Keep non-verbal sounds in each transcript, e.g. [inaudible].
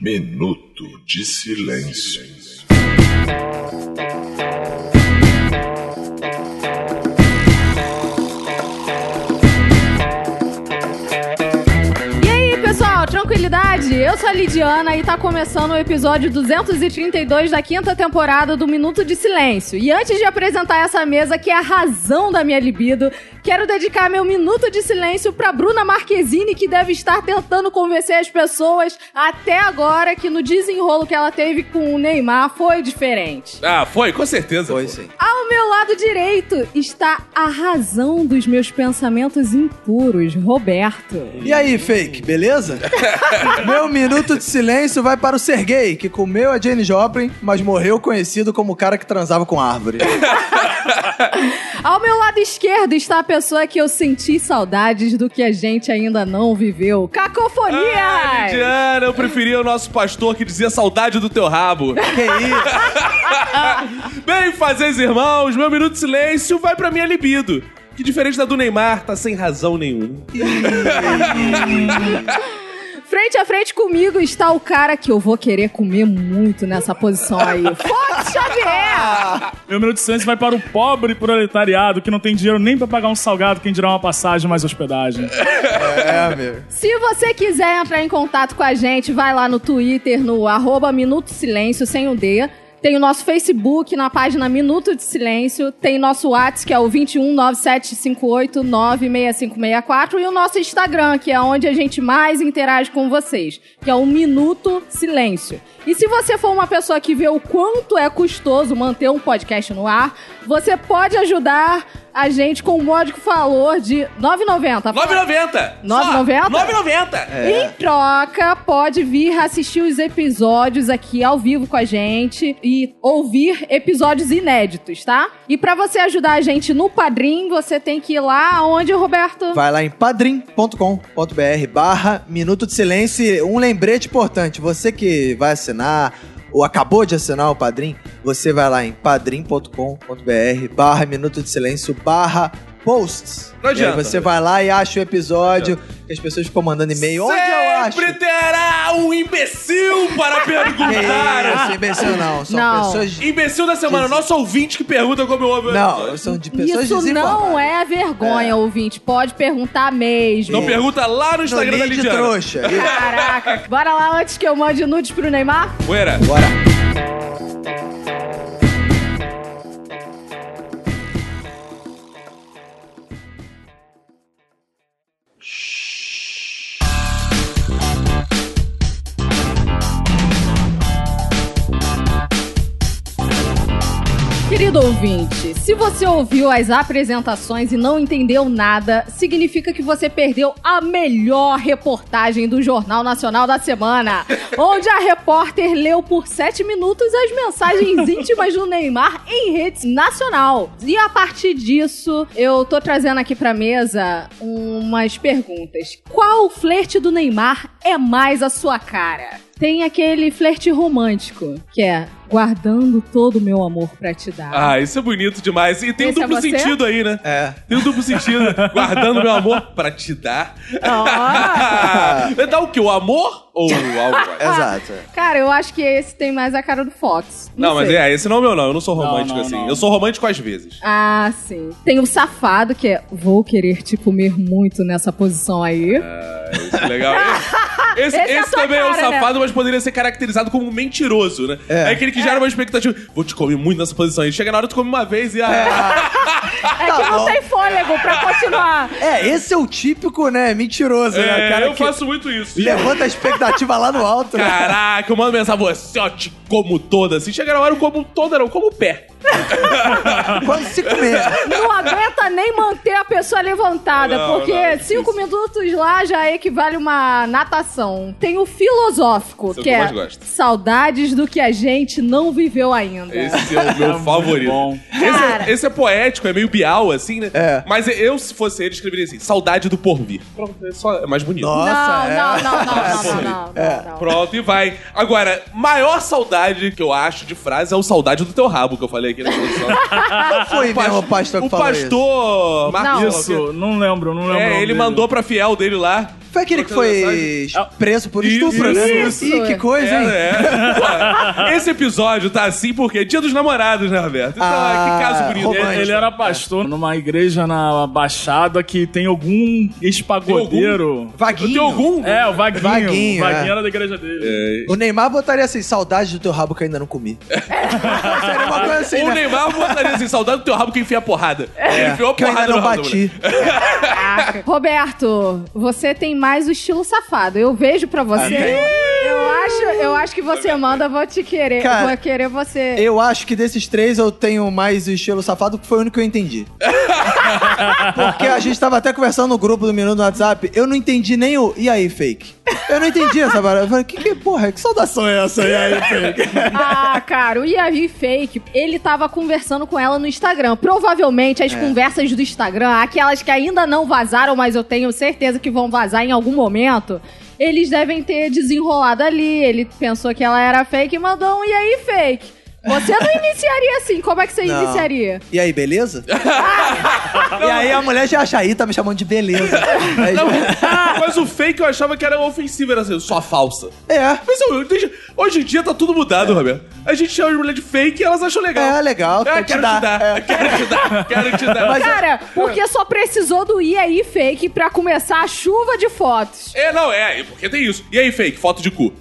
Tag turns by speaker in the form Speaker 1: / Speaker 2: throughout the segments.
Speaker 1: Minuto de Silêncio.
Speaker 2: E aí, pessoal, tranquilidade? Eu sou a Lidiana e tá começando o episódio 232 da quinta temporada do Minuto de Silêncio. E antes de apresentar essa mesa, que é a razão da minha libido, quero dedicar meu minuto de silêncio pra Bruna Marquezine, que deve estar tentando convencer as pessoas até agora que no desenrolo que ela teve com o Neymar foi diferente.
Speaker 3: Ah, foi, com certeza.
Speaker 4: Foi sim.
Speaker 2: Ao meu lado direito está a razão dos meus pensamentos impuros, Roberto.
Speaker 4: E aí, fake,
Speaker 3: [laughs]
Speaker 4: beleza? Meu minuto de silêncio vai para o Sergei, que comeu a Jane Joplin, mas morreu conhecido como o cara que transava com
Speaker 3: [laughs]
Speaker 4: árvore.
Speaker 2: Ao meu lado esquerdo está a pessoa que eu senti saudades do que a gente ainda não viveu.
Speaker 3: Ah,
Speaker 2: Cacofonia!
Speaker 3: Lidiana, eu preferia o nosso pastor que dizia saudade do
Speaker 2: [laughs]
Speaker 3: teu rabo.
Speaker 4: Que isso?
Speaker 3: Bem, fazeres irmãos, meu minuto de silêncio vai pra minha libido. Que diferente da do Neymar, tá sem razão nenhuma.
Speaker 2: frente a frente comigo está o cara que eu vou querer comer muito nessa posição aí. Fox Xavier!
Speaker 5: Meu minuto de silêncio vai para o pobre proletariado que não tem dinheiro nem pra pagar um salgado, quem dirá uma passagem mais hospedagem.
Speaker 4: É, meu.
Speaker 2: Se você quiser entrar em contato com a gente, vai lá no Twitter, no arroba Minuto Silêncio, sem o D. Tem o nosso Facebook na página Minuto de Silêncio. Tem nosso WhatsApp, que é o 21975896564. E o nosso Instagram, que é onde a gente mais interage com vocês, que é o Minuto Silêncio. E se você for uma pessoa que vê o quanto é custoso manter um podcast no ar, você pode ajudar a gente com o módico valor de R$ 9,90.
Speaker 3: 9,90! Só.
Speaker 2: 9,90?
Speaker 3: 9,90!
Speaker 4: É.
Speaker 2: Em troca, pode vir assistir os episódios aqui ao vivo com a gente e ouvir episódios inéditos, tá? E pra você ajudar a gente no Padrim, você tem que ir lá onde, Roberto?
Speaker 4: Vai lá em padrim.com.br barra Minuto de Silêncio. E Um lembrete importante, você que vai assinar ou acabou de assinar o Padrim, você vai lá em padrim.com.br barra Minuto de Silêncio barra posts.
Speaker 3: Não adianta.
Speaker 4: E aí você vai lá e acha o episódio que as pessoas ficam mandando e-mail. É Onde eu acho?
Speaker 3: Sempre terá um imbecil
Speaker 2: [laughs]
Speaker 3: para
Speaker 4: Que É isso,
Speaker 3: perguntar.
Speaker 4: imbecil não. São
Speaker 2: ah, Não.
Speaker 4: pessoas.
Speaker 3: imbecil da semana, nosso ouvinte que pergunta como eu ouvo.
Speaker 4: Não, são de pessoas
Speaker 2: Isso
Speaker 4: desinformadas.
Speaker 2: não é vergonha, ouvinte. Pode perguntar mesmo.
Speaker 3: Não Então pergunta lá no Instagram da
Speaker 4: Não, nem de
Speaker 3: Lidiana. [laughs]
Speaker 4: trouxa. Isso.
Speaker 2: Caraca. Bora lá antes que eu mande nudes pro Neymar?
Speaker 3: Poeira.
Speaker 4: Bora.
Speaker 2: Querido ouvinte, se você ouviu as apresentações e não entendeu nada, significa que você perdeu a melhor reportagem do Jornal Nacional da Semana, onde a repórter leu por sete minutos as mensagens íntimas do Neymar em rede nacional. E a partir disso, eu tô trazendo aqui pra mesa umas perguntas. Qual flerte do Neymar é mais a sua cara? Tem aquele flerte romântico, que é guardando todo o meu amor pra te dar.
Speaker 3: Ah, isso é bonito demais. E tem
Speaker 2: Esse
Speaker 3: um duplo
Speaker 2: é você?
Speaker 3: sentido aí, né?
Speaker 4: É.
Speaker 3: Tem um duplo sentido. Guardando meu amor pra te dar. [laughs] Dá o quê? O amor ou algo
Speaker 4: [laughs] É,
Speaker 2: Ah.
Speaker 3: mais?
Speaker 4: Exato.
Speaker 2: Cara, eu acho que esse tem mais a cara do Fox.
Speaker 3: Não, mas
Speaker 2: sei.
Speaker 3: é, esse não é o meu não. Eu não sou
Speaker 5: Não,
Speaker 3: romântico
Speaker 5: não,
Speaker 3: assim.
Speaker 5: não.
Speaker 3: Eu sou romântico às vezes.
Speaker 2: Ah, sim. Tem o safado, que é vou querer te comer muito nessa posição aí.
Speaker 3: Isso
Speaker 2: [laughs]
Speaker 3: é legal.
Speaker 2: Esse
Speaker 3: Esse,
Speaker 2: é a
Speaker 3: esse
Speaker 2: tua
Speaker 3: também é um
Speaker 2: cara, né?
Speaker 3: safado, mas poderia ser caracterizado como mentiroso, né? É, aquele que gera uma expectativa. Vou te comer muito nessa posição. E chega na hora, tu come uma vez e... Ah,
Speaker 2: é que não
Speaker 4: bom.
Speaker 2: tem fôlego pra continuar.
Speaker 4: É, esse é o típico, né? Mentiroso,
Speaker 3: é,
Speaker 4: né? O cara
Speaker 3: eu
Speaker 4: que
Speaker 3: faço muito isso.
Speaker 4: levanta a expectativa lá no alto, né? [laughs]
Speaker 3: Caraca, eu mando mensagem você, ó, te como toda. Se chega na hora, eu como toda não, eu como o pé.
Speaker 4: Quando se comer.
Speaker 2: Não aguenta nem manter a pessoa levantada,
Speaker 3: Não,
Speaker 2: porque
Speaker 3: não, é difícil.
Speaker 2: cinco minutos lá já equivale uma natação. Tem o filosófico,
Speaker 3: Esse é o
Speaker 2: que
Speaker 3: que eu
Speaker 2: é
Speaker 3: mais gosto.
Speaker 2: saudades do que a gente não viveu ainda.
Speaker 3: Esse
Speaker 5: [laughs]
Speaker 3: é o meu
Speaker 5: muito
Speaker 3: favorito.
Speaker 5: bom.
Speaker 3: Esse,
Speaker 2: Cara.
Speaker 3: é, esse é poético, é meio bial, assim, né?
Speaker 4: É.
Speaker 3: Mas eu, se fosse ele, escreveria assim: saudade do porvir. Pronto, é, só, é mais bonito.
Speaker 4: Nossa,
Speaker 2: Não,
Speaker 4: é.
Speaker 2: não, não, não, não, não, não, não, não.
Speaker 3: Pronto, e vai. Agora, maior saudade que eu acho de frase é o saudade do teu rabo, que eu falei aqui na
Speaker 4: [laughs]
Speaker 3: introdução.
Speaker 4: Não foi mesmo o um pastor que
Speaker 3: o
Speaker 4: falou isso.
Speaker 3: pastor Marcos, sei lá o quê.
Speaker 5: Isso, não lembro, não lembro. o
Speaker 3: É,
Speaker 5: nome
Speaker 3: ele
Speaker 5: dele.
Speaker 3: mandou pra fiel dele lá.
Speaker 4: Foi aquele que
Speaker 3: Qual que é a
Speaker 4: foi
Speaker 5: mensagem?
Speaker 4: preso por
Speaker 3: Isso,
Speaker 4: estupro, né?
Speaker 2: isso.
Speaker 4: Ih, que coisa, hein?
Speaker 3: É, é. Pô,
Speaker 4: [laughs]
Speaker 3: Esse episódio tá assim porque é dia dos namorados, né, Roberto? Então,
Speaker 4: Ah,
Speaker 3: que caso bonito.
Speaker 4: romântico.
Speaker 5: Ele era pastor numa igreja na Baixada que tem algum ex-pagodeiro.
Speaker 4: Vaguinho.
Speaker 3: Tem algum?
Speaker 5: É, o Vaguinho.
Speaker 4: Vaguinho,
Speaker 5: o Vaguinho
Speaker 4: é.
Speaker 5: era da igreja dele.
Speaker 3: É.
Speaker 4: O Neymar botaria assim, saudade do teu rabo que eu ainda
Speaker 3: [laughs]
Speaker 4: não comi. Seria uma coisa assim,
Speaker 3: o
Speaker 4: né?
Speaker 3: Neymar botaria assim, saudade do teu rabo que enfia a porrada. Ele enfiou a
Speaker 4: É, que eu ainda
Speaker 3: porrada
Speaker 4: não
Speaker 3: no rabo da mulher.
Speaker 4: bati.
Speaker 2: Caraca. Ah, Roberto, você tem mais o estilo safado. Eu vejo pra você. Eu acho, eu acho que você manda, eu vou te querer.
Speaker 4: Cara,
Speaker 2: vou querer
Speaker 3: É.
Speaker 2: você.
Speaker 4: Eu acho que desses três eu tenho mais o estilo safado, porque foi o único que
Speaker 3: [laughs]
Speaker 4: eu entendi. Porque a gente tava até conversando no grupo do Minuto no WhatsApp, eu não entendi nem o. E aí, fake? Eu não entendi essa parada. Eu falei, que, que porra, que saudação é essa? E aí,
Speaker 3: [laughs]
Speaker 4: fake? [laughs]
Speaker 2: Ah, cara, o Yavi Fake, ele tava conversando com ela no Instagram. Provavelmente
Speaker 4: É.
Speaker 2: as conversas do Instagram, aquelas que ainda não vazaram, mas eu tenho certeza que vão vazar em algum momento, eles devem ter desenrolado ali. Ele pensou que ela era fake e mandou um e aí, fake. Você não
Speaker 4: [laughs]
Speaker 2: iniciaria assim, como é que você
Speaker 4: Não.
Speaker 2: iniciaria?
Speaker 4: E aí,
Speaker 3: [laughs]
Speaker 4: beleza? e aí a mulher já acha aí, tá me chamando de
Speaker 3: [laughs]
Speaker 4: beleza. Aí
Speaker 3: Não, [laughs]
Speaker 4: já- [laughs]
Speaker 3: mas o fake eu achava que era ofensivo, era assim, só falsa.
Speaker 4: É.
Speaker 3: Mas eu, eu deixo- hoje em dia tá tudo mudado, Roberto. A gente chama de mulher de fake e elas acham legal.
Speaker 4: É legal,
Speaker 3: Ah,
Speaker 4: quer te
Speaker 3: quero te
Speaker 4: dar.
Speaker 3: dar,
Speaker 4: É.
Speaker 3: quero te dar, quero te dar.
Speaker 4: [laughs] Mas-
Speaker 2: Cara, porque só precisou do e aí, fake pra começar a chuva de fotos.
Speaker 3: É, não, é, porque tem isso. E aí, fake, foto de cu.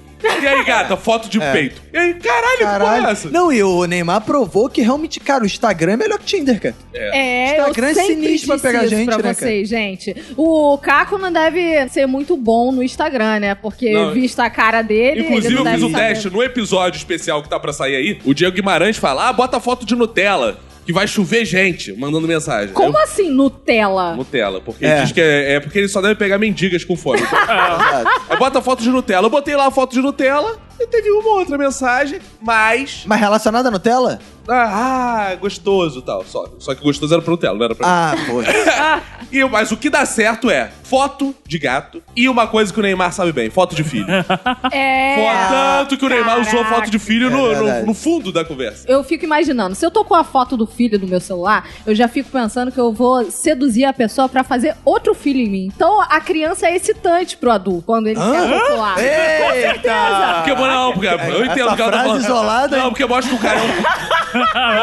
Speaker 3: E aí, gata, foto de peito. E aí, caralho, que porra é essa?
Speaker 4: É. Caralho. Não, e o Neymar provou que realmente, cara, o Instagram é melhor que o Tinder, cara.
Speaker 2: É,
Speaker 4: Instagram
Speaker 2: eu
Speaker 4: é
Speaker 2: sempre
Speaker 4: sinistro pra
Speaker 2: disse
Speaker 4: pegar
Speaker 2: isso
Speaker 4: gente,
Speaker 2: pra
Speaker 4: né, cara?
Speaker 2: vocês, gente. O Caco não deve ser muito bom no Instagram, né? Porque
Speaker 3: Não,
Speaker 2: vista a cara dele, ele
Speaker 3: Inclusive, eu
Speaker 2: não
Speaker 3: fiz
Speaker 2: deve
Speaker 3: um
Speaker 2: saber.
Speaker 3: teste no episódio especial que tá pra sair aí. O Diego Guimarães fala: ah, bota foto de Nutella, que vai chover gente, mandando mensagem.
Speaker 2: Como
Speaker 3: Eu-
Speaker 2: assim, Nutella?
Speaker 3: Nutella, porque
Speaker 4: É.
Speaker 3: ele diz que é, é porque ele só deve pegar mendigas com
Speaker 4: [laughs]
Speaker 3: fome. Então, Aí bota foto de Nutella. Eu botei lá a foto de Nutella e teve uma outra mensagem, mas.
Speaker 4: Mas relacionado à Nutella?
Speaker 3: Ah, ah, gostoso e tal. Só, só que gostoso era pra Nutella, não era pra
Speaker 4: Ah, poxa.
Speaker 3: E, mas o que dá certo é foto de gato e uma coisa que o Neymar sabe bem: foto de
Speaker 4: [laughs]
Speaker 3: filho.
Speaker 2: É.
Speaker 3: Foto- tanto que o Neymar usou
Speaker 2: caraca.
Speaker 3: foto de filho no-
Speaker 4: É
Speaker 3: no,
Speaker 4: verdade.
Speaker 3: no fundo da conversa.
Speaker 2: Eu fico imaginando, se eu tô com a foto do filho do meu celular, eu já fico pensando que eu vou seduzir a pessoa pra fazer outro filho em mim. Então a criança é excitante pro adulto quando ele quer
Speaker 4: É?
Speaker 2: rotular.
Speaker 4: Eita!
Speaker 3: Porque, não, porque eu
Speaker 4: É, Essa
Speaker 3: entendo o que ela tá
Speaker 4: frase
Speaker 3: falando.
Speaker 4: isolada,
Speaker 3: não,
Speaker 4: hein?
Speaker 3: porque mostra que o cara é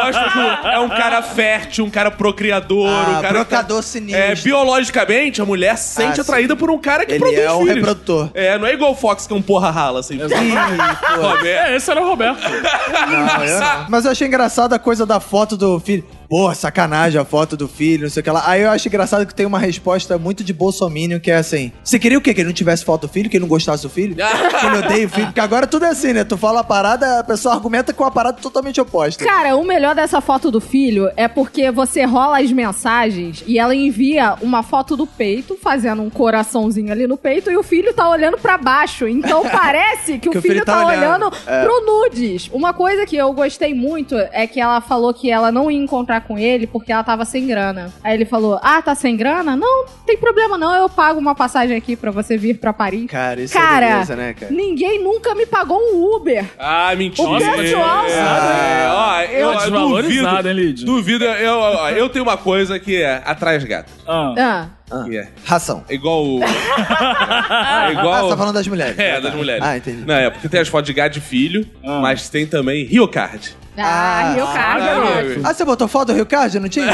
Speaker 3: um. [laughs] mostra que é um cara fértil, um cara procriador,
Speaker 4: Ah,
Speaker 3: um cara.
Speaker 4: brocador sinistro.
Speaker 3: É, biologicamente, a mulher se sente
Speaker 4: Ah,
Speaker 3: atraída por um cara que
Speaker 4: Ele
Speaker 3: produz
Speaker 4: é um
Speaker 3: filhos.
Speaker 4: reprodutor.
Speaker 3: É, não é igual o Fox, que é um porra rala, assim.
Speaker 4: Ih, pô.
Speaker 3: Roberto.
Speaker 5: É, esse era o Roberto.
Speaker 4: Não, eu não. Mas eu achei engraçada a coisa da foto do filho. Pô, sacanagem a foto do filho, não sei o que lá. Aí eu acho engraçado que tem uma resposta muito de bolsominion, que é assim... Você queria o quê? Que ele não tivesse foto do filho? Que ele não gostasse do filho? que ele odeia o filho? Porque agora tudo é assim, né? Tu fala a parada, a pessoa argumenta com a parada totalmente oposta.
Speaker 2: Cara, o melhor dessa foto do filho é porque você rola as mensagens e ela envia uma foto do peito, fazendo um coraçãozinho ali no peito, e o filho tá olhando pra baixo. Então
Speaker 4: [laughs]
Speaker 2: parece que, o filho, tá, olhando,
Speaker 4: é.
Speaker 2: pro nudes. Uma coisa que eu gostei muito é que ela falou que ela não ia encontrar com ele porque ela tava sem grana. Aí ele falou: Ah, tá sem grana? Não, não tem problema não, eu pago uma passagem aqui pra você vir pra Paris.
Speaker 4: Cara, isso
Speaker 2: Cara,
Speaker 4: é beleza, né, cara?
Speaker 2: Ninguém nunca me pagou um Uber.
Speaker 3: Ah, mentira.
Speaker 2: O pessoal
Speaker 3: É, ó, eu,
Speaker 5: Tá
Speaker 3: eu
Speaker 5: desvalorizado,
Speaker 3: duvido.
Speaker 5: hein, Lid?
Speaker 3: Duvido, eu, ó, eu tenho uma coisa que é atrás gato.
Speaker 5: Ah.
Speaker 2: Ah.
Speaker 3: Que é
Speaker 4: Ração.
Speaker 3: é igual. [laughs] o- É
Speaker 4: Ah,
Speaker 3: igual.
Speaker 4: você tá falando das mulheres.
Speaker 3: É,
Speaker 4: Ah,
Speaker 3: das
Speaker 4: tá.
Speaker 3: mulheres.
Speaker 4: Ah, entendi.
Speaker 3: Não, é porque tem as fotos de gato de filho,
Speaker 5: Ah.
Speaker 3: mas tem também Rio Card.
Speaker 2: Ah,
Speaker 4: Ah,
Speaker 2: Rio Card é
Speaker 3: ah,
Speaker 2: ótimo.
Speaker 4: Ah, você botou foto do Rio Card? Não [laughs] tinha?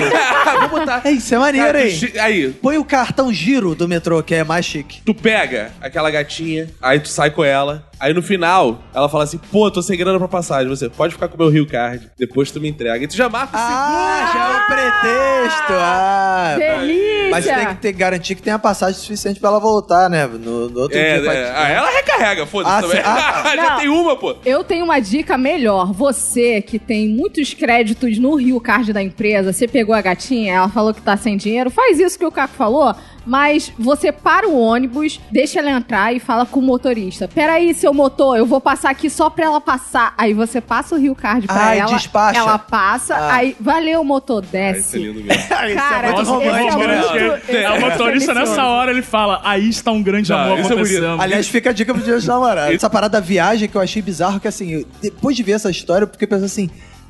Speaker 3: Vou botar.
Speaker 4: É isso, é maneiro,
Speaker 3: Cara, tu
Speaker 4: hein?
Speaker 3: chi- Aí,
Speaker 4: Põe o cartão giro do metrô, que é mais chique.
Speaker 3: tu pega aquela gatinha, aí tu sai com ela, aí no final ela fala assim: pô, tô sem grana pra passagem, você pode ficar com o meu Rio Card, depois tu me entrega. E tu já marca o
Speaker 4: Ah, já é um pretexto. Ah,
Speaker 2: Delícia!
Speaker 4: Mas tem que ter, garantir que tem a passagem suficiente pra ela voltar, né? No, no outro
Speaker 3: É,
Speaker 4: dia. pra-
Speaker 3: é, ah, ela recarrega, foda-se
Speaker 4: Ah,
Speaker 3: também.
Speaker 4: sim.
Speaker 3: [laughs]
Speaker 4: Ah,
Speaker 3: Já
Speaker 2: Não.
Speaker 3: tem uma, pô.
Speaker 2: Eu tenho uma dica melhor. Você que tem muitos créditos no Rio Card da empresa, você pegou a gatinha, ela falou que tá sem dinheiro, faz isso que o Caco falou, mas você para o ônibus, deixa ela entrar e fala com o motorista. Peraí, seu motor, eu vou passar aqui só pra ela passar. Aí você passa o Rio Card pra
Speaker 4: Ai,
Speaker 2: ela.
Speaker 4: despacha.
Speaker 2: Ela passa,
Speaker 4: Ah.
Speaker 2: aí valeu, motor,
Speaker 3: Ah, isso é
Speaker 2: desce.
Speaker 3: lindo mesmo.
Speaker 4: Ah, isso
Speaker 2: Cara,
Speaker 4: é muito
Speaker 2: esse é
Speaker 4: romântico. né?
Speaker 5: romântico.
Speaker 2: muito-
Speaker 5: É, o motorista nessa hora ele fala: aí está um grande
Speaker 3: Tá,
Speaker 5: amor
Speaker 3: isso é bonito.
Speaker 5: acontecendo.
Speaker 4: Aliás, fica a dica pro dia dos namorados.
Speaker 3: E-
Speaker 4: Essa parada da viagem que eu achei bizarro, que assim, eu- depois de ver essa história, eu fiquei pensando assim,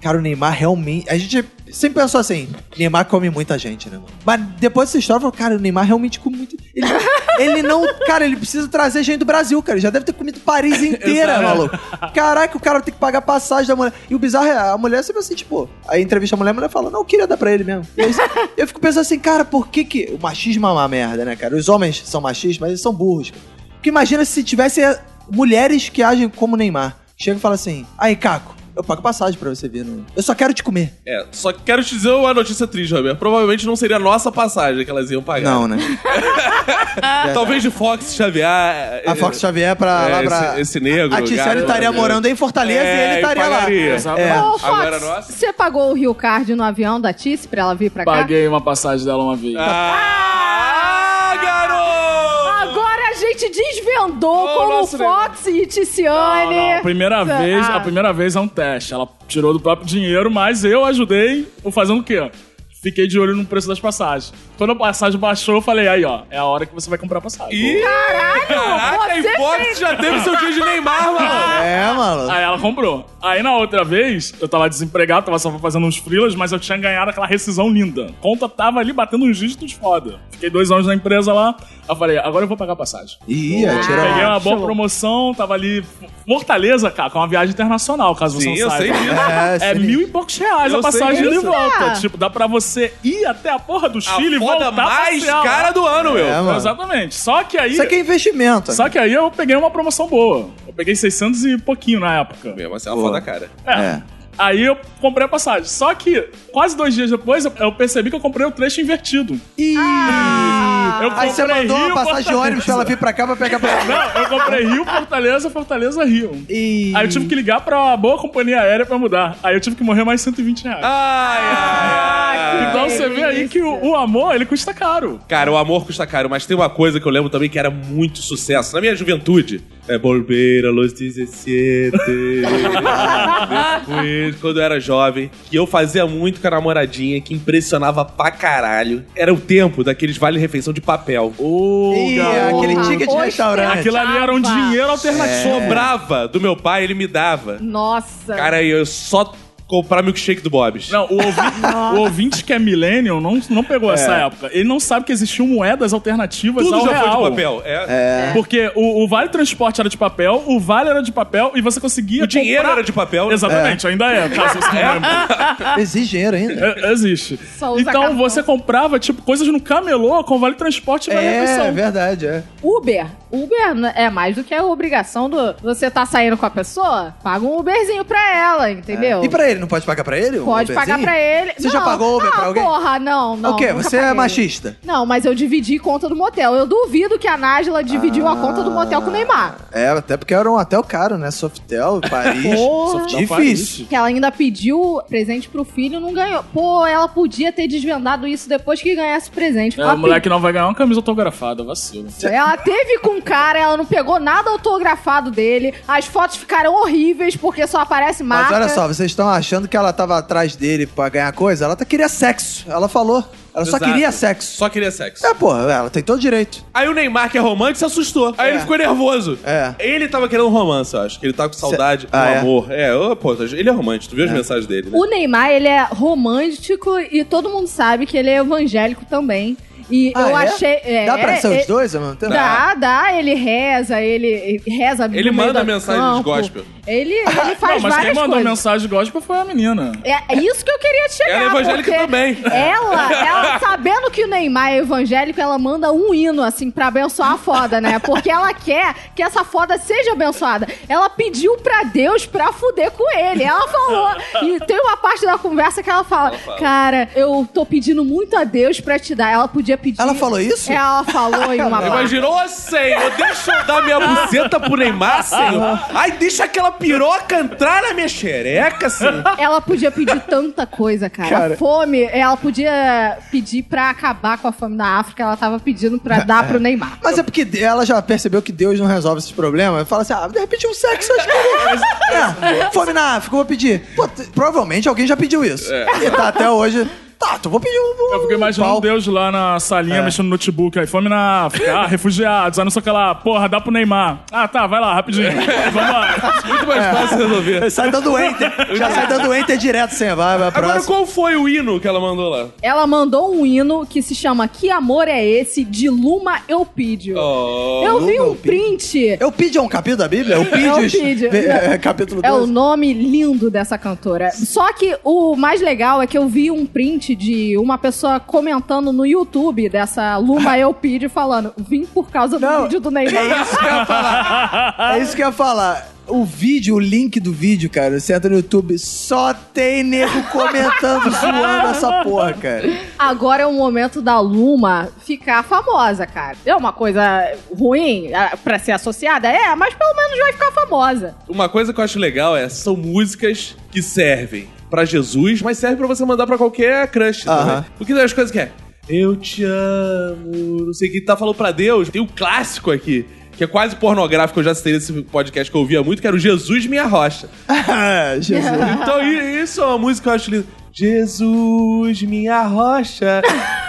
Speaker 4: Cara, o Neymar realmente. A gente sempre pensou assim: Neymar come muita gente, né, mano? Mas depois dessa história, falou, cara, o Neymar realmente come muito. Ele, ele não. Cara, ele precisa trazer gente do Brasil, cara. Ele já deve ter comido Paris inteira,
Speaker 3: Exato.
Speaker 4: maluco. Caraca, o cara vai ter que pagar passagem da mulher. E o bizarro é: a mulher sempre assim, tipo, aí entrevista a mulher, a mulher fala, não, eu queria dar pra ele mesmo. E aí, [laughs] eu fico pensando assim, cara, por que que. O machismo é uma merda, né, cara? Os homens são machistas, mas eles são burros. cara. Porque imagina se tivesse mulheres que agem como Neymar. Chega e fala assim: aí, Caco, eu pago passagem pra você vir. No... Eu só quero te comer.
Speaker 3: É, só que quero te dizer uma notícia triste, Roberto. Provavelmente não seria a nossa passagem que elas iam pagar.
Speaker 4: Não, né?
Speaker 3: Talvez de Fox Xavier.
Speaker 4: A Fox Xavier pra.
Speaker 3: é,
Speaker 4: lá pra...
Speaker 3: esse, esse negro.
Speaker 4: a Tiziana
Speaker 3: gato,
Speaker 4: estaria
Speaker 3: né?
Speaker 4: morando em Fortaleza
Speaker 3: É,
Speaker 4: e ele estaria lá.
Speaker 3: pagaria.
Speaker 4: É.
Speaker 2: Ô,
Speaker 3: Agora
Speaker 2: Fox,
Speaker 3: nossa.
Speaker 2: você pagou o Rio Card no avião da Tice pra ela vir pra cá?
Speaker 5: Paguei uma passagem dela uma vez.
Speaker 3: Ah, garoto!
Speaker 2: Agora a gente desvendou
Speaker 3: Ô,
Speaker 2: como
Speaker 3: nosso
Speaker 2: Fox e Ticiane.
Speaker 5: Não, não, a primeira
Speaker 2: Ah.
Speaker 5: vez, a primeira vez é um teste. Ela tirou do próprio dinheiro, mas eu ajudei o fazendo o quê? Fiquei de olho no preço das passagens. Quando a passagem baixou, eu falei, aí ó, é a hora que você vai comprar passagem.
Speaker 3: Ih, Caraca,
Speaker 2: você
Speaker 3: e Fox
Speaker 2: fez-
Speaker 3: já teve seu dia de Neymar, mano.
Speaker 4: É, maluco.
Speaker 5: Aí ela comprou. Aí na outra vez, eu tava desempregado, tava só fazendo uns freelas, mas eu tinha ganhado aquela rescisão linda. Conta tava ali batendo uns dígitos foda. Fiquei dois anos na empresa lá. Aí eu falei, agora eu vou pagar a passagem.
Speaker 4: Ih, ia
Speaker 3: Ah,
Speaker 5: Peguei
Speaker 4: tirar.
Speaker 5: uma boa
Speaker 2: show.
Speaker 5: promoção, tava ali. Fortaleza, cara, com uma viagem internacional, caso
Speaker 3: Sim,
Speaker 5: você
Speaker 3: eu
Speaker 5: não
Speaker 3: sei
Speaker 5: saiba.
Speaker 3: disso.
Speaker 5: É
Speaker 4: sim.
Speaker 5: mil e poucos reais
Speaker 3: Eu
Speaker 5: a
Speaker 3: sei
Speaker 5: passagem de
Speaker 3: disso.
Speaker 5: volta.
Speaker 2: Ah.
Speaker 5: Tipo, dá pra você ir até a porra do
Speaker 3: A
Speaker 5: Chile e
Speaker 3: foda
Speaker 5: voltar
Speaker 3: mais
Speaker 5: passear lá.
Speaker 3: cara do ano, meu.
Speaker 4: É, mano.
Speaker 5: Exatamente. Só que aí.
Speaker 4: Isso aqui é investimento.
Speaker 5: Só que aí eu peguei uma promoção boa. Eu peguei 600 e pouquinho na época.
Speaker 3: Mesmo assim, é uma
Speaker 4: Boa.
Speaker 3: foda cara.
Speaker 4: É.
Speaker 5: Aí eu comprei a passagem. Só que quase dois dias depois eu- eu percebi que eu comprei o trecho invertido.
Speaker 4: Ih!
Speaker 2: Ah.
Speaker 5: Eu
Speaker 4: Ah, Aí você
Speaker 5: comprei
Speaker 4: mandou
Speaker 5: Rio,
Speaker 4: uma passagem de
Speaker 5: Fortaleza.
Speaker 4: ônibus pra ela vir pra cá pra pegar pra.
Speaker 5: [laughs] Não, eu comprei Rio, Fortaleza, Fortaleza, Rio.
Speaker 4: Ih.
Speaker 5: Aí eu tive que ligar pra uma boa companhia aérea pra mudar. Aí eu tive que morrer mais 120 reais.
Speaker 3: Ai, ai, ai.
Speaker 5: então você vê aí que o, o amor, ele custa caro.
Speaker 3: Cara, o amor custa caro, mas tem uma coisa que eu lembro também que era muito sucesso. Na minha juventude, é Borbeira, Los 17. Depois, quando eu era jovem, que eu fazia muito com a namoradinha, que impressionava pra caralho. Era o tempo daqueles vale-refeição de papel.
Speaker 5: Ô,
Speaker 4: Ih,
Speaker 5: garoto.
Speaker 4: aquele
Speaker 2: Porra,
Speaker 4: ticket de
Speaker 2: pois
Speaker 4: restaurante.
Speaker 5: Aquilo ali era um
Speaker 2: Java.
Speaker 5: dinheiro
Speaker 3: É.
Speaker 4: é.
Speaker 5: alternativo.
Speaker 3: Sobrava do meu pai, ele me dava.
Speaker 2: Nossa.
Speaker 3: Cara, eu só comprar milkshake do Bob's.
Speaker 5: Não,
Speaker 2: [laughs]
Speaker 5: o ouvinte, o ouvinte que é millennial não, não pegou essa época. Ele não sabe que existiam moedas alternativas
Speaker 3: É. Tudo
Speaker 5: ao
Speaker 3: já
Speaker 5: um real.
Speaker 3: foi de papel. É.
Speaker 5: Porque o, o vale transporte era de papel, o vale era de papel e você conseguia.
Speaker 3: O dinheiro
Speaker 5: comprar-
Speaker 3: era de papel. né?
Speaker 5: Exatamente, ainda é,
Speaker 3: [laughs]
Speaker 5: caso você não lembre.
Speaker 4: Exige dinheiro ainda.
Speaker 5: É, Existe.
Speaker 2: Só usa
Speaker 5: Então
Speaker 2: cartão.
Speaker 5: você comprava, tipo, coisas no camelô com vale transporte e vale
Speaker 4: É,
Speaker 5: refeição.
Speaker 4: verdade, é.
Speaker 2: Uber. Uber n- é mais do que a obrigação do. Você tá saindo com a pessoa? Paga um Uberzinho pra ela, entendeu?
Speaker 4: É. E pra ele, não pode pagar pra ele? um
Speaker 2: Pode pagar
Speaker 4: Uberzinho?
Speaker 2: pra ele.
Speaker 4: Você já
Speaker 2: Não.
Speaker 4: pagou Uber
Speaker 2: ah,
Speaker 4: pra alguém?
Speaker 2: Porra, não, não.
Speaker 4: o quê?
Speaker 2: nunca
Speaker 4: Você é
Speaker 2: paguei.
Speaker 4: machista?
Speaker 2: Não, mas eu dividi conta do motel. Eu duvido que a Nájila dividiu a conta do motel com o Neymar.
Speaker 4: É, até porque era um hotel caro,
Speaker 2: [laughs]
Speaker 4: né? Softel, Paris.
Speaker 2: Porra.
Speaker 5: Não faz
Speaker 4: Difícil.
Speaker 5: isso.
Speaker 2: Que ela ainda pediu presente pro filho não ganhou. Pô, ela podia ter desvendado isso depois que ganhasse o presente.
Speaker 5: É,
Speaker 2: Ela
Speaker 5: o moleque não vai ganhar uma camisa autografada, vacilo.
Speaker 2: Ela teve com o cara, ela não pegou nada autografado dele. As fotos ficaram horríveis porque só aparece
Speaker 4: Mas
Speaker 2: marca.
Speaker 4: olha só, vocês estão achando que ela tava atrás dele pra ganhar coisa? Ela tá- queria sexo. Ela falou. Ela só
Speaker 3: Exato.
Speaker 4: queria sexo.
Speaker 3: Só queria sexo.
Speaker 4: É, porra, ela tem todo direito.
Speaker 3: Aí o Neymar, que é romântico, se assustou. Aí
Speaker 4: É.
Speaker 3: ele ficou nervoso.
Speaker 4: É.
Speaker 3: Ele tava querendo um romance, eu acho. Que ele tava com saudade,
Speaker 4: Ah,
Speaker 3: um
Speaker 4: é?
Speaker 3: amor. É, ô, pô, ele é romântico. Tu viu as mensagens dele, né?
Speaker 2: O Neymar, ele é romântico e todo mundo sabe que ele é evangélico também. E
Speaker 4: Ah,
Speaker 2: eu
Speaker 4: é?
Speaker 2: achei. é,
Speaker 4: Dá pra
Speaker 2: é,
Speaker 4: ser os
Speaker 2: é,
Speaker 4: dois ao mesmo tempo?
Speaker 2: Dá, dá, ele reza, ele ele reza no
Speaker 3: Ele
Speaker 2: meio
Speaker 3: manda
Speaker 2: do
Speaker 3: mensagens
Speaker 2: campo.
Speaker 3: gospel.
Speaker 2: Ele, ele faz
Speaker 5: não, mas quem
Speaker 2: várias
Speaker 5: mandou
Speaker 2: coisas.
Speaker 5: mensagem gospel foi a menina.
Speaker 2: É isso que eu queria te chegar.
Speaker 3: Ela é evangélica
Speaker 2: porque
Speaker 3: também.
Speaker 2: Ela, ela,
Speaker 3: [laughs]
Speaker 2: sabendo que o Neymar é evangélico, ela manda um hino, assim, pra abençoar a foda, né? Porque ela quer que essa foda seja abençoada. Ela pediu pra Deus pra fuder com ele. Ela falou. E tem uma parte da conversa que ela fala: Cara, eu tô pedindo muito a Deus pra te dar. Ela podia pedir. É,
Speaker 4: Ela falou isso?
Speaker 2: Ela falou
Speaker 3: [laughs]
Speaker 2: em uma parte.
Speaker 3: Imaginou, ô, Senhor, deixa eu dar minha buceta pro Neymar, Senhor. Ai, deixa aquela piroca entrar na minha xereca, Senhor.
Speaker 2: Ela podia pedir tanta coisa, cara.
Speaker 4: Cara.
Speaker 2: A fome, ela podia pedir pra acabar com a fome na África, ela tava pedindo pra dar pro Neymar.
Speaker 4: Mas é porque ela já percebeu que Deus não resolve esses problemas. Fala assim, ah, de repente um sexo eu acho [laughs] é, que... é, fome na África, eu vou pedir. Pô, t- provavelmente alguém já pediu isso. E tá até hoje... Tá, Exato, vou pedir um.
Speaker 5: É. Eu fiquei imaginando
Speaker 4: Pau.
Speaker 5: Deus lá na salinha,
Speaker 4: É.
Speaker 5: mexendo no notebook. Aí, fome na África. Ah, refugiados. Ah, não sei o que lá. Porra, dá pro Neymar. Ah, tá, vai lá,
Speaker 4: [laughs]
Speaker 5: rapidinho. Vamos lá.
Speaker 3: [laughs] Muito mais fácil resolver.
Speaker 4: Sai dando enter. Já sai dando enter direto sem vai, vai
Speaker 3: Agora,
Speaker 4: próximo.
Speaker 3: qual foi o hino que ela mandou lá?
Speaker 2: Ela mandou um hino que se chama Que Amor É Esse? de Luma Eupídio.
Speaker 3: Oh.
Speaker 2: Eu vi
Speaker 4: Luma
Speaker 2: um
Speaker 4: Eupídio.
Speaker 2: print.
Speaker 4: Eu pedi é um capítulo da Bíblia? Eu pedi.
Speaker 2: Eupídios.
Speaker 4: capítulo
Speaker 2: É o
Speaker 4: 12.
Speaker 2: nome lindo dessa cantora. Só que o mais legal é que eu vi um print de uma pessoa comentando no YouTube dessa Luma Eupídio falando: vim por causa do
Speaker 4: Não.
Speaker 2: vídeo do
Speaker 4: [laughs]
Speaker 2: Neymar.
Speaker 4: isso que eu ia
Speaker 3: Ah.
Speaker 4: falar. É isso que eu ia falar. O vídeo, o link do vídeo, cara, você entra no YouTube, só tem nego
Speaker 3: [laughs]
Speaker 4: comentando, zoando essa porra, cara.
Speaker 2: Agora é o momento da Luma ficar famosa, cara. É uma coisa ruim ah, pra ser associada? É, mas pelo menos vai ficar famosa.
Speaker 3: Uma coisa que eu acho legal é, são músicas que servem pra Jesus, mas servem pra você mandar pra qualquer crush
Speaker 4: Aham.
Speaker 3: também. O que das coisas que é? Eu te amo, não sei o que, tá falando pra Deus. Tem um clássico aqui, que é quase pornográfico, eu já citei nesse podcast que eu ouvia muito, que era o Jesus Minha Rocha.
Speaker 4: Ah, Jesus.
Speaker 3: Então i- isso é uma música que eu acho linda. Jesus, minha rocha.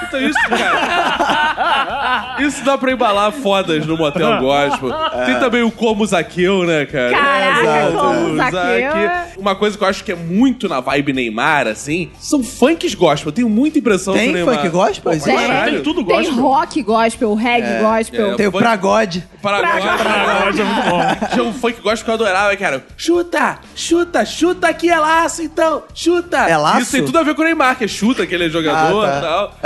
Speaker 3: Então isso, cara. Isso dá pra embalar fodas no motel gospel.
Speaker 4: É.
Speaker 3: Tem também o Como Zaqueu, né, cara?
Speaker 2: Caraca,
Speaker 4: Exato,
Speaker 2: como Zaqueu. é-
Speaker 3: Uma coisa que eu acho que é muito na vibe Neymar, assim, são funks gospel. Eu tenho muita impressão
Speaker 4: Tem
Speaker 3: do Neymar.
Speaker 4: funk gospel?
Speaker 3: Pô,
Speaker 4: Tem,
Speaker 3: caralho.
Speaker 5: tem tudo
Speaker 2: Tem
Speaker 5: gospel.
Speaker 2: rock gospel, reggae gospel.
Speaker 3: é.
Speaker 4: Tem o pra God.
Speaker 3: Paraguai.
Speaker 5: Ah, mas é muito bom.
Speaker 3: Tinha um funk gospel que eu adorava, cara. Chuta, chuta, chuta que é laço, então. Chuta.
Speaker 4: É
Speaker 3: Isso
Speaker 4: laço?
Speaker 3: tem tudo a ver com o Neymar, que é chuta, que ele é jogador e
Speaker 4: Ah, tá.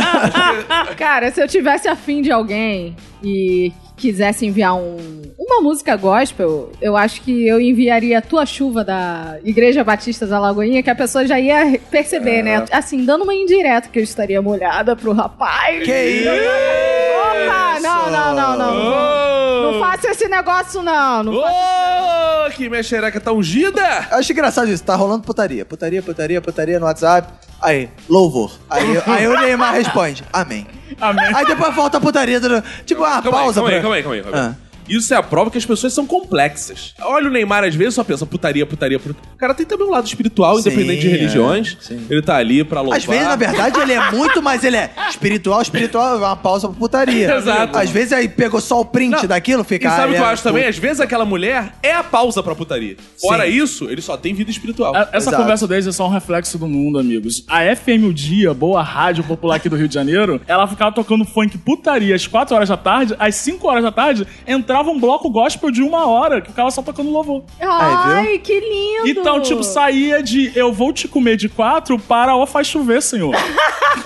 Speaker 3: tal.
Speaker 2: ah, Cara, se eu tivesse afim de alguém e quisesse enviar um- uma música gospel, eu acho que eu enviaria Tua Chuva da Igreja Batista da Lagoinha, que a pessoa já ia perceber, né? Assim, dando uma indireta que eu estaria molhada pro rapaz.
Speaker 4: Que
Speaker 2: Opa,
Speaker 4: isso?
Speaker 2: não, não, não, não.
Speaker 4: [laughs]
Speaker 3: Ô,
Speaker 2: Não faça esse negócio, não. não faça-
Speaker 3: Ô, Ah, oh, que minha xereca tá ungida.
Speaker 4: Eu acho engraçado isso, tá rolando putaria. Putaria, putaria, putaria no WhatsApp. Aí, louvor. Aí, aí o Neymar responde, amém.
Speaker 5: Amém.
Speaker 4: Aí depois volta a putaria. do- Tipo, uma
Speaker 3: Calma aí,
Speaker 4: pausa.
Speaker 3: calma aí,
Speaker 4: pra-
Speaker 3: calma aí, calma aí, calma aí.
Speaker 4: Ah.
Speaker 3: Isso é a prova que as pessoas são complexas. Olha o Neymar, às vezes, só pensa putaria, putaria, putaria. O cara tem também um lado espiritual,
Speaker 4: Sim,
Speaker 3: independente de
Speaker 4: é,
Speaker 3: religiões.
Speaker 4: sim.
Speaker 3: Ele tá ali pra louvar.
Speaker 4: Às vezes, na verdade, ele é muito, mas ele é espiritual, espiritual, é uma pausa pra putaria.
Speaker 3: Exato.
Speaker 4: Às vezes aí pegou só o print
Speaker 3: Não.
Speaker 4: daquilo, fica.
Speaker 3: E
Speaker 4: ah,
Speaker 3: sabe o
Speaker 4: ele
Speaker 3: que eu
Speaker 4: é
Speaker 3: acho também? Às vezes aquela mulher é a pausa pra putaria. Fora
Speaker 4: Sim.
Speaker 3: isso, ele só tem vida espiritual.
Speaker 5: A- Essa
Speaker 4: Exato.
Speaker 5: conversa deles é só um reflexo do mundo, amigos. A FM O Dia, boa rádio popular aqui do Rio de Janeiro, ela ficava tocando funk putaria às 4 horas da tarde, às 5 horas da tarde, entrava um bloco gospel de uma hora, que ficava só tocando louvor.
Speaker 4: Aí,
Speaker 2: Ai, que lindo.
Speaker 5: Então, tipo, saía de eu vou te comer de quatro para ó faz chover, senhor.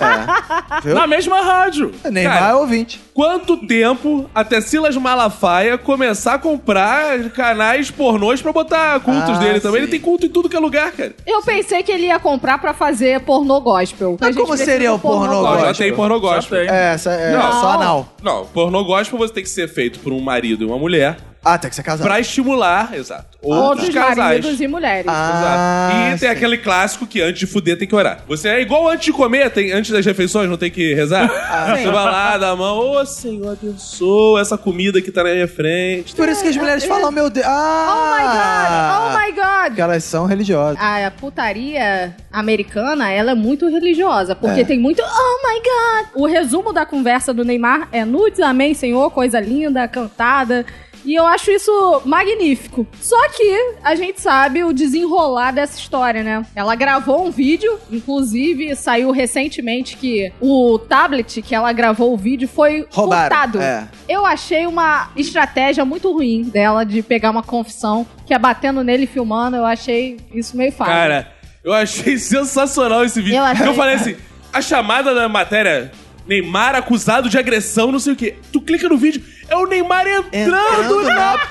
Speaker 4: É. viu?
Speaker 5: Na mesma rádio.
Speaker 4: Neymar
Speaker 3: Cara.
Speaker 4: é ouvinte.
Speaker 3: Quanto tempo até Silas Malafaia começar a comprar canais pornôs pra botar cultos
Speaker 4: Ah,
Speaker 3: dele também?
Speaker 4: sim.
Speaker 3: Ele tem culto em tudo que é lugar, cara.
Speaker 2: Eu pensei que ele ia comprar pra fazer pornô gospel.
Speaker 4: Mas
Speaker 2: A gente
Speaker 4: como
Speaker 2: precisa um
Speaker 4: seria
Speaker 2: do
Speaker 4: o pornô
Speaker 3: Não,
Speaker 4: gospel?
Speaker 3: já tem pornô gospel.
Speaker 5: Já tem.
Speaker 4: É, essa- é
Speaker 3: Não.
Speaker 4: só anal.
Speaker 3: Não, pornô gospel você tem que ser feito por um marido e uma mulher
Speaker 4: Ah, tem que ser casado.
Speaker 3: pra estimular, exato, outros,
Speaker 2: Outros
Speaker 3: casais.
Speaker 2: maridos e mulheres.
Speaker 4: Ah,
Speaker 3: Exato. E tem
Speaker 4: sim.
Speaker 3: aquele clássico que antes de fuder tem que orar. Você é igual antes de comer, tem, antes das refeições, não tem que rezar?
Speaker 2: Ah,
Speaker 3: você vai lá, dá a mão, ô Senhor, abençoa essa comida que tá na minha frente.
Speaker 4: Por isso que as mulheres falam, meu Deus.
Speaker 2: É, Oh my god! Oh
Speaker 4: Ah!
Speaker 2: my god!
Speaker 4: Porque elas são religiosas.
Speaker 2: A putaria americana, ela é muito religiosa, porque
Speaker 4: É.
Speaker 2: tem muito Oh my god! O resumo da conversa do Neymar é nudes, amém, senhor, coisa linda, cantada. E eu acho isso magnífico. Só que a gente sabe o desenrolar dessa história, né? Ela gravou um vídeo, inclusive saiu recentemente que o tablet que ela gravou o vídeo foi
Speaker 4: Roubaram,
Speaker 2: furtado.
Speaker 4: é.
Speaker 2: Eu achei uma estratégia muito ruim dela de pegar uma confissão, que é batendo nele e filmando, eu achei isso meio fácil.
Speaker 3: Cara, eu achei sensacional esse vídeo.
Speaker 2: Eu achei.
Speaker 3: eu falei assim, a chamada da matéria... Neymar acusado de agressão, não sei o quê. Tu clica no vídeo, é o Neymar entrando, [laughs]
Speaker 4: Entrando
Speaker 3: na,
Speaker 4: na
Speaker 3: porrada.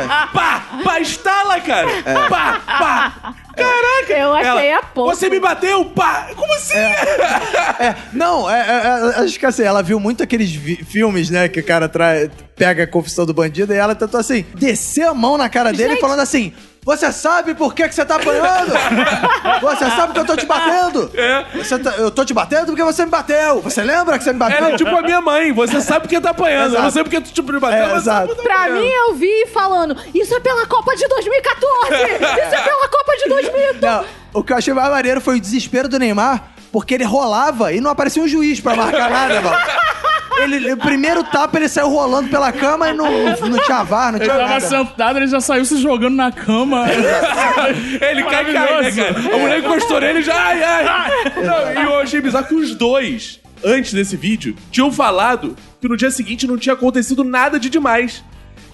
Speaker 4: porrada.
Speaker 3: Pá, pá, estala, cara.
Speaker 4: É.
Speaker 3: Pá, pá. Caraca.
Speaker 2: Eu achei
Speaker 3: Ela,
Speaker 2: a pouco.
Speaker 3: Você me bateu, pá. Como assim?
Speaker 4: É, não, é, é, é, acho que assim, ela viu muito aqueles vi- filmes, né, que o cara trai, pega a confissão do bandido e ela tentou assim, descer a mão na cara dele
Speaker 2: Gente.
Speaker 4: falando assim. Você sabe por que, que você tá apanhando? Você sabe que eu tô te batendo?
Speaker 3: É.
Speaker 4: Você tá- eu tô te batendo porque você me bateu. Você lembra que você me bateu?
Speaker 3: Ela é tipo a minha mãe. Você sabe porque tá apanhando. Eu não
Speaker 4: Exato.
Speaker 3: sei porque tu tipo me bateu.
Speaker 4: É,
Speaker 3: mas você
Speaker 4: exato.
Speaker 3: sabe que tá
Speaker 2: Pra
Speaker 3: apanhando.
Speaker 2: mim, eu vi falando, isso é pela Copa de 2014! Isso é pela Copa de 2012!
Speaker 4: Não, o que eu achei mais maneiro foi o desespero do Neymar. porque ele rolava e não aparecia um juiz pra marcar nada, mano. Ele, o primeiro tapa ele saiu rolando pela cama e não, não tinha VAR, não
Speaker 5: Ele
Speaker 4: tinha
Speaker 5: tava
Speaker 4: nada.
Speaker 5: sentado, ele já saiu se jogando na [laughs] cama.
Speaker 3: Ele cai, cai, né, cara? A mulher encostou nele e já. Ai, ai. Não, e eu achei bizarro que os dois, antes desse vídeo, tinham falado que no dia seguinte não tinha acontecido nada de demais.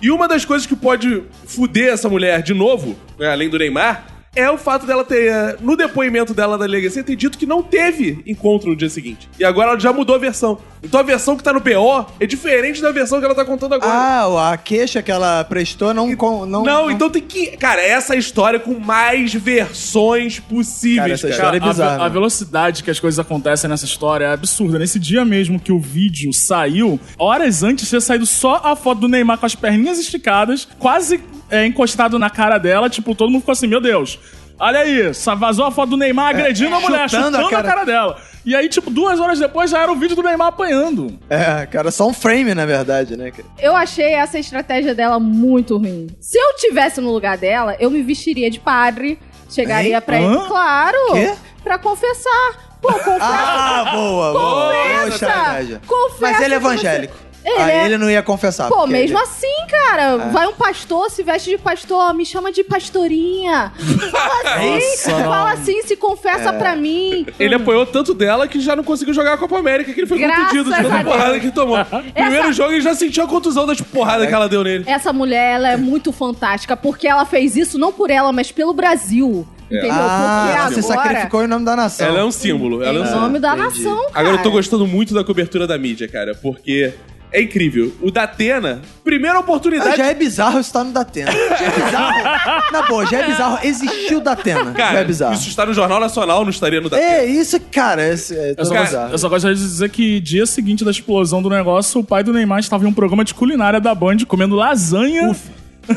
Speaker 3: E uma das coisas que pode fuder essa mulher de novo, né, além do Neymar, é o fato dela ter, eh, no depoimento dela da delegacia, ter dito que não teve encontro no dia seguinte. E agora ela já mudou a versão. Então a versão que tá no BO é diferente da versão que ela tá contando agora.
Speaker 4: Ah, a queixa que ela prestou não. con- não,
Speaker 3: Não, então tem que. Cara, essa é a história com mais versões
Speaker 4: Cara,
Speaker 3: possíveis,
Speaker 4: essa
Speaker 3: cara.
Speaker 4: história é
Speaker 5: A- a-
Speaker 4: bizarra.
Speaker 5: A, velocidade que as coisas acontecem nessa história é absurda. Nesse dia mesmo que o vídeo saiu, horas antes tinha saído só a foto do Neymar com as perninhas esticadas, quase é, encostado na cara dela. Tipo, todo mundo ficou assim: meu Deus. Olha aí, sa- vazou a foto do Neymar agredindo a mulher, É, chutando, a, cara... dela. E aí, tipo, duas horas depois já era o vídeo do Neymar apanhando.
Speaker 4: É, cara, só um frame, na verdade, né? cara?
Speaker 2: Eu achei essa estratégia dela muito ruim. Se eu tivesse no lugar dela, eu me vestiria de padre, chegaria
Speaker 4: Hein?
Speaker 2: pra
Speaker 5: Hã?
Speaker 2: ele, claro,
Speaker 4: Quê?
Speaker 2: pra confessar. Pô, confessa.
Speaker 4: Ah, boa, boa. boa
Speaker 2: confessa.
Speaker 4: estratégia.
Speaker 2: Confessa
Speaker 4: Mas ele é
Speaker 2: que você-
Speaker 4: evangélico.
Speaker 2: Ele
Speaker 4: Aí
Speaker 2: é-
Speaker 4: ele não ia confessar.
Speaker 2: Pô,
Speaker 4: porque
Speaker 2: mesmo
Speaker 4: ele-
Speaker 2: assim,
Speaker 4: É.
Speaker 2: cara, vai um pastor, se veste de pastor, me chama de
Speaker 4: [laughs]
Speaker 2: pastorinha. Fala assim,
Speaker 5: Nossa,
Speaker 2: fala assim, se
Speaker 4: É.
Speaker 2: confessa pra mim.
Speaker 3: Ele apanhou tanto dela que já não conseguiu jogar a Copa América, que ele foi
Speaker 2: Graças
Speaker 3: contundido de
Speaker 2: a
Speaker 3: tanta
Speaker 2: Deus.
Speaker 3: porrada que tomou. Primeiro jogo ele já sentiu a contusão das porradas que ela deu nele.
Speaker 2: Essa mulher, ela é muito fantástica, porque ela fez isso não por ela, mas pelo Brasil. Entendeu?
Speaker 4: Ah,
Speaker 2: porque
Speaker 4: você
Speaker 2: agora,
Speaker 4: sacrificou em nome da nação.
Speaker 3: Ela é um símbolo. Ela é um
Speaker 2: em
Speaker 3: símbolo.
Speaker 2: nome da
Speaker 4: entendi.
Speaker 2: nação, cara.
Speaker 3: Agora eu tô gostando muito da cobertura da mídia, cara, porque é incrível. O da Atena, primeira
Speaker 4: Ah,
Speaker 3: oportunidade.
Speaker 4: já é bizarro estar no Datena. [laughs] Já é bizarro. Na boa, já é bizarro. Existiu o Datena. já
Speaker 3: Cara,
Speaker 4: é bizarro.
Speaker 3: isso tá está no Jornal Nacional, não estaria no da Atena.
Speaker 4: É, isso, cara, esse, é
Speaker 5: Eu
Speaker 4: tão
Speaker 5: só,
Speaker 3: Cara,
Speaker 4: bizarro.
Speaker 5: eu só gostaria de dizer que dia seguinte da explosão do negócio, o pai do Neymar estava em um programa de culinária da Band comendo lasanha. [laughs]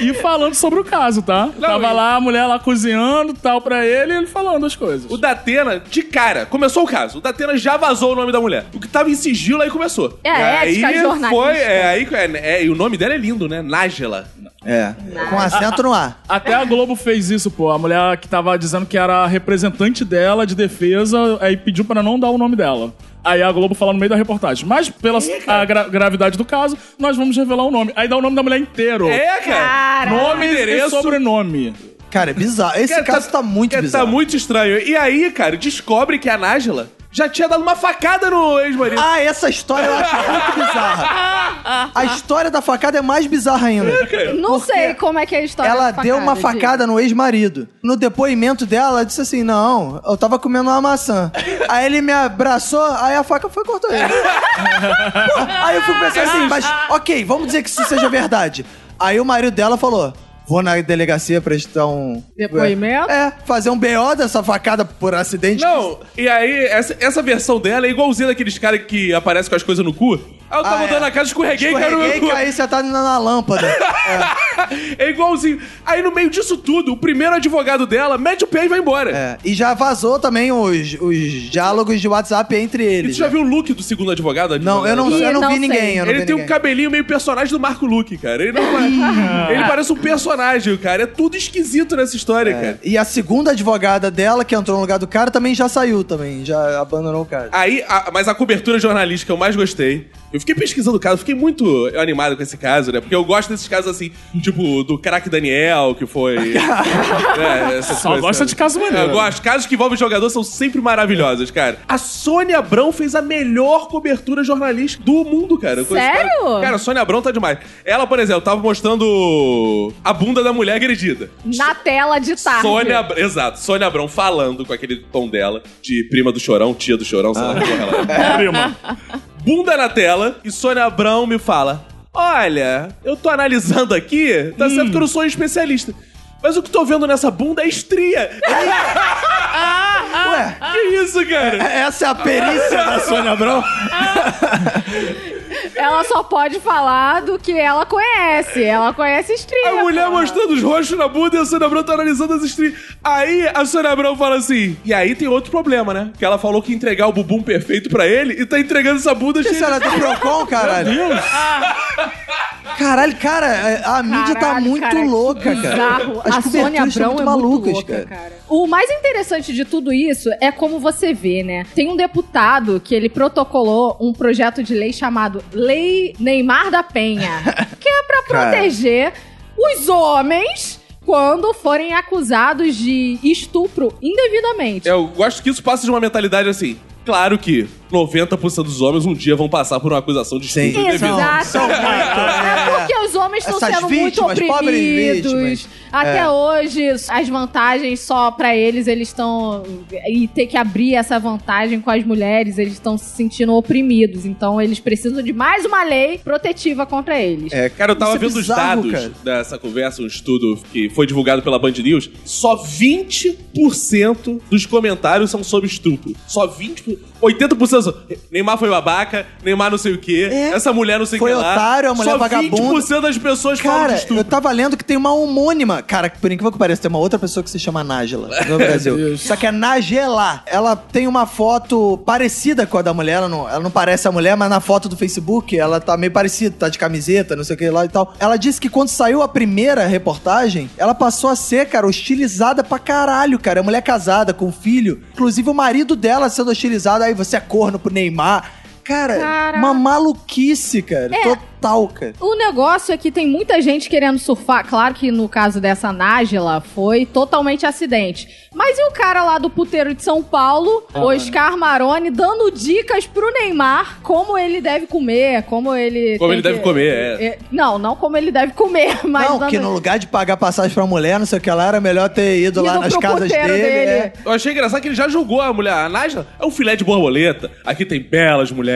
Speaker 5: e falando sobre o caso, tá? Tava
Speaker 3: e-
Speaker 5: lá a mulher lá cozinhando tal pra ele e ele falando as coisas.
Speaker 3: O Datena, de cara, começou o caso. O Datena já vazou o nome da mulher. O que tava em sigilo aí começou.
Speaker 2: É,
Speaker 3: E aí
Speaker 2: ética jornalística.
Speaker 3: foi, é, aí, é, é, e o nome dela é lindo, né? Nájela.
Speaker 4: É, com acento no ar.
Speaker 5: Até a Globo fez isso, pô. A mulher que tava dizendo que era a representante dela de defesa, aí pediu pra não dar o nome dela. Aí a Globo fala no meio da reportagem. Mas pela a gra- gravidade do caso, nós vamos revelar o nome. Aí dá o nome da mulher inteiro.
Speaker 3: É, cara. Nome,
Speaker 5: e
Speaker 3: endereço. [laughs]
Speaker 5: sobrenome.
Speaker 4: Cara, é bizarro. Esse
Speaker 3: Cara,
Speaker 4: caso tá, muito
Speaker 3: cara,
Speaker 4: bizarro.
Speaker 3: Tá muito estranho. E aí, cara, descobre que a Nájela já tinha dado uma facada no ex-marido.
Speaker 4: Ah, essa história eu acho muito bizarra. A história da facada é mais bizarra ainda.
Speaker 2: Não sei como é que é a história
Speaker 4: Ela
Speaker 2: da facada,
Speaker 4: deu uma
Speaker 2: Diego.
Speaker 4: facada no ex-marido. No depoimento dela, ela disse assim: Não, eu tava comendo uma maçã. Aí ele me abraçou, aí a faca foi e cortou
Speaker 3: [laughs]
Speaker 4: ele. Pô, aí eu fico pensando assim: Mas, ok, vamos dizer que isso seja verdade. Aí o marido dela falou: Vou na delegacia prestar um.
Speaker 2: Depoimento?
Speaker 4: É, fazer um BO dessa facada por acidente.
Speaker 3: Não, e aí, essa, essa versão dela é igualzinha daqueles caras que aparecem com as coisas no cu. Aí eu tava
Speaker 4: Ah, é.
Speaker 3: andando na casa, escorreguei, e caiu no meu
Speaker 4: Escorreguei,
Speaker 3: cu.
Speaker 4: caí sentado na, na lâmpada.
Speaker 3: [laughs] É igualzinho. Aí no meio disso tudo, o primeiro advogado dela mete o pé e vai embora.
Speaker 4: É, e já vazou também os, os diálogos de WhatsApp entre
Speaker 3: E tu
Speaker 4: eles.
Speaker 3: já
Speaker 4: né?
Speaker 3: viu o look do segundo advogado?
Speaker 4: Não, eu não,
Speaker 2: Ih,
Speaker 4: eu não,
Speaker 2: não
Speaker 4: vi
Speaker 2: sei.
Speaker 4: ninguém. Eu não
Speaker 3: Ele
Speaker 4: vi
Speaker 3: tem um
Speaker 4: ninguém.
Speaker 3: cabelinho meio personagem do Marco Luque, cara. Ele,
Speaker 4: [laughs]
Speaker 3: não... ele parece um personagem, cara. É tudo esquisito nessa história, cara.
Speaker 4: E a segunda advogada dela, que entrou no lugar do cara, também já saiu também, já abandonou o cara.
Speaker 3: Aí, a- mas a cobertura jornalística eu mais gostei. Eu fiquei pesquisando o caso, fiquei muito animado com esse caso, né? Porque eu gosto desses casos assim, tipo do craque Daniel, que foi. né, essas É,
Speaker 5: Só gosta de caso maneiro.
Speaker 3: Eu gosto. Casos que envolvem jogador são sempre maravilhosos, cara. A Sônia Abrão fez a melhor cobertura jornalística do mundo, cara. Com esse
Speaker 2: Sério?
Speaker 3: Cara, cara a Sônia Abrão tá demais. Ela, por exemplo, tava mostrando a bunda da mulher agredida.
Speaker 2: Na tela de tarde.
Speaker 3: Sônia Abrão, exato, Sônia Abrão falando com aquele tom dela, de prima do chorão, tia do chorão, sei lá que porra ela é.
Speaker 5: Prima.
Speaker 3: Bunda na tela e Sônia Abrão me fala: Olha, eu tô analisando aqui,
Speaker 4: Hum.
Speaker 3: tá certo que eu não sou um especialista. Mas o que tô vendo nessa bunda é estria. [laughs]
Speaker 4: Ué,
Speaker 3: que isso, cara?
Speaker 4: essa é a perícia da Sônia Abrão?
Speaker 2: Ela só pode falar do que ela conhece. Ela conhece estria.
Speaker 3: A mulher
Speaker 2: porra.
Speaker 3: mostrando os roxos na bunda e a Sônia Abrão tá analisando as estrias. Aí a Sônia Abrão fala assim: E aí tem outro problema, né? Que ela falou que ia entregar o bumbum perfeito pra ele e tá entregando essa bunda
Speaker 4: Isso
Speaker 3: cheia.
Speaker 4: era do Procon, caralho. Caralho, cara, a, a mídia tá
Speaker 2: Caralho,
Speaker 4: muito
Speaker 2: cara, que
Speaker 4: louca, cara.
Speaker 2: bizarro.
Speaker 4: As
Speaker 2: A Sônia
Speaker 4: coberturas
Speaker 2: Abrão
Speaker 4: estão
Speaker 2: é muito
Speaker 4: muito malucas,
Speaker 2: louca,
Speaker 4: cara.
Speaker 2: O mais interessante de tudo isso é como você vê, né? Tem um deputado que ele protocolou um projeto de lei chamado Lei Neymar da [laughs] Penha, que é pra
Speaker 4: Cara.
Speaker 2: proteger os homens quando forem acusados de estupro indevidamente.
Speaker 3: Eu gosto que isso passa de uma mentalidade assim. Claro que 90% dos homens um dia vão passar por uma acusação de
Speaker 4: Sim.
Speaker 3: estupro indevido.
Speaker 2: Exato.
Speaker 4: [laughs] São- são muito,
Speaker 2: é
Speaker 4: é.
Speaker 2: porque os homens estão
Speaker 4: Essas
Speaker 2: sendo
Speaker 4: vítimas,
Speaker 2: muito
Speaker 4: pobres
Speaker 2: oprimidos.
Speaker 4: vítimas. É.
Speaker 2: Até hoje, as vantagens só pra eles, eles estão. E ter que abrir essa vantagem com as mulheres, eles estão se sentindo oprimidos. Então, eles precisam de mais uma lei protetiva contra eles.
Speaker 4: É,
Speaker 3: Cara, eu tava
Speaker 4: isso é
Speaker 3: vendo
Speaker 4: bizarro,
Speaker 3: os dados
Speaker 4: cara.
Speaker 3: dessa conversa, um estudo que foi divulgado pela Band News. Só 20% dos comentários são sobre estupro. Só 20%. 80% são. Neymar foi babaca, Neymar não sei o quê,
Speaker 4: É.
Speaker 3: essa mulher não sei o
Speaker 4: Foi
Speaker 3: que lá.
Speaker 4: otário, a mulher
Speaker 3: Só
Speaker 4: vagabunda.
Speaker 3: 20% das pessoas falam de
Speaker 4: Cara, eu
Speaker 3: estupro.
Speaker 4: tava lendo que tem uma homônima. Cara, por incrível que pareça, tem uma outra pessoa que se
Speaker 3: [laughs]
Speaker 4: chama Nájila no Brasil.
Speaker 5: Deus.
Speaker 4: Só que é Nagela. Ela tem uma foto parecida com a da mulher. Ela não, ela não parece a mulher, mas na foto do Facebook ela tá meio parecida. Tá de camiseta, não sei o que lá e tal. Ela disse que quando saiu a primeira reportagem, ela passou a ser, cara, hostilizada pra caralho, cara. É mulher casada, com filho. Inclusive o marido dela sendo hostilizado. Aí você é corno pro Neymar. Cara,
Speaker 2: Caraca.
Speaker 4: uma maluquice, cara. Total, cara.
Speaker 2: O negócio é que tem muita gente querendo surfar. Claro que no caso dessa Nájila foi totalmente acidente. Mas e o cara lá do puteiro de São Paulo,
Speaker 3: Ah.
Speaker 2: Oscar Maroni, dando dicas pro Neymar como ele deve comer, como ele.
Speaker 3: Como
Speaker 2: tem
Speaker 3: ele deve
Speaker 2: que-
Speaker 3: comer, é.
Speaker 2: Não, não como ele deve comer, [laughs] mas.
Speaker 4: não,
Speaker 2: dando...
Speaker 4: que no lugar de pagar passagem pra mulher, não sei o que lá, era melhor ter ido, lá
Speaker 2: Ido
Speaker 4: nas
Speaker 2: pro
Speaker 4: casas
Speaker 2: puteiro
Speaker 4: dele.
Speaker 2: dele.
Speaker 4: é.
Speaker 3: Eu achei engraçado que ele já julgou a mulher. A Nájila é um filé de borboleta. Aqui tem belas mulheres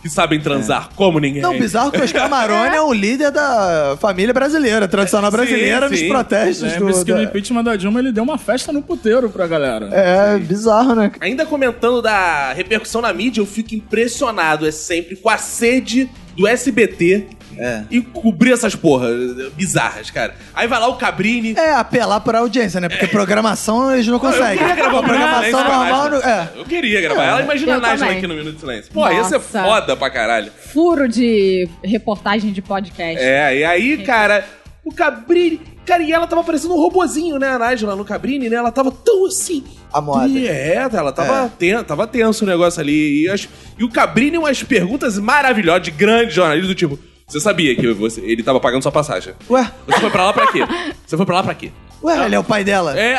Speaker 3: que sabem transar como ninguém.
Speaker 4: É. Não, bizarro que o Oscar Maroni é. o líder da família brasileira, tradicional
Speaker 3: Sim,
Speaker 4: brasileira,
Speaker 3: sim.
Speaker 4: nos protestos
Speaker 5: Lembre-se
Speaker 4: do...
Speaker 5: É, que no
Speaker 4: Da...
Speaker 5: impeachment da Dilma ele deu uma festa no puteiro pra galera.
Speaker 4: É, bizarro, né?
Speaker 3: Ainda comentando da repercussão na mídia, eu fico impressionado, é sempre, com a sede do SBT
Speaker 4: É.
Speaker 3: e cobrir essas porras bizarras, cara. Aí vai lá o Cabrini.
Speaker 4: É, apelar por audiência, né? Porque programação eles não conseguem.
Speaker 3: É. queria gravar
Speaker 4: A programação
Speaker 3: com a
Speaker 4: normal...
Speaker 3: Nájila.
Speaker 4: não- É.
Speaker 3: Eu queria gravar ela. Imagina
Speaker 2: Eu
Speaker 3: a Nájila
Speaker 2: também.
Speaker 3: aqui no Minuto de Silêncio. Pô, ia ser
Speaker 2: Nossa.
Speaker 3: foda pra caralho.
Speaker 2: Furo de reportagem de podcast.
Speaker 3: É, e aí, cara, o Cabrini... Cara, e ela tava parecendo um robozinho, né, a Nájila, no Cabrini, né? Ela tava tão assim...
Speaker 4: A moda.
Speaker 3: E é, ela tava, ten- tava tenso o negócio ali. E, as- e o Cabrini, umas perguntas maravilhosas de grandes jornalistas, do tipo... Você sabia que você- ele tava pagando sua passagem.
Speaker 4: Ué,
Speaker 3: Você foi pra lá pra quê? Você foi pra lá pra quê?
Speaker 4: ué, ele é o pai dela.
Speaker 3: É...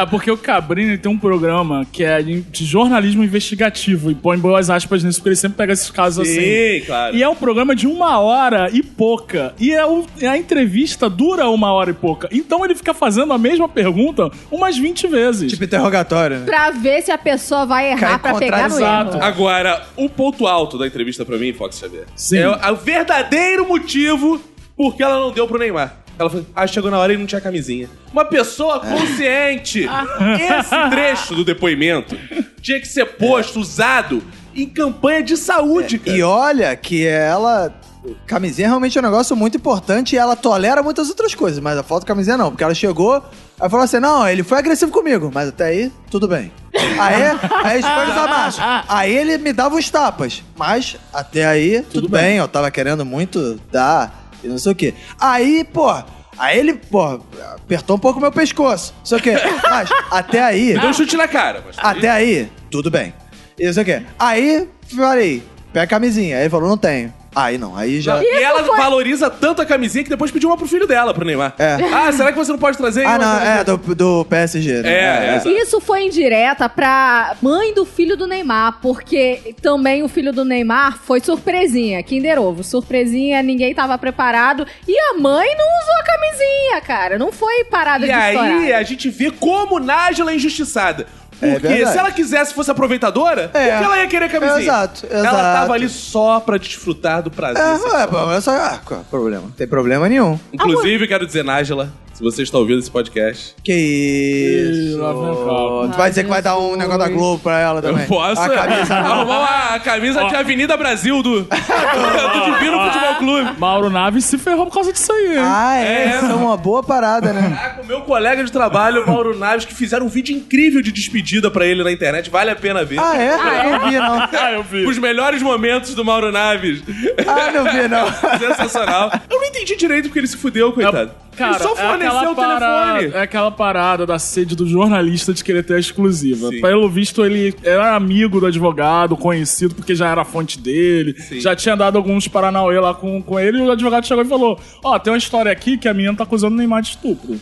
Speaker 5: É porque o Cabrini tem um programa que é de de jornalismo investigativo e põe boas aspas nisso, porque ele sempre pega esses casos assim.
Speaker 3: Sim, claro.
Speaker 5: E é um programa de uma hora e pouca. E é o- a entrevista dura uma hora e pouca. Então ele fica fazendo a mesma pergunta umas 20 vezes.
Speaker 4: Tipo interrogatório, né?
Speaker 2: Pra ver se a pessoa vai errar
Speaker 4: Cai
Speaker 2: pra pegar no
Speaker 5: contrariado.
Speaker 2: erro.
Speaker 3: Agora, o ponto alto da entrevista pra mim, Fox Xavier,
Speaker 5: Sim.
Speaker 3: é o- o verdadeiro motivo por que ela não deu pro Neymar. Ela falou, ah, chegou na hora e não tinha camisinha. Uma
Speaker 4: É.
Speaker 3: pessoa consciente. Esse trecho do depoimento tinha que ser posto, usado em campanha de saúde, cara.
Speaker 4: É, E olha que ela. Camisinha realmente é um negócio muito importante e ela tolera muitas outras coisas, mas a falta de camisinha não, porque ela chegou, aí falou assim: não, ele foi agressivo comigo, mas até aí, tudo bem. Aí, aí eles foram usar macho. Aí ele me dava uns tapas, mas até aí, tudo, bem. eu tava querendo muito dar e não sei o quê. Aí, pô, aí ele, pô, apertou um pouco meu pescoço, não sei o quê, mas até aí.
Speaker 3: Deu um chute na cara. Mas...
Speaker 4: Até aí, tudo bem. Isso aqui. Aí, falei, pega a camisinha. Aí ele falou, não tenho. Aí não, aí já.
Speaker 3: E ela valoriza tanto a camisinha que depois pediu uma pro filho dela, pro Neymar.
Speaker 4: É.
Speaker 3: Ah, será que você não pode trazer?
Speaker 4: Ah,
Speaker 3: uma
Speaker 4: não,
Speaker 3: camisinha?
Speaker 4: é do, do PSG. né?
Speaker 3: É, exato.
Speaker 2: Isso foi indireta pra mãe do filho do Neymar, porque também o filho do Neymar foi surpresinha, Kinder Ovo. Surpresinha, ninguém tava preparado. E a mãe não usou a camisinha, cara. Não foi parada
Speaker 3: E
Speaker 2: de
Speaker 3: aí é
Speaker 2: estourar.
Speaker 3: a gente vê como Nájila é injustiçada.
Speaker 4: É
Speaker 3: Porque
Speaker 4: verdade.
Speaker 3: se ela quisesse fosse aproveitadora,
Speaker 4: É.
Speaker 3: por que ela ia querer camisinha?
Speaker 4: Exato, exato.
Speaker 3: Ela tava ali só pra desfrutar do prazer.
Speaker 4: É, é, pô, mas só. Ah, qual é o problema? Não tem problema nenhum.
Speaker 3: Inclusive, quero dizer, Nájila, Se você está ouvindo esse podcast,
Speaker 4: Que
Speaker 5: Ih,
Speaker 4: isso.
Speaker 5: lá vem o cabo.
Speaker 4: Tu vai dizer que vai dar um negócio da Globo pra ela também.
Speaker 3: eu posso é.
Speaker 4: A camisa
Speaker 3: arrumar uma- a camisa de Avenida Brasil do, [laughs] do
Speaker 4: Tipo
Speaker 3: Divino Futebol Clube.
Speaker 5: Mauro Naves se ferrou por causa disso aí, hein?
Speaker 4: Ah, é,
Speaker 3: É.
Speaker 4: isso é uma boa parada, né?
Speaker 3: Ah, com o meu colega de trabalho, Mauro Naves, que fizeram um vídeo incrível de despedida pra ele na internet. Vale a pena ver.
Speaker 4: Ah, é? Não vi, não.
Speaker 3: [laughs]
Speaker 5: Ah, eu vi.
Speaker 3: Os melhores momentos do Mauro Naves.
Speaker 4: Ah, não vi, não.
Speaker 3: Sensacional. Eu não entendi direito porque ele se fudeu, coitado.
Speaker 5: Cara,
Speaker 3: ele só
Speaker 5: é
Speaker 3: forneceu
Speaker 5: aquela
Speaker 3: o telefone.
Speaker 5: parada- É aquela parada da sede do jornalista de querer ter a exclusiva.
Speaker 3: Sim.
Speaker 5: Pelo visto, ele era amigo do advogado, conhecido, porque já era a fonte dele. Já tinha dado alguns paranauê lá com, com ele. E o advogado chegou e falou: Ó, tem uma história aqui que a menina tá acusando o Neymar de estupro.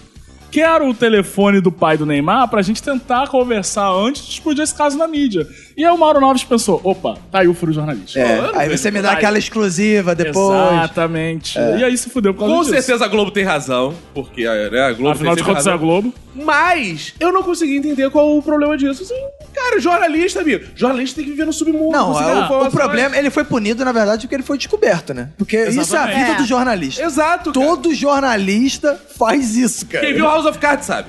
Speaker 5: Quero o telefone do pai do Neymar pra gente tentar conversar antes de explodir esse caso na mídia. E aí o Mauro Noves pensou: opa, tá aí o furo jornalista.
Speaker 4: É, aí você me dá aquela exclusiva depois. É.
Speaker 5: Exatamente. E aí se fudeu por causa
Speaker 3: Com
Speaker 5: disso.
Speaker 3: certeza a Globo tem razão, porque né, a Globo
Speaker 5: Afinal
Speaker 3: tem sempre
Speaker 5: de contas, é a
Speaker 3: razão.
Speaker 5: Globo.
Speaker 3: Mas eu não consegui entender qual o problema disso. Assim, cara, jornalista, amigo. Jornalista tem que viver no submundo. assim, né?
Speaker 4: Não, é
Speaker 3: conseguir Ah,
Speaker 4: o- o,
Speaker 3: informações.
Speaker 4: problema, ele foi punido, na verdade, porque ele foi descoberto, né? Porque isso é a
Speaker 5: Exatamente.
Speaker 4: vida
Speaker 2: É.
Speaker 4: do jornalista.
Speaker 3: Exato, cara.
Speaker 4: Todo jornalista faz isso, cara.
Speaker 3: Quem viu House of Cards sabe.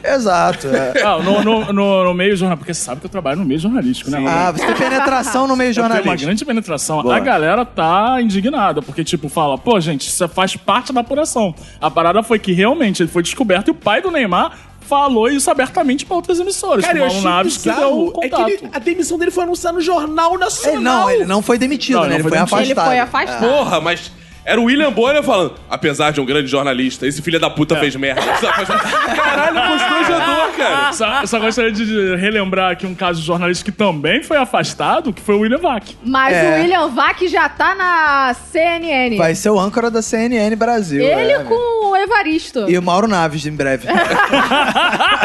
Speaker 3: [laughs]
Speaker 4: Exato. é.
Speaker 5: Ah, no, no, no, no meio jornal, porque você sabe que eu trabalho no meio jornalístico, né?
Speaker 4: Ah, você tem penetração no meio
Speaker 5: Eu tenho uma
Speaker 4: jornalista.
Speaker 5: grande penetração.
Speaker 4: Boa.
Speaker 5: A galera tá indignada, porque, tipo, fala, pô, gente, isso faz parte da apuração. A parada foi que realmente ele foi descoberto e o pai do Neymar falou isso abertamente pra outras emissoras.
Speaker 3: Cara,
Speaker 5: como
Speaker 3: eu
Speaker 5: a
Speaker 3: achei
Speaker 5: Naves que
Speaker 3: bizarro.
Speaker 5: deu o
Speaker 3: é
Speaker 5: contato.
Speaker 3: que ele- a demissão dele foi anunciar no Jornal Nacional.
Speaker 4: Ele É, não, ele não foi demitido,
Speaker 5: Não,
Speaker 4: né? Ele
Speaker 5: ele não
Speaker 4: foi
Speaker 5: foi
Speaker 4: afastado.
Speaker 2: Ele foi afastado.
Speaker 3: Porra, mas era o William Bonner falando, apesar de um grande jornalista, esse filho da puta fez merda. Caralho, constrangedor, cara.
Speaker 5: Só, só gostaria de-
Speaker 3: ah.
Speaker 5: de relembrar aqui um caso de jornalista que também foi afastado, que foi o William Vac.
Speaker 3: Ah.
Speaker 2: Mas
Speaker 4: É.
Speaker 2: o William Vac já tá na CNN.
Speaker 4: Vai ser o âncora da CNN Brasil.
Speaker 2: Ele
Speaker 4: é, velho.
Speaker 2: com o Evaristo.
Speaker 4: E o Mauro Naves, em breve.
Speaker 2: É.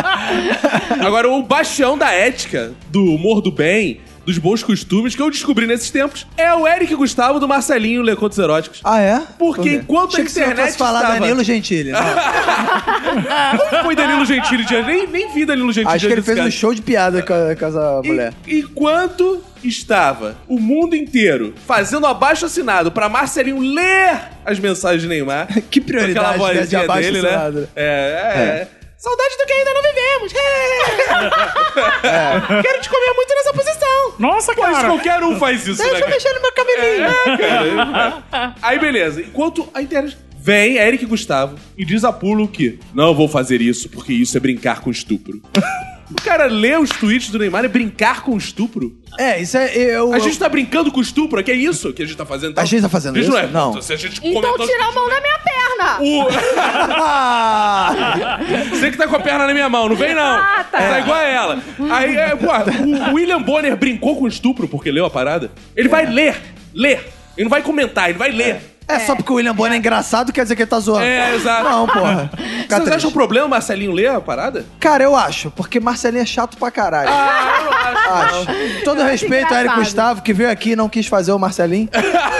Speaker 3: Agora, o bastião da ética, do humor do bem, dos bons costumes que eu descobri nesses tempos é o Eric Gustavo do Marcelinho Lecontos Eróticos.
Speaker 4: Ah, é?
Speaker 3: Porque
Speaker 4: Por quê?
Speaker 3: enquanto a
Speaker 4: Achei que você
Speaker 3: internet
Speaker 4: fosse falar
Speaker 3: estava-
Speaker 4: Danilo Gentili. né?
Speaker 3: [laughs]
Speaker 4: Não,
Speaker 3: Não foi Danilo Gentili dia, nem, nem vi Danilo Gentili
Speaker 4: acho que
Speaker 3: diante
Speaker 4: ele fez
Speaker 3: desse cara.
Speaker 4: um show de piada com, a- com essa mulher.
Speaker 3: E- Enquanto estava o mundo inteiro fazendo abaixo assinado pra Marcelinho ler as mensagens de Neymar.
Speaker 4: [laughs] Que
Speaker 3: com aquela
Speaker 4: prioridade né, de
Speaker 3: vozinha
Speaker 4: abaixo
Speaker 3: dele,
Speaker 4: do lado.
Speaker 3: né? É, é. Saudade do que ainda não vivemos. Quero te comer muito nessa posição.
Speaker 5: [laughs] Nossa,
Speaker 3: Mas
Speaker 5: cara!
Speaker 3: qualquer um faz isso, né?
Speaker 4: Deixa eu
Speaker 3: cara?
Speaker 4: mexer no meu cabelinho.
Speaker 3: Aí beleza, enquanto a internet vem é Eric Gustavo e diz a pulo que não vou fazer isso porque isso é brincar com estupro. [laughs] o cara lê os tweets do Neymar e brincar com estupro?
Speaker 4: É, isso é. Eu,
Speaker 3: A gente tá brincando com estupro, que é isso que a gente tá fazendo?
Speaker 4: A gente tá fazendo
Speaker 3: Não
Speaker 4: isso?
Speaker 3: é,
Speaker 4: Não.
Speaker 3: Se a gente
Speaker 2: Então
Speaker 3: comentou- assim,
Speaker 2: tira a mão da minha perna.
Speaker 3: O- [laughs]
Speaker 4: Ah!
Speaker 3: Você que tá com a perna na minha mão, não vem não.
Speaker 2: Ah, tá.
Speaker 3: Tá igual a ela. Aí, é, pô, o William Bonner brincou com estupro porque leu a parada. Ele vai ler, ler. Ele não vai comentar, ele vai ler.
Speaker 4: É só porque o William Bonner é engraçado, quer dizer que ele tá zoando.
Speaker 3: É, exato.
Speaker 4: Não,
Speaker 3: [laughs]
Speaker 4: porra. Fica
Speaker 3: Vocês
Speaker 4: triste.
Speaker 3: acham um problema o Marcelinho ler a parada?
Speaker 4: Cara, eu acho, porque Marcelinho é chato pra caralho.
Speaker 3: Ah, eu não acho.
Speaker 4: Acho. Todo
Speaker 2: Eu acho
Speaker 4: respeito a Eric
Speaker 2: engraçado.
Speaker 4: Gustavo, que veio aqui e não quis fazer o Marcelinho.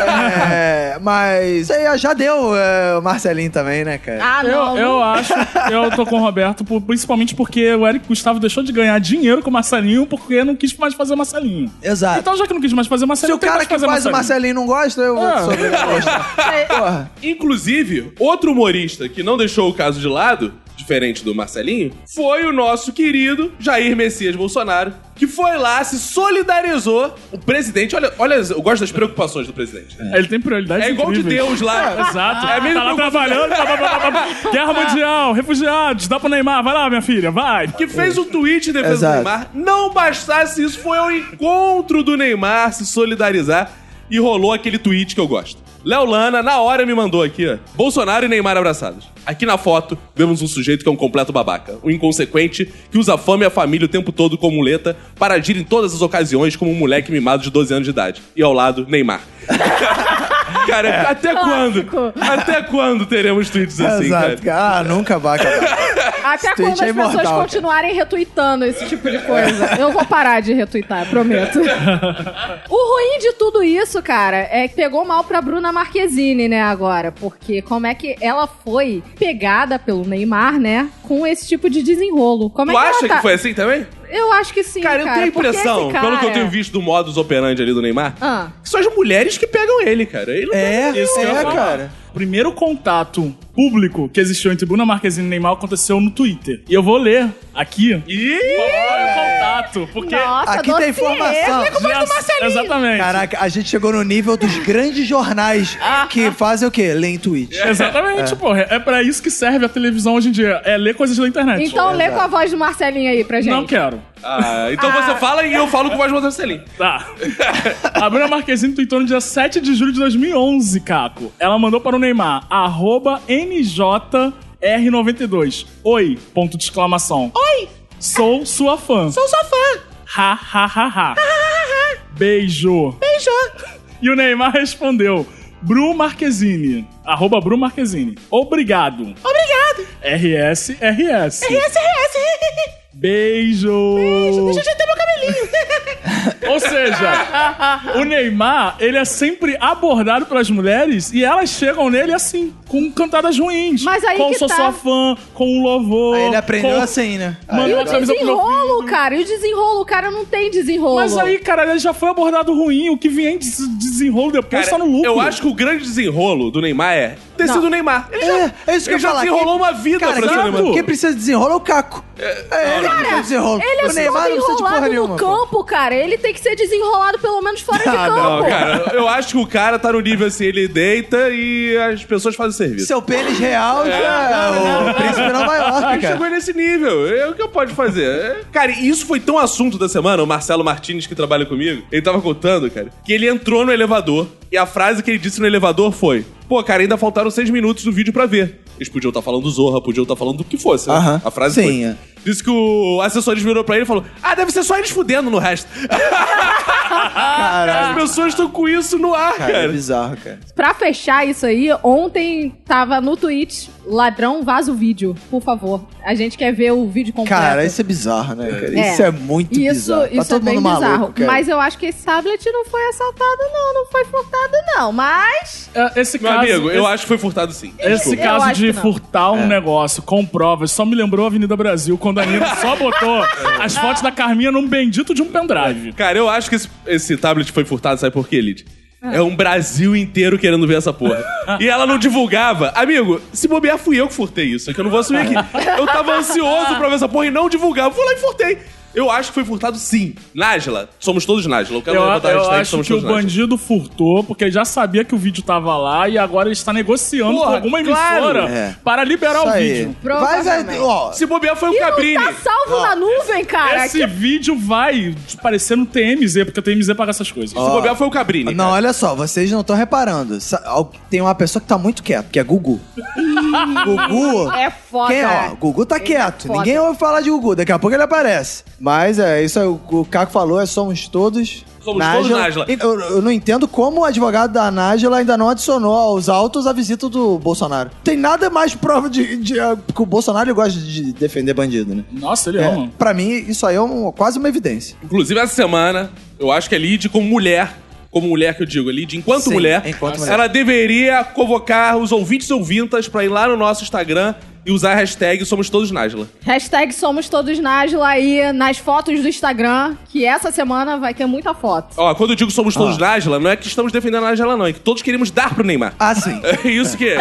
Speaker 4: É, mas aí já deu é, o Marcelinho também, né, cara?
Speaker 2: Ah, não.
Speaker 5: Eu, eu acho, eu tô com o Roberto, por- principalmente porque o Eric Gustavo deixou de ganhar dinheiro com o Marcelinho porque não quis mais fazer o Marcelinho.
Speaker 4: Exato.
Speaker 5: Então, já que não quis mais fazer o
Speaker 4: Se
Speaker 5: Marcelinho,
Speaker 4: o cara que faz o Marcelinho não gosta, eu vou
Speaker 5: Ah.
Speaker 4: sou obrigado a gostar.
Speaker 3: [laughs]
Speaker 4: Porra.
Speaker 3: Inclusive, outro humorista que não deixou o caso de lado, diferente do Marcelinho, foi o nosso querido Jair Messias Bolsonaro, que foi lá, se solidarizou. O presidente, olha, olha eu gosto das preocupações do presidente.
Speaker 5: Ele tem prioridade
Speaker 3: É igual de Deus lá.
Speaker 5: [laughs]
Speaker 3: [laughs]
Speaker 5: Exato.
Speaker 3: É mesmo
Speaker 5: tá lá trabalhando. blá, blá, blá, blá, blá. Guerra Mundial, refugiados, dá pro Neymar. Vai lá, minha filha, vai.
Speaker 3: que fez um tweet em defesa
Speaker 4: Exato.
Speaker 3: do Neymar. Não bastasse isso, foi ao encontro do Neymar se solidarizar e rolou aquele tweet que eu gosto. Léo Lana, na hora, me mandou aqui, ó. Bolsonaro e Neymar abraçados. Aqui na foto, vemos um sujeito que é um completo babaca. Um inconsequente que usa a fama e a família o tempo todo como muleta para agir em todas as ocasiões como um moleque mimado de 12 anos de idade. E ao lado, Neymar. [laughs] cara,
Speaker 4: É.
Speaker 3: até quando?
Speaker 2: Clássico.
Speaker 3: Até quando teremos tweets assim, cara?
Speaker 4: Exato, cara. Ah, nunca
Speaker 3: [laughs]
Speaker 4: vai acabar.
Speaker 2: Até
Speaker 4: Esse
Speaker 2: quando
Speaker 4: tweet
Speaker 2: as
Speaker 4: é imortal,
Speaker 2: pessoas
Speaker 4: cara.
Speaker 2: continuarem retweetando esse tipo de coisa. Eu vou parar de retweetar, prometo. o ruim de tudo isso, cara, é que pegou mal pra Bruna Marquezine, né, agora. Porque como é que ela foi pegada pelo Neymar, né, com esse tipo de desenrolo. Como
Speaker 3: Tu
Speaker 2: é que ela
Speaker 3: acha
Speaker 2: tá...
Speaker 3: que foi assim também?
Speaker 2: Eu acho que sim,
Speaker 3: Cara,
Speaker 2: cara.
Speaker 3: eu tenho a
Speaker 2: porque
Speaker 3: impressão,
Speaker 2: esse cara-
Speaker 3: pelo que eu tenho visto do modus operandi ali do Neymar,
Speaker 2: Ah.
Speaker 3: que são as mulheres que pegam ele, cara. Ele não
Speaker 4: É,
Speaker 3: pega
Speaker 5: Isso que eu ia
Speaker 4: é,
Speaker 5: falar.
Speaker 4: cara.
Speaker 5: O primeiro contato público que existiu entre Bruna Marquezine e Neymar aconteceu no Twitter. E eu vou ler aqui.
Speaker 3: Ih!
Speaker 5: Qual foi o contato? Porque.
Speaker 2: Nossa,
Speaker 4: Aqui tem
Speaker 2: dossiê.
Speaker 4: informação.
Speaker 5: Já- Exatamente.
Speaker 4: Caraca, a gente chegou no nível dos grandes jornais que fazem o quê? Leem tweet.
Speaker 5: [laughs] Exatamente, porra. É pra isso que serve a televisão hoje em dia. É ler coisas da internet.
Speaker 2: Então lê com a voz do Marcelinho aí pra gente.
Speaker 5: Não quero.
Speaker 3: Ah, então você fala e eu falo com voz do Marcelinho.
Speaker 5: Tá. A Bruna Marquezine tweetou no dia 7 de julho de 2011, Caco. Ela mandou para o Neymar, arroba NJR92. Oi, ponto de exclamação. Oi! Sou sua fã. Sou sua fã. Ha, ha, ha, ha. Beijo. Beijo. E o Neymar respondeu, Bru Marquezine, arroba Bru Marquezine. Obrigado. Obrigado. RS, RS. RS, RS. Beijo. Beijo, deixa eu ajeitar meu cabelinho. Ou seja, o Neymar, ele é sempre abordado pelas mulheres e elas chegam nele assim, com cantadas ruins.
Speaker 2: Mas aí
Speaker 5: com
Speaker 2: que
Speaker 5: sou
Speaker 2: tá.
Speaker 5: sua fã, com um louvor.
Speaker 4: Aí ele aprendeu
Speaker 5: com...
Speaker 4: assim, né?
Speaker 5: Mano,
Speaker 2: E o
Speaker 5: Mandou a camisa pro meu
Speaker 2: desenrolo, cara. E o desenrolo, o cara não tem desenrolo.
Speaker 5: Mas aí, cara, ele já foi abordado ruim. O que vier de desenrolo depois tá no lucro.
Speaker 3: eu acho que o grande desenrolo do Neymar é ter
Speaker 2: Não.
Speaker 3: sido o Neymar. Ele
Speaker 4: É, é isso
Speaker 3: ele
Speaker 4: que eu ia
Speaker 3: já
Speaker 4: falar.
Speaker 3: desenrolou
Speaker 4: Quem-
Speaker 3: uma vida
Speaker 4: Cara,
Speaker 3: pra ser o
Speaker 4: quem,
Speaker 3: Neymar.
Speaker 4: quem precisa desenrola é o Caco. É, ele que precisa desenrola.
Speaker 2: Ele é
Speaker 4: o
Speaker 2: só
Speaker 4: Neymar não precisa de porra
Speaker 2: desenrolado
Speaker 4: nenhuma.
Speaker 2: no
Speaker 4: pô.
Speaker 2: campo, cara. Ele tem que ser desenrolado pelo menos fora de
Speaker 4: Ah,
Speaker 2: campo.
Speaker 3: Não, cara, eu acho que o cara tá no nível assim, ele deita e as pessoas fazem serviço.
Speaker 4: Seu pênis real já é, o príncipe de Nova
Speaker 3: Aí
Speaker 4: York, Ah, cara.
Speaker 3: chegou nesse nível. É o que eu posso fazer. É. Cara, e isso foi tão assunto da semana. O Marcelo Martins, que trabalha comigo, ele tava contando, cara, que ele entrou no elevador e a frase que ele disse no elevador foi: Pô, cara, ainda faltaram seis minutos do vídeo pra ver. Eles podiam estar falando Zorra, podiam estar falando do que fosse. né?
Speaker 4: Aham.
Speaker 3: A frase
Speaker 4: Sim,
Speaker 3: foi.
Speaker 4: é.
Speaker 3: Disse que o assessor virou pra ele e falou: Ah, deve ser só eles fudendo no resto. As
Speaker 4: Caralho.
Speaker 3: pessoas estão com isso no ar, cara.
Speaker 4: Cara, é bizarro, cara.
Speaker 2: Pra fechar isso aí, ontem tava no tweet, ladrão, vaza o vídeo, por favor. A gente quer ver o vídeo completo.
Speaker 4: Cara, isso é bizarro, né, cara?
Speaker 2: É.
Speaker 4: Isso é muito
Speaker 2: isso,
Speaker 4: bizarro. Tá
Speaker 2: isso
Speaker 4: todo
Speaker 2: é bem
Speaker 4: mundo maluco,
Speaker 2: bizarro.
Speaker 4: cara.
Speaker 2: Mas eu acho que esse tablet não foi assaltado, não. Não foi furtado, não. Mas.
Speaker 5: É, Esse
Speaker 3: Meu
Speaker 5: caso,
Speaker 3: amigo,
Speaker 5: esse,
Speaker 3: eu acho que foi furtado sim.
Speaker 5: esse
Speaker 2: Eu
Speaker 5: caso
Speaker 2: acho
Speaker 5: de
Speaker 2: que não.
Speaker 5: furtar
Speaker 4: É.
Speaker 5: um negócio com provas só me lembrou a Avenida Brasil, quando
Speaker 4: [laughs]
Speaker 5: a Nina só botou as fotos da Carminha num bendito de um pendrive.
Speaker 3: Cara, eu acho que esse, esse tablet foi furtado, sabe por quê, Lid?
Speaker 5: Ah.
Speaker 3: É um Brasil inteiro querendo ver essa porra.
Speaker 5: [laughs]
Speaker 3: e ela não divulgava. Amigo, se bobear, fui eu que furtei isso, é que eu não vou assumir aqui. Eu tava ansioso pra ver essa porra e não divulgava. Fui lá e furtei. Eu acho que foi furtado sim. Nájila, somos todos Nájila. Eu
Speaker 5: Eu,
Speaker 3: quero levantar a
Speaker 5: eu
Speaker 3: hashtag tá
Speaker 5: acho
Speaker 3: somos
Speaker 5: que o
Speaker 3: todos Nájila.
Speaker 5: bandido furtou, porque ele já sabia que o vídeo tava lá e agora ele está negociando
Speaker 3: Porra,
Speaker 5: com alguma
Speaker 3: claro.
Speaker 5: emissora
Speaker 4: É.
Speaker 5: para liberar
Speaker 4: Isso
Speaker 5: o
Speaker 4: aí.
Speaker 5: vídeo.
Speaker 4: Vai, vai,
Speaker 2: Provavelmente.
Speaker 4: ó.
Speaker 3: Se bobear, foi o
Speaker 2: E
Speaker 3: Cabrini.
Speaker 2: não tá salvo na nuvem, cara.
Speaker 5: Esse vídeo vai parecer no TMZ, porque o TMZ paga essas coisas.
Speaker 3: Se bobear, foi o Cabrini.
Speaker 4: Não, olha só, vocês não estão reparando. Sa- al- Tem uma pessoa que tá muito quieta, que é Gugu. Gugu.
Speaker 2: É foda.
Speaker 4: Quem, ó, Gugu tá
Speaker 2: Ele é
Speaker 4: quieto.
Speaker 2: foda.
Speaker 4: Ninguém ouve falar de Gugu. Daqui a pouco ele aparece. Mas é isso aí. O o Caco falou, é somos todos.
Speaker 3: Somos todos Nájila.
Speaker 4: E Eu, eu não entendo como o advogado da Nájila ainda não adicionou aos autos a visita do Bolsonaro. Tem nada mais prova de, de- ah, que o Bolsonaro ele gosta de defender bandido, né?
Speaker 5: Nossa, ele
Speaker 4: É,
Speaker 3: Então.
Speaker 5: ama.
Speaker 4: pra mim, isso aí é um- quase uma evidência.
Speaker 3: Inclusive, essa semana, eu acho que a Lid, como mulher, como mulher que eu digo, a Lid, enquanto,
Speaker 4: Sim,
Speaker 3: mulher,
Speaker 4: enquanto mulher.
Speaker 3: ela deveria convocar os ouvintes e ouvintas pra ir lá no nosso Instagram e usar a hashtag Somos Todos Nájila.
Speaker 2: Hashtag somos todos Nájila aí nas fotos do Instagram, que essa semana vai ter muita foto.
Speaker 3: Ó, quando eu digo Somos
Speaker 4: Ah.
Speaker 3: Todos Nájila, não é que estamos defendendo a Nájila, não. É que todos queremos dar pro Neymar. [laughs]
Speaker 4: Ah, [laughs] sim.
Speaker 3: É isso que é.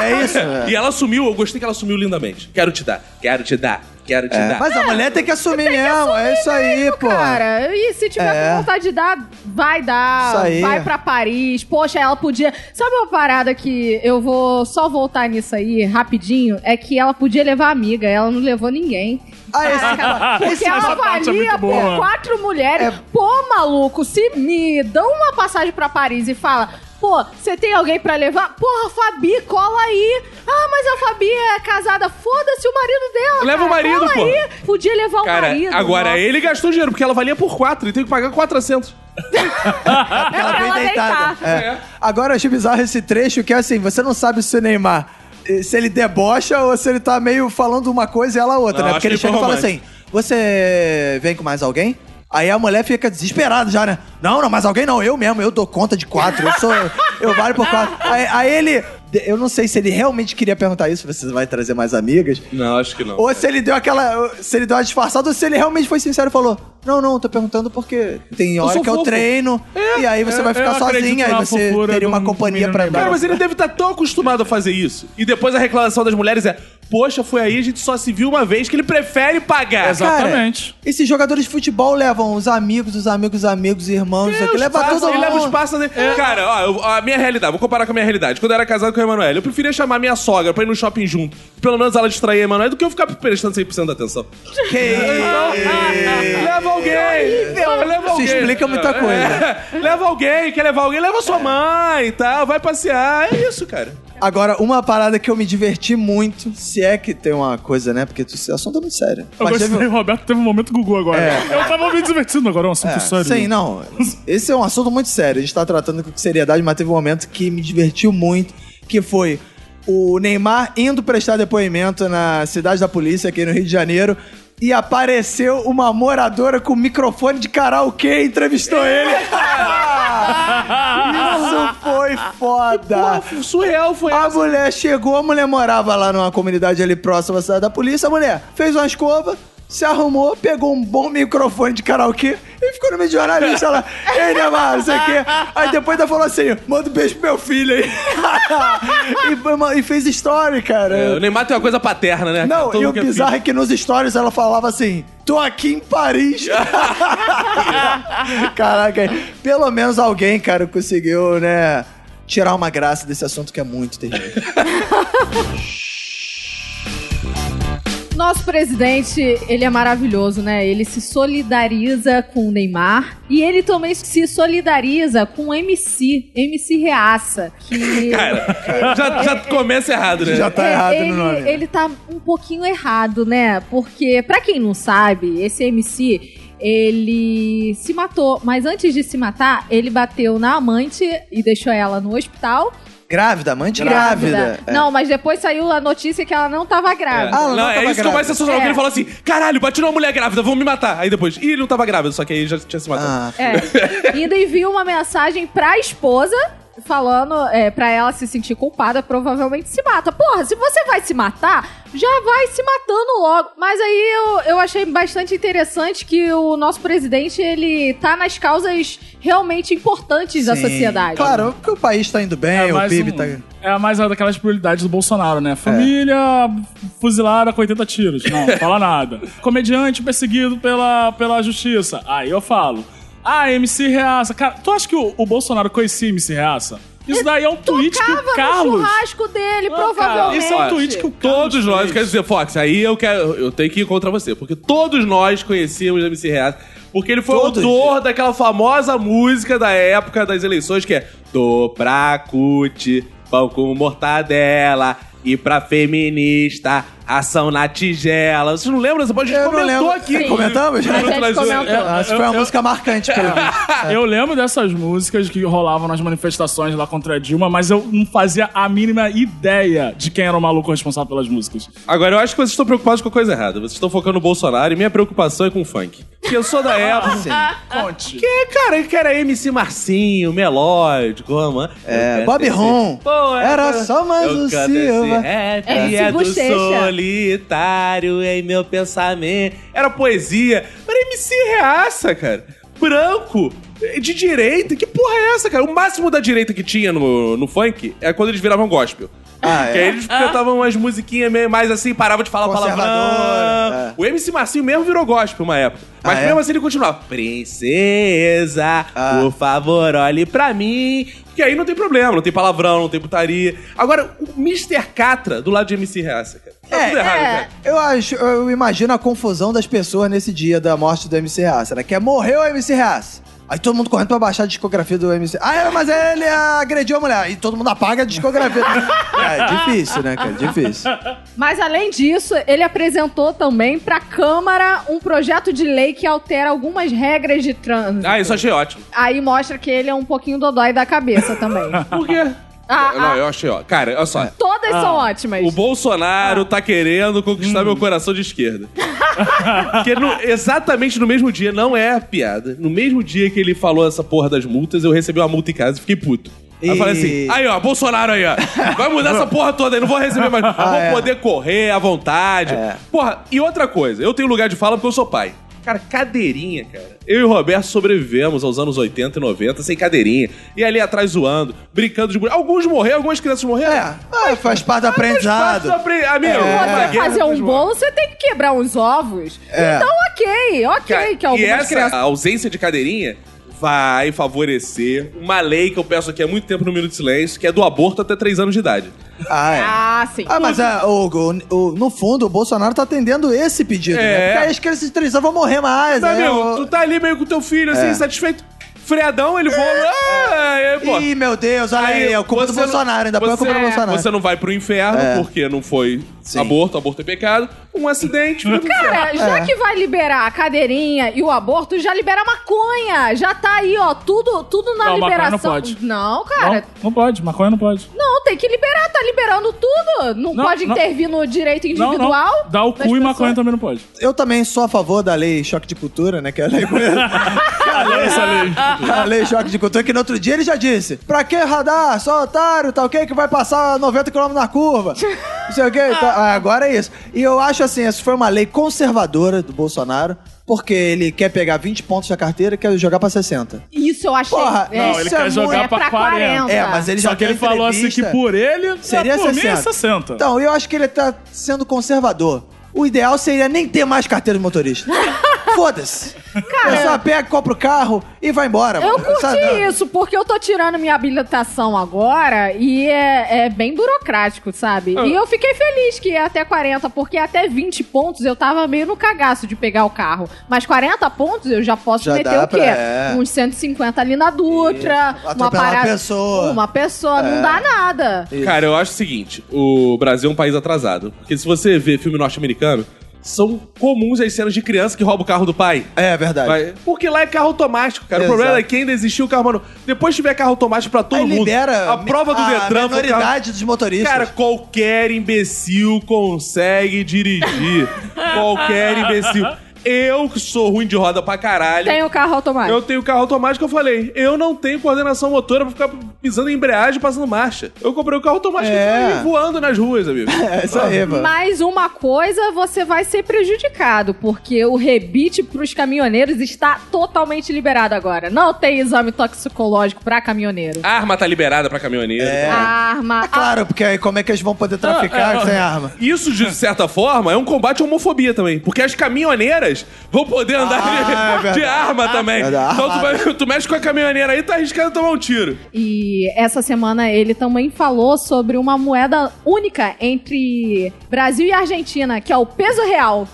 Speaker 4: É isso. né?
Speaker 3: E ela sumiu, eu gostei que ela sumiu lindamente. Quero te dar, quero te dar, quero te
Speaker 4: É,
Speaker 3: dar.
Speaker 4: Mas a mulher tem que assumir mesmo. é isso aí, pô.
Speaker 2: Cara, e se tiver
Speaker 4: É.
Speaker 2: com vontade de dar, vai
Speaker 4: Isso
Speaker 2: dar.
Speaker 4: aí.
Speaker 2: Vai pra Paris. Poxa, ela podia. Sabe uma parada que eu vou só voltar nisso aí rapidinho? É que ela podia levar a amiga, ela não levou ninguém.
Speaker 4: Ah, esse
Speaker 5: Ah,
Speaker 4: cara.
Speaker 2: Porque
Speaker 5: essa-
Speaker 2: ela
Speaker 5: essa parte
Speaker 2: avalia
Speaker 5: é muito
Speaker 2: por
Speaker 5: boa.
Speaker 2: quatro mulheres.
Speaker 4: É.
Speaker 2: Pô, maluco, se me dão uma passagem pra Paris e fala. Pô, você tem alguém pra levar? Porra, Fabi, cola aí. Ah, mas a Fabi é casada. Foda-se o marido dela. cara.
Speaker 3: Leva o
Speaker 2: cola
Speaker 3: marido, pô.
Speaker 2: Aí. Podia levar o
Speaker 3: Cara,
Speaker 2: um marido.
Speaker 3: agora
Speaker 2: nossa.
Speaker 3: ele gastou dinheiro, porque ela valia por quatro e tem que pagar 400.
Speaker 2: É pra
Speaker 4: ela vem deitada. É.
Speaker 3: É.
Speaker 4: Agora eu achei bizarro esse trecho que é assim: você não sabe se o Neymar eh, se ele debocha ou se ele tá meio falando uma coisa e ela outra,
Speaker 3: Não,
Speaker 4: né?
Speaker 3: acho
Speaker 4: Porque ele
Speaker 3: que foi
Speaker 4: chega e fala
Speaker 3: romântico.
Speaker 4: assim: você vem com mais alguém? Aí a mulher fica desesperada já, né? Não, não, mas alguém não, eu mesmo, eu dou conta de quatro, eu sou. Eu valho por quatro. Aí, aí ele. Eu não sei se ele realmente queria perguntar isso, você vai trazer mais amigas.
Speaker 3: Não, acho que não.
Speaker 4: Ou se
Speaker 5: é.
Speaker 4: ele deu aquela. Se ele deu uma disfarçada, ou se ele realmente foi sincero e falou: Não, não, tô perguntando porque tem hora
Speaker 3: sou
Speaker 4: que eu
Speaker 3: fofo."
Speaker 4: treino e aí você
Speaker 5: é,
Speaker 4: vai ficar
Speaker 5: eu acredito
Speaker 4: sozinha, aí
Speaker 5: na
Speaker 4: você
Speaker 5: fofura
Speaker 4: teria
Speaker 5: do-
Speaker 4: uma
Speaker 5: do
Speaker 4: companhia
Speaker 5: menino
Speaker 4: pra
Speaker 5: menor."
Speaker 3: Cara,
Speaker 4: mim.
Speaker 3: mas ele deve estar tão acostumado a fazer isso. E depois a reclamação das mulheres é: Poxa, foi aí, a gente só se viu uma vez que ele prefere pagar.
Speaker 5: Exato. Exatamente.
Speaker 4: Cara, esses jogadores de futebol levam os amigos, os amigos, os amigos, os irmãos, isso aqui,
Speaker 3: Os
Speaker 4: leva É.
Speaker 3: passos,
Speaker 4: todo
Speaker 3: ele
Speaker 4: mundo.
Speaker 3: leva os passos dele. Cara, ó, eu- a minha realidade, vou comparar com a minha realidade. Quando eu era casado com a Emanuele, eu preferia chamar minha sogra pra ir no shopping junto. Pelo menos ela distrair a Emanuele do que eu ficar prestando 100% da atenção.
Speaker 4: Que
Speaker 3: Leva alguém! Leva
Speaker 4: Isso
Speaker 3: alguém!
Speaker 4: explica muita coisa.
Speaker 3: É. Leva alguém, quer levar alguém? Leva sua mãe, tá? Vai passear. É isso, cara.
Speaker 4: Agora, uma parada que eu me diverti muito, se é que tem uma coisa, né? Porque esse assunto é muito sério.
Speaker 5: Eu
Speaker 4: Mas
Speaker 5: gostei,
Speaker 4: teve-
Speaker 5: o Roberto teve um momento Gugu agora.
Speaker 4: É.
Speaker 5: Eu tava me divertindo agora, é um assunto
Speaker 4: É,
Speaker 5: sério.
Speaker 4: Sim, não. Esse é um assunto muito sério. A gente tá tratando com seriedade, mas teve um momento que me divertiu muito, que foi o Neymar indo prestar depoimento na cidade da polícia, aqui no Rio de Janeiro, e apareceu uma moradora com microfone de karaokê e entrevistou ele. Isso foi foda.
Speaker 3: Pô, surreal foi
Speaker 4: A mulher chegou, a mulher morava lá numa comunidade ali próxima à cidade da polícia. A mulher fez uma escova, se arrumou, pegou um bom microfone de karaokê e ficou no meio de jornalista lá. Ei, Neymar, não sei o quê. Aí depois ela falou assim: manda um beijo pro meu filho aí. [laughs] e, foi uma- e fez story, cara.
Speaker 3: É, o Neymar tem uma coisa paterna, né?
Speaker 4: Não,
Speaker 3: Todo
Speaker 4: e o
Speaker 3: mundo quer
Speaker 4: bizarro é que nos stories ela falava assim: tô aqui
Speaker 3: [laughs]
Speaker 4: em Paris. Caraca, pelo menos alguém, cara, conseguiu, né, tirar uma graça desse assunto que é muito terrível.
Speaker 2: Nosso presidente, ele é maravilhoso, né? Ele se solidariza com o Neymar e ele também se solidariza com o MC, MC Reaça, que
Speaker 3: [laughs] Cara, já, já começa errado, né?
Speaker 4: Já tá
Speaker 2: É,
Speaker 4: errado
Speaker 2: ele,
Speaker 4: no nome.
Speaker 2: Ele tá um pouquinho errado, né? Porque, pra quem não sabe, esse MC, ele se matou. Mas antes de se matar, ele bateu na amante e deixou ela no hospital.
Speaker 4: Grávida, amante grávida. É.
Speaker 2: Não, mas depois saiu a notícia que ela não tava grávida.
Speaker 4: Ah, ela
Speaker 3: não,
Speaker 4: não
Speaker 3: é
Speaker 4: tava
Speaker 3: isso que eu mais
Speaker 4: grávida.
Speaker 3: sensacional, que
Speaker 2: É.
Speaker 3: ele fala assim, caralho, bati numa mulher grávida, vão me matar. Aí depois, ih, não tava grávida, só que aí já tinha se matado.
Speaker 4: Ah,
Speaker 5: [laughs]
Speaker 2: É. Ainda enviou uma mensagem pra esposa falando é, pra ela se sentir culpada, provavelmente se mata. Porra, se você vai se matar, já vai se matando logo. Mas aí eu, eu achei bastante interessante que o nosso presidente, ele tá nas causas realmente importantes da
Speaker 4: sim.
Speaker 2: sociedade.
Speaker 4: Claro, porque o país tá indo bem, o PIB
Speaker 5: um-
Speaker 4: tá.
Speaker 5: é mais uma daquelas prioridades do Bolsonaro, né? Família fuzilada com 80 tiros.
Speaker 4: [laughs]
Speaker 5: Não, fala nada. Comediante perseguido pela, pela justiça. Aí eu falo. Ah, MC Reaça. Cara, tu acha que o, o Bolsonaro conhecia MC Reaça? Isso daí é um tweet que
Speaker 2: Tava
Speaker 5: o
Speaker 2: no
Speaker 5: Carlos.
Speaker 2: churrasco dele,
Speaker 5: Ah, cara,
Speaker 2: provavelmente.
Speaker 5: isso é um tweet que o Carlos
Speaker 3: Todos nós,
Speaker 5: fez.
Speaker 3: quer dizer, Fox, aí eu quero. Eu tenho que ir contra você, porque todos nós conhecíamos MC Reaça. Porque ele foi
Speaker 4: Todos?
Speaker 3: o autor daquela famosa música da época das eleições, que é Tô pra cut, pão com mortadela, e pra feminista, ação na tigela. Vocês não lembram? Você pode a gente
Speaker 4: Eu não
Speaker 3: comentou
Speaker 4: lembro.
Speaker 3: aqui.
Speaker 4: Sim. Comentamos?
Speaker 2: A gente
Speaker 3: Brasil.
Speaker 2: comentou.
Speaker 5: É,
Speaker 4: Acho que foi uma música marcante, pelo visto.
Speaker 5: Eu lembro dessas músicas que rolavam nas manifestações lá contra a Dilma, mas eu não fazia a mínima ideia de quem era o maluco responsável pelas músicas.
Speaker 3: Agora, eu acho que vocês estão preocupados com a coisa errada. Vocês estão focando no Bolsonaro e minha preocupação é com o funk. Porque eu sou da época.
Speaker 5: Conte.
Speaker 3: Que, cara, que era MC Marcinho, melódico, mano.
Speaker 4: É, Bob Ron. Era só mais um Silva.
Speaker 2: MC
Speaker 3: é do
Speaker 2: Bochecha.
Speaker 3: solitário em meu pensamento. Era poesia. Era MC Reaça, cara. Branco. De direita. Que porra é essa, cara? O máximo da direita que tinha no, no funk é quando eles viravam gospel.
Speaker 4: Ah,
Speaker 3: Que
Speaker 4: é.
Speaker 3: aí eles cantavam umas musiquinhas meio mais assim, paravam de falar palavrão.
Speaker 4: Conservadora, é.
Speaker 3: O MC Marcinho mesmo virou gospel uma época. Mas
Speaker 4: Ah, é?
Speaker 3: mesmo assim ele continuava. Princesa,
Speaker 4: Ah.
Speaker 3: por favor, olhe pra mim. Porque aí não tem problema, não tem palavrão, não tem putaria. Agora, o Mr. Catra do lado de MC Reaça, cara. Tá
Speaker 4: É,
Speaker 3: tudo errado, cara.
Speaker 4: Eu acho, eu imagino a confusão das pessoas nesse dia da morte do MC Reaça, né? Que é morreu o MC Reaça. Aí todo mundo correndo pra baixar a discografia do MC. Ah, é, mas ele agrediu a mulher. E todo mundo apaga a discografia. [laughs] é difícil, né, cara? Difícil.
Speaker 2: Mas além disso, ele apresentou também pra Câmara um projeto de lei que altera algumas regras de trânsito.
Speaker 3: Ah, isso eu achei ótimo.
Speaker 2: Aí mostra que ele é um pouquinho dodói da cabeça também.
Speaker 3: Por quê?
Speaker 2: Ah,
Speaker 3: não,
Speaker 2: ah.
Speaker 3: eu achei ó. Cara,
Speaker 4: É.
Speaker 3: olha só.
Speaker 5: Ah,
Speaker 2: Todas são ótimas.
Speaker 4: Ah. Hum.
Speaker 3: O Bolsonaro tá querendo conquistar meu coração de esquerda. Porque no- exatamente no mesmo dia, não é piada, no mesmo dia que ele falou essa porra das multas, eu recebi uma multa em casa e fiquei puto. Aí eu falei assim,
Speaker 4: Ih.
Speaker 3: aí ó, Bolsonaro aí ó, vai mudar essa porra toda aí, não vou receber mais, Eu vou
Speaker 4: é.
Speaker 3: poder correr à vontade. Porra, e outra coisa, eu tenho lugar de fala porque eu sou pai. Cara, cadeirinha, cara. Eu e o Roberto sobrevivemos aos anos 80 e 90 sem cadeirinha. E ali atrás zoando, brincando de... boneco. Alguns morreram, algumas crianças morreram.
Speaker 4: É, ah, faz parte do
Speaker 3: Mas
Speaker 4: aprendizado.
Speaker 3: sobre-
Speaker 5: é
Speaker 3: Amigo, é.
Speaker 2: Pô,
Speaker 3: uma
Speaker 2: pra
Speaker 3: guerra
Speaker 2: fazer um
Speaker 3: dos
Speaker 2: bolo, você tem que quebrar uns ovos.
Speaker 4: É.
Speaker 2: Então, ok, ok,
Speaker 3: Cara,
Speaker 2: que algumas
Speaker 3: e essa
Speaker 2: crianças.
Speaker 3: ausência de cadeirinha vai favorecer uma lei que eu peço aqui há muito tempo no Minuto de Silêncio, que é do aborto até 3 anos de idade.
Speaker 4: Ah, é.
Speaker 2: Ah, sim.
Speaker 4: Ah, mas ah, o, o- o- no fundo, o Bolsonaro tá atendendo esse pedido,
Speaker 3: É.
Speaker 4: né? Porque aí as crianças de três anos vão morrer mais,
Speaker 3: Mas,
Speaker 4: né?
Speaker 3: amigo,
Speaker 4: O-
Speaker 3: tu tá ali meio com teu filho, assim,
Speaker 4: É.
Speaker 3: insatisfeito. Freadão, ele voa. Ah, é, pô.
Speaker 4: Ih, meu Deus, olha aí, é o culpa do
Speaker 3: você não-
Speaker 4: Bolsonaro, ainda põe a culpa do
Speaker 2: É.
Speaker 4: Bolsonaro.
Speaker 3: Você não vai pro inferno,
Speaker 4: É.
Speaker 3: porque não foi
Speaker 4: Sim.
Speaker 3: aborto, aborto é pecado. Um acidente. fica no inferno.
Speaker 2: Hum, Cara, já que vai liberar a cadeirinha e o aborto, já libera a maconha. Já tá aí, ó, tudo, tudo na
Speaker 5: Não, maconha
Speaker 2: liberação.
Speaker 5: não pode.
Speaker 2: Não, cara.
Speaker 5: Não, não pode, maconha não pode.
Speaker 2: Não. tem que liberar, tá liberando tudo. Não,
Speaker 5: Não,
Speaker 2: pode
Speaker 5: não.
Speaker 2: intervir no direito
Speaker 5: Não, não.
Speaker 2: individual.
Speaker 5: Dá o
Speaker 2: das
Speaker 5: cu e maconha
Speaker 2: pessoas.
Speaker 5: também não pode.
Speaker 4: Eu também sou a favor da lei choque de cultura, né? Que é a lei,
Speaker 5: Essa lei.
Speaker 4: a lei choque de cultura, que no outro dia ele já disse: pra que radar? Só otário, tal, quem que vai passar 90 km na curva? Não sei o quê. tá- ah, agora é isso. E eu acho assim: essa foi uma lei conservadora do Bolsonaro, porque ele quer pegar 20 pontos da carteira e quer jogar pra 60.
Speaker 2: Isso eu achei.
Speaker 4: Porra,
Speaker 5: não, ele
Speaker 4: isso
Speaker 5: quer
Speaker 4: é
Speaker 5: jogar
Speaker 4: muito-
Speaker 2: é pra 40.
Speaker 4: É, mas ele já
Speaker 5: Só que
Speaker 4: deu
Speaker 5: ele falou assim que
Speaker 4: entrevista.
Speaker 5: por ele,
Speaker 4: Seria
Speaker 5: por mim é
Speaker 4: 60.
Speaker 5: 60.
Speaker 4: Então, eu acho que ele tá sendo conservador. O ideal seria nem ter mais carteira de motorista. Foda-se. Eu só pego, compro o carro e vai embora.
Speaker 2: Eu
Speaker 4: mano.
Speaker 2: curti
Speaker 4: Tá Sabe, não.
Speaker 2: isso, porque eu tô tirando minha habilitação agora e é, é bem burocrático, sabe?
Speaker 4: Ah.
Speaker 2: E eu fiquei feliz que ia até 40, porque até 20 pontos eu tava meio no cagaço de pegar o carro. Mas 40 pontos eu já posso
Speaker 4: Já
Speaker 2: meter
Speaker 4: dá
Speaker 2: o quê?
Speaker 4: pra- é.
Speaker 2: Uns 150 ali na Dutra,
Speaker 4: Isso.
Speaker 2: uma
Speaker 4: Atropelar uma
Speaker 2: parada.
Speaker 4: pessoa. É.
Speaker 2: Uma pessoa, não dá nada.
Speaker 3: Cara, eu acho o seguinte: o Brasil é um país atrasado. Porque se você vê filme norte-americano, são comuns as cenas de criança que rouba o carro do pai.
Speaker 4: É verdade.
Speaker 3: Vai- Porque lá é carro automático, cara.
Speaker 4: Exato.
Speaker 3: O problema é que ainda existiu o carro, mano. Depois tiver carro automático pra todo
Speaker 4: Aí
Speaker 3: mundo.
Speaker 4: libera
Speaker 3: a prova do
Speaker 4: a
Speaker 3: Detran foi o carro-
Speaker 4: minoridade dos motoristas.
Speaker 3: Cara, qualquer imbecil consegue dirigir. qualquer imbecil. Eu que sou ruim de roda pra caralho.
Speaker 2: Tem o carro automático.
Speaker 3: Eu tenho carro automático, eu falei, eu não tenho coordenação motora pra ficar pisando em embreagem e passando marcha. Eu comprei o carro automático
Speaker 4: É.
Speaker 3: e fui voando nas ruas,
Speaker 4: [laughs]
Speaker 3: amigo.
Speaker 4: é isso aí, mano.
Speaker 2: Mais uma coisa, você vai ser prejudicado, porque o rebite pros caminhoneiros está totalmente liberado agora. Não tem exame toxicológico pra caminhoneiro.
Speaker 3: A arma tá liberada pra caminhoneiro. então.
Speaker 4: É.
Speaker 2: Arma.
Speaker 4: Claro, porque aí como é que eles vão poder traficar
Speaker 3: Ah, é.
Speaker 4: sem arma?
Speaker 3: Isso, de certa forma, é um combate à homofobia também. Porque as caminhoneiras vão poder andar [laughs]
Speaker 4: Ah,
Speaker 3: de-
Speaker 4: é
Speaker 3: de,
Speaker 4: verdade.
Speaker 3: arma também.
Speaker 4: Verdade.
Speaker 3: Então tu, vai- tu mexe com a caminhoneira aí, tá arriscando tomar um tiro.
Speaker 2: E essa semana ele também falou sobre uma moeda única entre Brasil e Argentina, que é o peso real.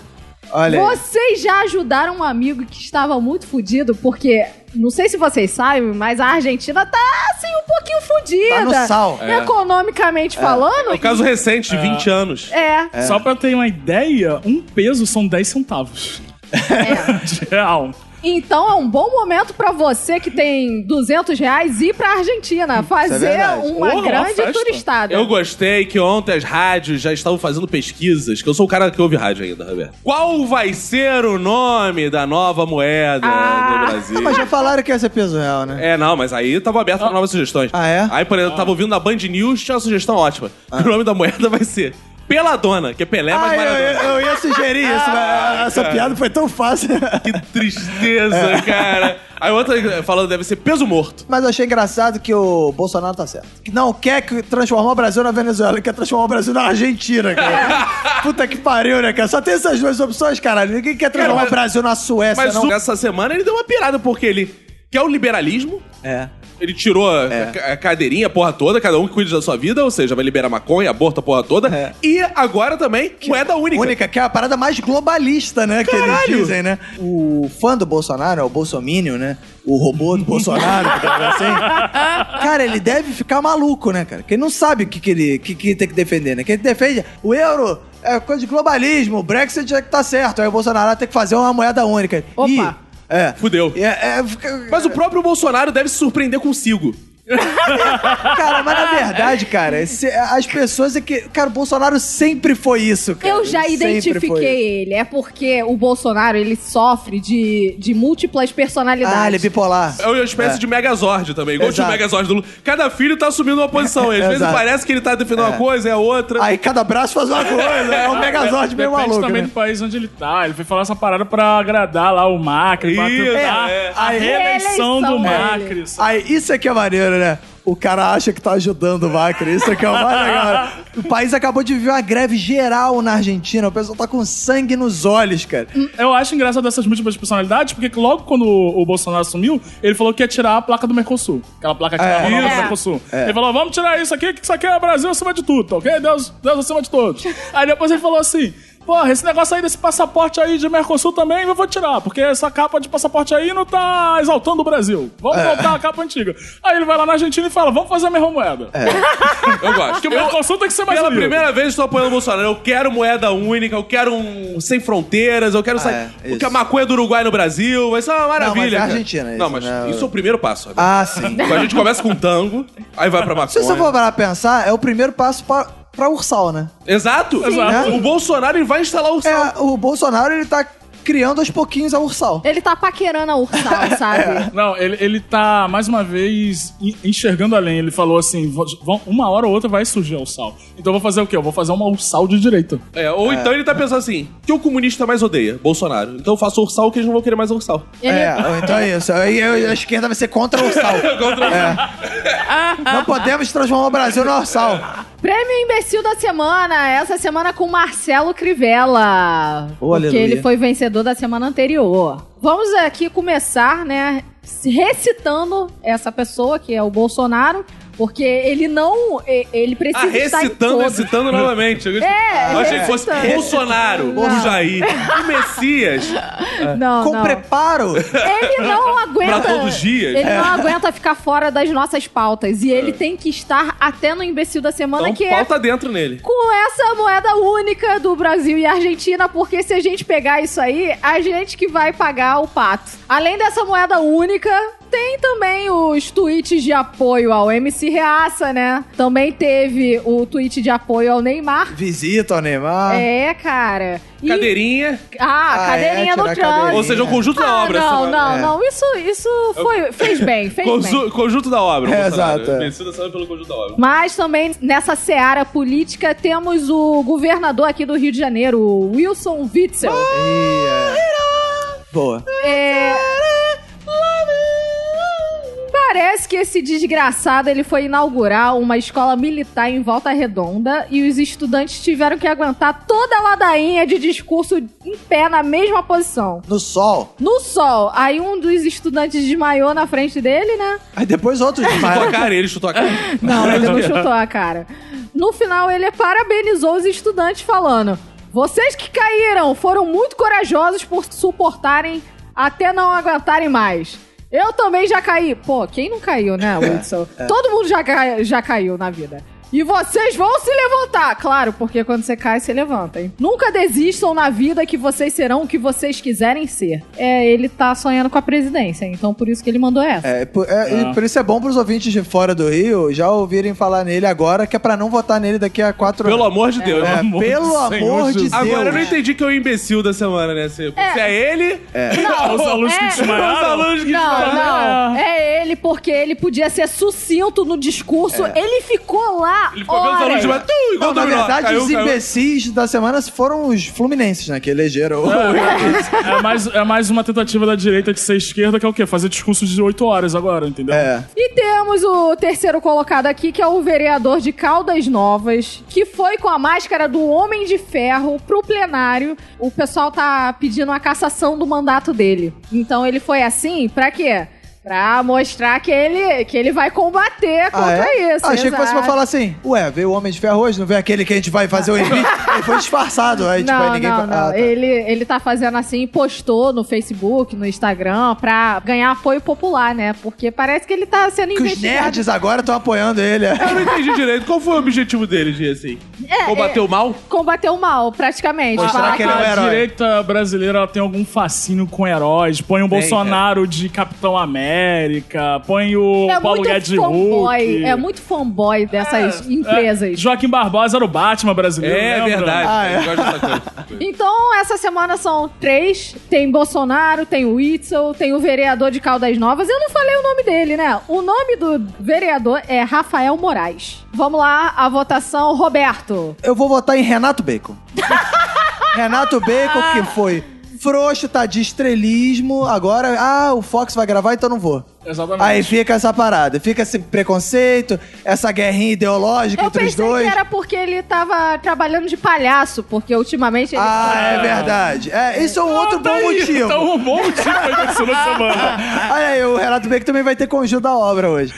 Speaker 4: Olha. aí.
Speaker 2: Vocês já ajudaram um amigo que estava muito fudido, porque não sei se vocês sabem, mas a Argentina tá assim um pouquinho fudida.
Speaker 4: Tá no sal.
Speaker 3: É.
Speaker 2: Economicamente falando.
Speaker 3: É um caso recente, de 20 anos.
Speaker 2: É,
Speaker 5: Só pra eu ter uma ideia, um peso são 10 centavos.
Speaker 2: é.
Speaker 5: [laughs] De real.
Speaker 2: Então é um bom momento pra você que tem 200 reais ir pra Argentina fazer
Speaker 4: é verdade.
Speaker 2: uma
Speaker 5: Porra, uma
Speaker 2: grande
Speaker 5: festa.
Speaker 2: turistada.
Speaker 3: Eu gostei que ontem as rádios já estavam fazendo pesquisas, que eu sou o cara que ouve rádio ainda, Roberto. Qual vai ser o nome da nova moeda
Speaker 2: Ah.
Speaker 3: do Brasil?
Speaker 4: Não, mas já falaram que ia ser peso real, né?
Speaker 3: É, não, mas aí tava aberto pra novas sugestões.
Speaker 4: Ah, é?
Speaker 3: Aí, por exemplo, eu tava ouvindo na Band News, tinha uma sugestão ótima. O nome da moeda vai ser Peladona, que é Pelé, mas
Speaker 4: Ah, eu,
Speaker 3: Maradona.
Speaker 4: eu- eu ia sugerir isso, mas essa piada foi tão fácil.
Speaker 3: Que
Speaker 4: É.
Speaker 3: tristeza, cara. Aí outra falando deve ser peso morto.
Speaker 4: Mas eu achei engraçado que o Bolsonaro tá certo. Que Não quer que- transformar o Brasil na Venezuela, ele quer transformar o Brasil na Argentina, [laughs] cara. Puta que pariu, né, cara? Só tem essas duas opções, caralho. Ninguém quer transformar
Speaker 3: Cara, mas-
Speaker 4: o Brasil na Suécia,
Speaker 3: Mas
Speaker 4: não.
Speaker 3: essa semana ele deu uma pirada, porque ele quer o liberalismo,
Speaker 4: É.
Speaker 3: Ele tirou a- a, ca- a cadeirinha, a porra toda, cada um que cuida da sua vida, ou seja, vai liberar maconha, aborto, a porra toda.
Speaker 4: É.
Speaker 3: E agora também, moeda única.
Speaker 4: Única, que é a parada mais globalista, né? Que
Speaker 3: Caralho!
Speaker 4: eles dizem, né? O fã do Bolsonaro, é o Bolsominion, né? O robô do Bolsonaro, que
Speaker 3: [laughs]
Speaker 4: tá assim. Cara, ele deve ficar maluco, né, cara? Que ele não sabe o que, que ele que, que tem que defender, né? Que ele defende o euro. É coisa de globalismo, o Brexit é que tá certo. Aí o Bolsonaro tem que fazer uma moeda única.
Speaker 2: Opa.
Speaker 4: Ih, é.
Speaker 3: Fudeu.
Speaker 4: É, é, fica-
Speaker 3: Mas o próprio Bolsonaro deve se surpreender consigo.
Speaker 4: Cara, mas na verdade, cara, se- as pessoas é que. Cara, o Bolsonaro sempre foi isso, cara.
Speaker 2: Eu já
Speaker 4: Ele sempre foi isso.
Speaker 2: identifiquei ele. É porque o Bolsonaro, ele sofre de, de múltiplas personalidades.
Speaker 4: Ah, ele é bipolar.
Speaker 3: É uma espécie de Megazord também, igual tinha o
Speaker 4: Exato.
Speaker 3: Megazord do Lula. Cada filho tá assumindo uma posição. E às vezes
Speaker 4: [laughs] Exato.
Speaker 3: parece que ele tá defendendo uma coisa, é outra.
Speaker 4: Aí cada braço faz uma coisa. É um megazord meio
Speaker 5: Depende
Speaker 4: maluco.
Speaker 5: também
Speaker 4: né?
Speaker 5: do país onde ele tá. Ele foi falar essa parada pra agradar lá o Macri, pra
Speaker 3: Isso,
Speaker 5: tentar
Speaker 3: é.
Speaker 5: a reeleição do
Speaker 2: Reeleição
Speaker 5: Macri.
Speaker 2: dele.
Speaker 5: sabe?
Speaker 4: Aí, isso é que é maneiro, né? O cara acha que tá ajudando o Macri. Isso é que é o mais legal. né? O país acabou de viver uma greve geral na Argentina. O pessoal tá com sangue nos olhos, cara.
Speaker 5: Eu acho engraçado essas múltiplas personalidades, porque logo quando o o Bolsonaro assumiu, ele falou que ia tirar a placa do Mercosul. Aquela placa que
Speaker 4: É.
Speaker 5: tirava o nome do
Speaker 2: Isso.
Speaker 5: Mercosul. Ele falou, vamos tirar isso aqui, que isso aqui é Brasil acima de tudo, tá ok? Deus, Deus acima de todos. aí depois ele falou assim... Porra, esse negócio aí desse passaporte aí de Mercosul também eu vou tirar, porque essa capa de passaporte aí não tá exaltando o Brasil. Vamos voltar à capa antiga. Aí ele vai lá na Argentina e fala: vamos fazer a mesma moeda.
Speaker 3: Eu gosto.
Speaker 5: Porque o Mercosul tem que ser mais
Speaker 3: Pela
Speaker 5: unido.
Speaker 3: primeira vez eu estou apoiando o Bolsonaro. Eu quero moeda única, eu quero um sem fronteiras, eu quero sair.
Speaker 4: é,
Speaker 3: porque
Speaker 4: isso.
Speaker 3: a maconha do Uruguai no Brasil, vai ser uma maravilha.
Speaker 4: é
Speaker 3: cara.
Speaker 4: Argentina isso,
Speaker 3: Não, mas
Speaker 4: né?
Speaker 3: isso é o primeiro passo. amigo.
Speaker 4: Ah, sim.
Speaker 3: Então A gente começa com um tango, aí vai pra
Speaker 4: Se você for
Speaker 3: maconha.
Speaker 4: parar pra pensar, é o primeiro passo pra, pra Ursal, né?
Speaker 3: Exato.
Speaker 5: Exato.
Speaker 3: O Bolsonaro ele vai instalar o sal.
Speaker 4: É, o Bolsonaro, ele tá criando aos pouquinhos a Ursal.
Speaker 2: Ele tá paquerando a Ursal,
Speaker 4: [laughs]
Speaker 2: sabe?
Speaker 5: Não, ele, ele tá, mais uma vez, en- enxergando além. Ele falou assim: "Vão- vão- uma hora ou outra vai surgir um sal. Então eu vou fazer o quê? Eu vou fazer uma ursal de direita.
Speaker 3: É, ou então ele tá pensando assim: o que o comunista mais odeia? Bolsonaro. Então eu faço ursal que eles não vão querer mais ursal.
Speaker 2: Ele-
Speaker 4: É, ou então é isso. Aí eu- a esquerda vai ser contra o Ursal.
Speaker 3: É.
Speaker 4: É. Não podemos transformar o Brasil no Ursal.
Speaker 2: Prêmio Imbecil da Semana, essa semana com Marcelo Crivella.
Speaker 4: Oh,
Speaker 2: porque
Speaker 4: aleluia.
Speaker 2: ele foi vencedor da semana anterior. Vamos aqui começar, né, recitando essa pessoa, que é o Bolsonaro, porque ele não. e- Ele precisa
Speaker 3: Ah,
Speaker 2: estar em
Speaker 3: recitando,
Speaker 2: todos.
Speaker 3: recitando novamente. Eu
Speaker 2: É,
Speaker 3: eu achei que fosse
Speaker 2: recitando.
Speaker 3: Bolsonaro, o
Speaker 2: Não.
Speaker 3: Jair, o Messias.
Speaker 2: Não,
Speaker 4: Com
Speaker 2: Ah, não.
Speaker 4: preparo.
Speaker 2: Ele
Speaker 3: [laughs]
Speaker 2: não aguenta.
Speaker 3: Pra todos os dias. É.
Speaker 2: Ele não aguenta ficar fora das nossas pautas. E ele tem que estar até no imbecil da semana,
Speaker 3: Então
Speaker 2: que é
Speaker 3: pauta dentro nele.
Speaker 2: com essa moeda única do Brasil e Argentina, porque se a gente pegar isso aí, a gente que vai pagar o pato. Além dessa moeda única, tem também os tweets de apoio ao MC Reaça, né? Também teve o tweet de apoio ao Neymar.
Speaker 4: Visita ao Neymar.
Speaker 2: É, cara. E-
Speaker 3: Cadeirinha.
Speaker 2: Ah,
Speaker 4: Ah,
Speaker 2: cadeirinha
Speaker 4: é,
Speaker 2: no
Speaker 4: tirar a né?
Speaker 2: trânsito.
Speaker 3: Ou seja, o conjunto da
Speaker 2: Ah,
Speaker 3: obra. assim,
Speaker 2: não,
Speaker 3: essa-
Speaker 2: não, não. Isso, isso foi, fez bem, fez bem.
Speaker 3: Conju- Conjunto da obra,
Speaker 4: É,
Speaker 3: Bolsonaro.
Speaker 4: exato, é.
Speaker 3: Vencida sabe pelo conjunto da obra.
Speaker 2: Mas também nessa seara política temos o governador aqui do Rio de Janeiro, o Wilson Witzel.
Speaker 4: Boa.
Speaker 2: É... Parece que esse desgraçado ele foi inaugurar uma escola militar em Volta Redonda e os estudantes tiveram que aguentar toda a ladainha de discurso em pé na mesma posição.
Speaker 4: No sol.
Speaker 2: No sol, aí um dos estudantes desmaiou na frente dele, né?
Speaker 4: Aí depois outros
Speaker 3: Chutou a
Speaker 4: demais.
Speaker 3: cara, ele chutou a cara.
Speaker 2: Não, ele não chutou a cara. No final, ele parabenizou os estudantes, falando: Vocês que caíram foram muito corajosos por suportarem até não aguentarem mais. Eu também já caí. Pô, quem não caiu, né, Wilson? Todo mundo já, cai- já caiu na vida. E vocês vão se levantar, claro, porque quando você cai, você levanta, hein? Nunca desistam na vida que vocês serão o que vocês quiserem ser. É, ele tá sonhando com a presidência, então por isso que ele mandou essa.
Speaker 4: É, por, é, e
Speaker 5: Ah.
Speaker 4: por isso é bom pros ouvintes de fora do Rio já ouvirem falar nele agora, que é pra não votar nele daqui a quatro
Speaker 3: Pelo amor de Deus.
Speaker 4: É,
Speaker 3: né?
Speaker 5: amor
Speaker 4: pelo
Speaker 5: do Senhor
Speaker 4: amor de
Speaker 5: Jesus.
Speaker 4: Deus.
Speaker 3: Agora eu não entendi que é o imbecil da semana, né? Se se é, ele,
Speaker 5: Os alunos que
Speaker 2: é.
Speaker 3: os
Speaker 5: desmaiaram.
Speaker 3: alunos que
Speaker 2: Não,
Speaker 5: Ah.
Speaker 2: não. É ele, porque ele podia ser sucinto no discurso.
Speaker 4: É.
Speaker 2: Ele ficou lá.
Speaker 3: Ele ficou vendo os alunos
Speaker 2: horas.
Speaker 3: de uma... Tum, igual
Speaker 4: Não, na
Speaker 3: dominó.
Speaker 4: verdade,
Speaker 3: Caiu,
Speaker 4: os
Speaker 3: caiu.
Speaker 4: imbecis da semana foram os fluminenses, né? Que elegeram o-
Speaker 5: É mais, é mais uma tentativa da direita de ser esquerda, que é o quê? Fazer discurso de oito horas agora, entendeu?
Speaker 4: É.
Speaker 2: E temos o terceiro colocado aqui, que é o vereador de Caldas Novas, que foi com a máscara do Homem de Ferro pro plenário. O pessoal tá pedindo a cassação do mandato dele. Então ele foi assim, pra quê? Pra mostrar que ele, que ele vai combater
Speaker 4: Ah,
Speaker 2: contra
Speaker 4: é?
Speaker 2: isso.
Speaker 4: Achei que fosse pra
Speaker 2: exato.
Speaker 4: falar assim: Ué, veio o Homem de Ferro hoje, não veio aquele que a gente
Speaker 2: [laughs]
Speaker 4: vai fazer o impeachment? Ele foi disfarçado. Aí, tipo, aí ninguém
Speaker 2: não,
Speaker 4: fa-
Speaker 2: não.
Speaker 4: Ah, tá.
Speaker 2: Ele, ele tá fazendo assim, postou no Facebook, no Instagram, pra ganhar apoio popular, né? Porque parece que ele tá sendo
Speaker 4: Que os
Speaker 2: investigado.
Speaker 4: nerds agora estão apoiando ele. é.
Speaker 3: Eu não entendi direito. Qual foi o objetivo dele de assim? Combater o mal?
Speaker 2: Combater o mal, praticamente.
Speaker 4: Mostrar
Speaker 2: Falar
Speaker 4: que ele é um
Speaker 5: a
Speaker 4: herói. é.
Speaker 5: direita brasileira ela tem algum fascínio com heróis. Põe o Bolsonaro de Capitão América, põe o
Speaker 2: É
Speaker 5: um Paulo
Speaker 2: muito
Speaker 5: Guedes de
Speaker 2: fanboy.
Speaker 5: Hulk.
Speaker 2: É muito fanboy dessas
Speaker 5: É,
Speaker 2: empresas.
Speaker 5: Joaquim Barbosa era o Batman brasileiro.
Speaker 3: É
Speaker 5: lembra?
Speaker 3: verdade.
Speaker 4: Ah,
Speaker 3: Eu gosto dessa coisa.
Speaker 2: Então, essa semana são três. Tem Bolsonaro, tem o Itzel, tem o vereador de Caldas Novas. Eu não falei o nome dele, né? O nome do vereador é Rafael Moraes. Vamos lá, a votação, Roberto.
Speaker 4: Eu vou votar em Renato Bacon.
Speaker 2: [laughs]
Speaker 4: Renato Bacon, que foi frouxo, tá de estrelismo. Agora, ah, o Fox vai gravar, então não vou.
Speaker 5: Exatamente.
Speaker 4: Aí fica essa parada, fica esse preconceito, essa guerrinha ideológica
Speaker 2: Eu
Speaker 4: entre os
Speaker 2: pensei
Speaker 4: dois.
Speaker 2: que era porque ele tava trabalhando de palhaço, porque ultimamente ele.
Speaker 4: Ah, é verdade. É, isso é um outro
Speaker 5: Tá
Speaker 4: bom
Speaker 5: aí,
Speaker 4: motivo.
Speaker 2: Então-
Speaker 5: Tá um bom motivo pra acontecer na semana.
Speaker 4: [laughs] Olha aí, o Renato Bacon também vai ter conjunto da obra hoje.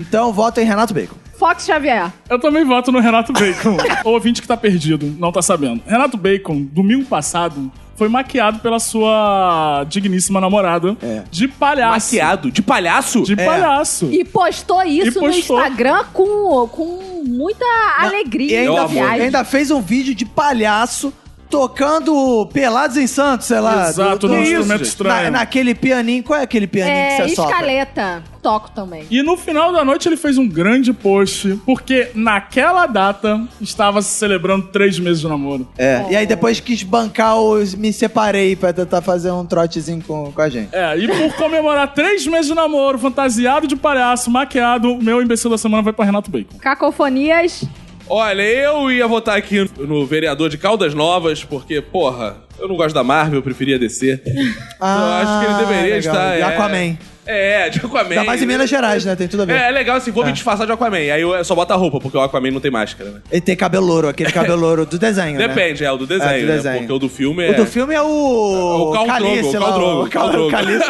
Speaker 4: Então, vota em Renato Bacon.
Speaker 2: Fox Xavier.
Speaker 5: Eu também voto no Renato Bacon. o ouvinte que tá perdido, não tá sabendo. Renato Bacon, domingo passado, foi maquiado pela sua digníssima namorada
Speaker 4: É.
Speaker 5: de palhaço.
Speaker 3: Maquiado? De palhaço? É.
Speaker 5: De palhaço.
Speaker 2: E postou isso
Speaker 5: E postou.
Speaker 2: no Instagram com, com muita
Speaker 4: E
Speaker 2: alegria
Speaker 4: ainda,
Speaker 2: da
Speaker 3: amor.
Speaker 4: e
Speaker 2: viagem.
Speaker 4: ainda fez um vídeo de palhaço tocando Pelados em Santos, sei lá.
Speaker 5: Exato, num
Speaker 4: Que isso,
Speaker 5: instrumento
Speaker 4: gente?
Speaker 5: estranho.
Speaker 4: Na- naquele pianinho, qual é aquele pianinho
Speaker 2: É,
Speaker 4: que você sopra?
Speaker 2: escaleta. Toco também.
Speaker 5: E no final da noite ele fez um grande post, porque naquela data estava se celebrando três meses de namoro.
Speaker 4: É, e aí depois quis bancar os Me Separei pra tentar fazer um trotezinho com, com a gente.
Speaker 5: É, e por comemorar [laughs] três meses de namoro, fantasiado de palhaço, maquiado, o meu imbecil da semana vai pra Renato Bacon.
Speaker 2: Cacofonias.
Speaker 3: Olha, eu ia votar aqui no vereador de Caldas Novas, porque, porra, eu não gosto da Marvel, eu preferia descer.
Speaker 4: Ah,
Speaker 3: eu acho que ele deveria
Speaker 4: legal.
Speaker 3: estar.
Speaker 4: De
Speaker 3: é-
Speaker 4: Aquaman.
Speaker 3: É, de Aquaman.
Speaker 4: Ainda mais em Minas Gerais, né? Tem tudo a ver.
Speaker 3: É, é legal assim, vou me disfarçar de Aquaman. Aí eu só boto a roupa, porque o Aquaman não tem máscara, né?
Speaker 4: Ele tem cabelo louro, aquele cabelo louro do desenho, né?
Speaker 3: Depende, é o do desenho,
Speaker 4: É, do
Speaker 3: né?
Speaker 4: desenho.
Speaker 3: Porque o do filme é.
Speaker 4: O do filme é o...
Speaker 3: o Khal
Speaker 4: Calice
Speaker 3: Drogo, o
Speaker 4: lá,
Speaker 3: Khal Drogo,
Speaker 4: o
Speaker 3: Khal
Speaker 4: Khal-
Speaker 3: Drogo.
Speaker 4: o
Speaker 3: [laughs]
Speaker 4: Calice.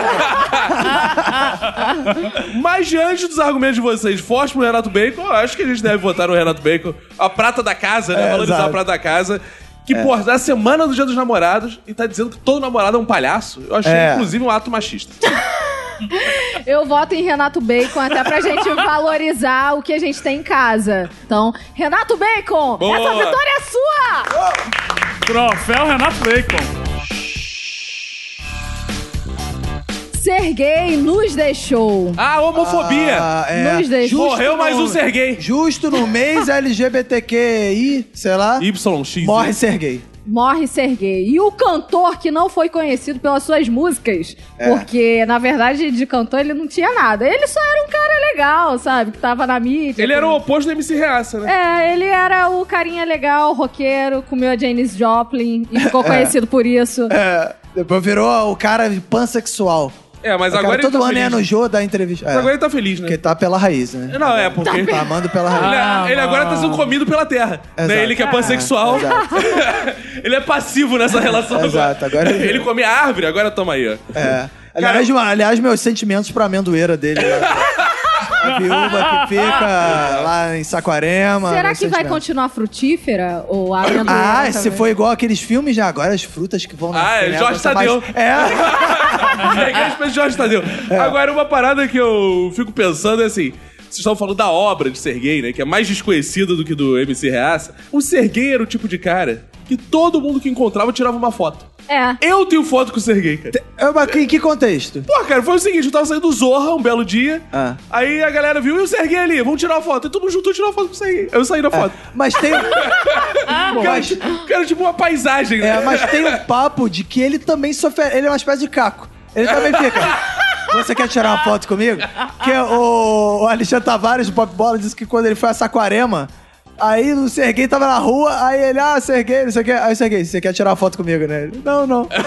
Speaker 3: Mas diante dos argumentos de vocês, forte pro Renato Bacon, eu acho que a gente deve votar no Renato Bacon. A prata da casa, né?
Speaker 4: É,
Speaker 3: Valorizar
Speaker 4: exato. É.
Speaker 3: a prata da casa. Que, pô, da semana do Dia dos Namorados e tá dizendo que todo namorado é um palhaço. Eu achei,
Speaker 4: É.
Speaker 3: inclusive, um ato machista.
Speaker 2: Eu voto em Renato Bacon até pra
Speaker 4: [laughs]
Speaker 2: gente valorizar o que a gente tem em casa. Então, Renato Bacon,
Speaker 3: Boa!
Speaker 2: essa vitória é sua!
Speaker 5: Troféu Renato Bacon.
Speaker 2: Ser gay nos deixou.
Speaker 3: Ah, homofobia!
Speaker 4: Ah, é.
Speaker 2: Nos deixa.
Speaker 4: Justo
Speaker 3: Morreu mais
Speaker 4: no-
Speaker 3: um ser gay.
Speaker 4: Justo no
Speaker 3: [laughs]
Speaker 4: mês LGBTQI, sei lá,
Speaker 3: YX.
Speaker 4: morre ser gay.
Speaker 2: Morre ser gay. E o cantor que não foi conhecido pelas suas músicas.
Speaker 4: É.
Speaker 2: Porque, na verdade, de cantor ele não tinha nada. Ele só era um cara legal, sabe? Que tava na mídia.
Speaker 3: Ele era o oposto do MC Reaça, né?
Speaker 2: É, ele era o carinha legal, roqueiro, comeu a Janis Joplin e
Speaker 4: [laughs]
Speaker 2: ficou conhecido por isso.
Speaker 4: É, depois virou o cara pansexual.
Speaker 3: É, mas
Speaker 4: O cara
Speaker 3: agora
Speaker 4: todo
Speaker 3: ele tá
Speaker 4: ano é
Speaker 3: feliz.
Speaker 4: no jogo da entrevista.
Speaker 3: Mas
Speaker 4: É,
Speaker 3: agora ele tá feliz, né?
Speaker 4: Porque tá pela raiz, né?
Speaker 3: Não, é porque... [laughs]
Speaker 4: Tá amando pela
Speaker 3: Ele,
Speaker 4: raiz.
Speaker 5: Ah,
Speaker 3: ele agora tá
Speaker 5: não.
Speaker 3: sendo comido pela terra.
Speaker 4: Exato. Ah,
Speaker 3: Né? Ele que é pansexual.
Speaker 4: Exato.
Speaker 3: [laughs] ele é passivo nessa relação
Speaker 4: Exato,
Speaker 3: agora.
Speaker 4: agora ele-
Speaker 3: ele come a árvore, agora toma aí, ó. [laughs]
Speaker 4: É. Aliás, uma- aliás, meus sentimentos pra amendoeira dele. né? A viúva que fica lá em Saquarema.
Speaker 2: Será
Speaker 4: meus
Speaker 2: que vai
Speaker 4: sentimentos.
Speaker 2: continuar frutífera? Ou a amendoim
Speaker 4: Ah,
Speaker 2: também?
Speaker 4: se for igual aqueles filmes de agora, as frutas que vão
Speaker 3: Ah, é
Speaker 4: né?
Speaker 3: Jorge
Speaker 4: Você mais-
Speaker 3: Tadeu.
Speaker 4: É.
Speaker 3: Peguei pra Jorge Tadeu. Agora, uma parada que eu fico pensando é assim. Vocês estavam falando da obra de Serguei, né? Que é mais desconhecida do que do MC Reaça. O Serguei era o tipo de cara que todo mundo que encontrava tirava uma foto.
Speaker 2: É.
Speaker 3: Eu tenho foto com o Serguei, cara.
Speaker 4: É, mas em
Speaker 3: [laughs]
Speaker 4: que contexto?
Speaker 3: Pô, cara, foi o seguinte, eu tava saindo do Zorra um belo dia,
Speaker 4: Ah.
Speaker 3: aí a galera viu, e o Serguei ali, vamos tirar uma foto. E todo mundo juntou e tirou uma foto com o Serguei. Eu
Speaker 4: É.
Speaker 3: saí na foto.
Speaker 4: Mas tem.
Speaker 3: Cara,
Speaker 4: mas,
Speaker 3: tipo, cara, tipo uma paisagem, né?
Speaker 4: é, mas tem o papo de que ele também sofre. Ele é uma espécie de caco. Ele também fica. Você quer tirar uma foto comigo? Que o, o Alexandre Tavares, do Pop Bola, disse que quando ele foi a Saquarema, aí o Serguei tava na rua, aí ele, ah, Serguei, não sei o que. Aí o Serguei, você quer tirar uma foto comigo, né? Ele, não, não.
Speaker 3: Pra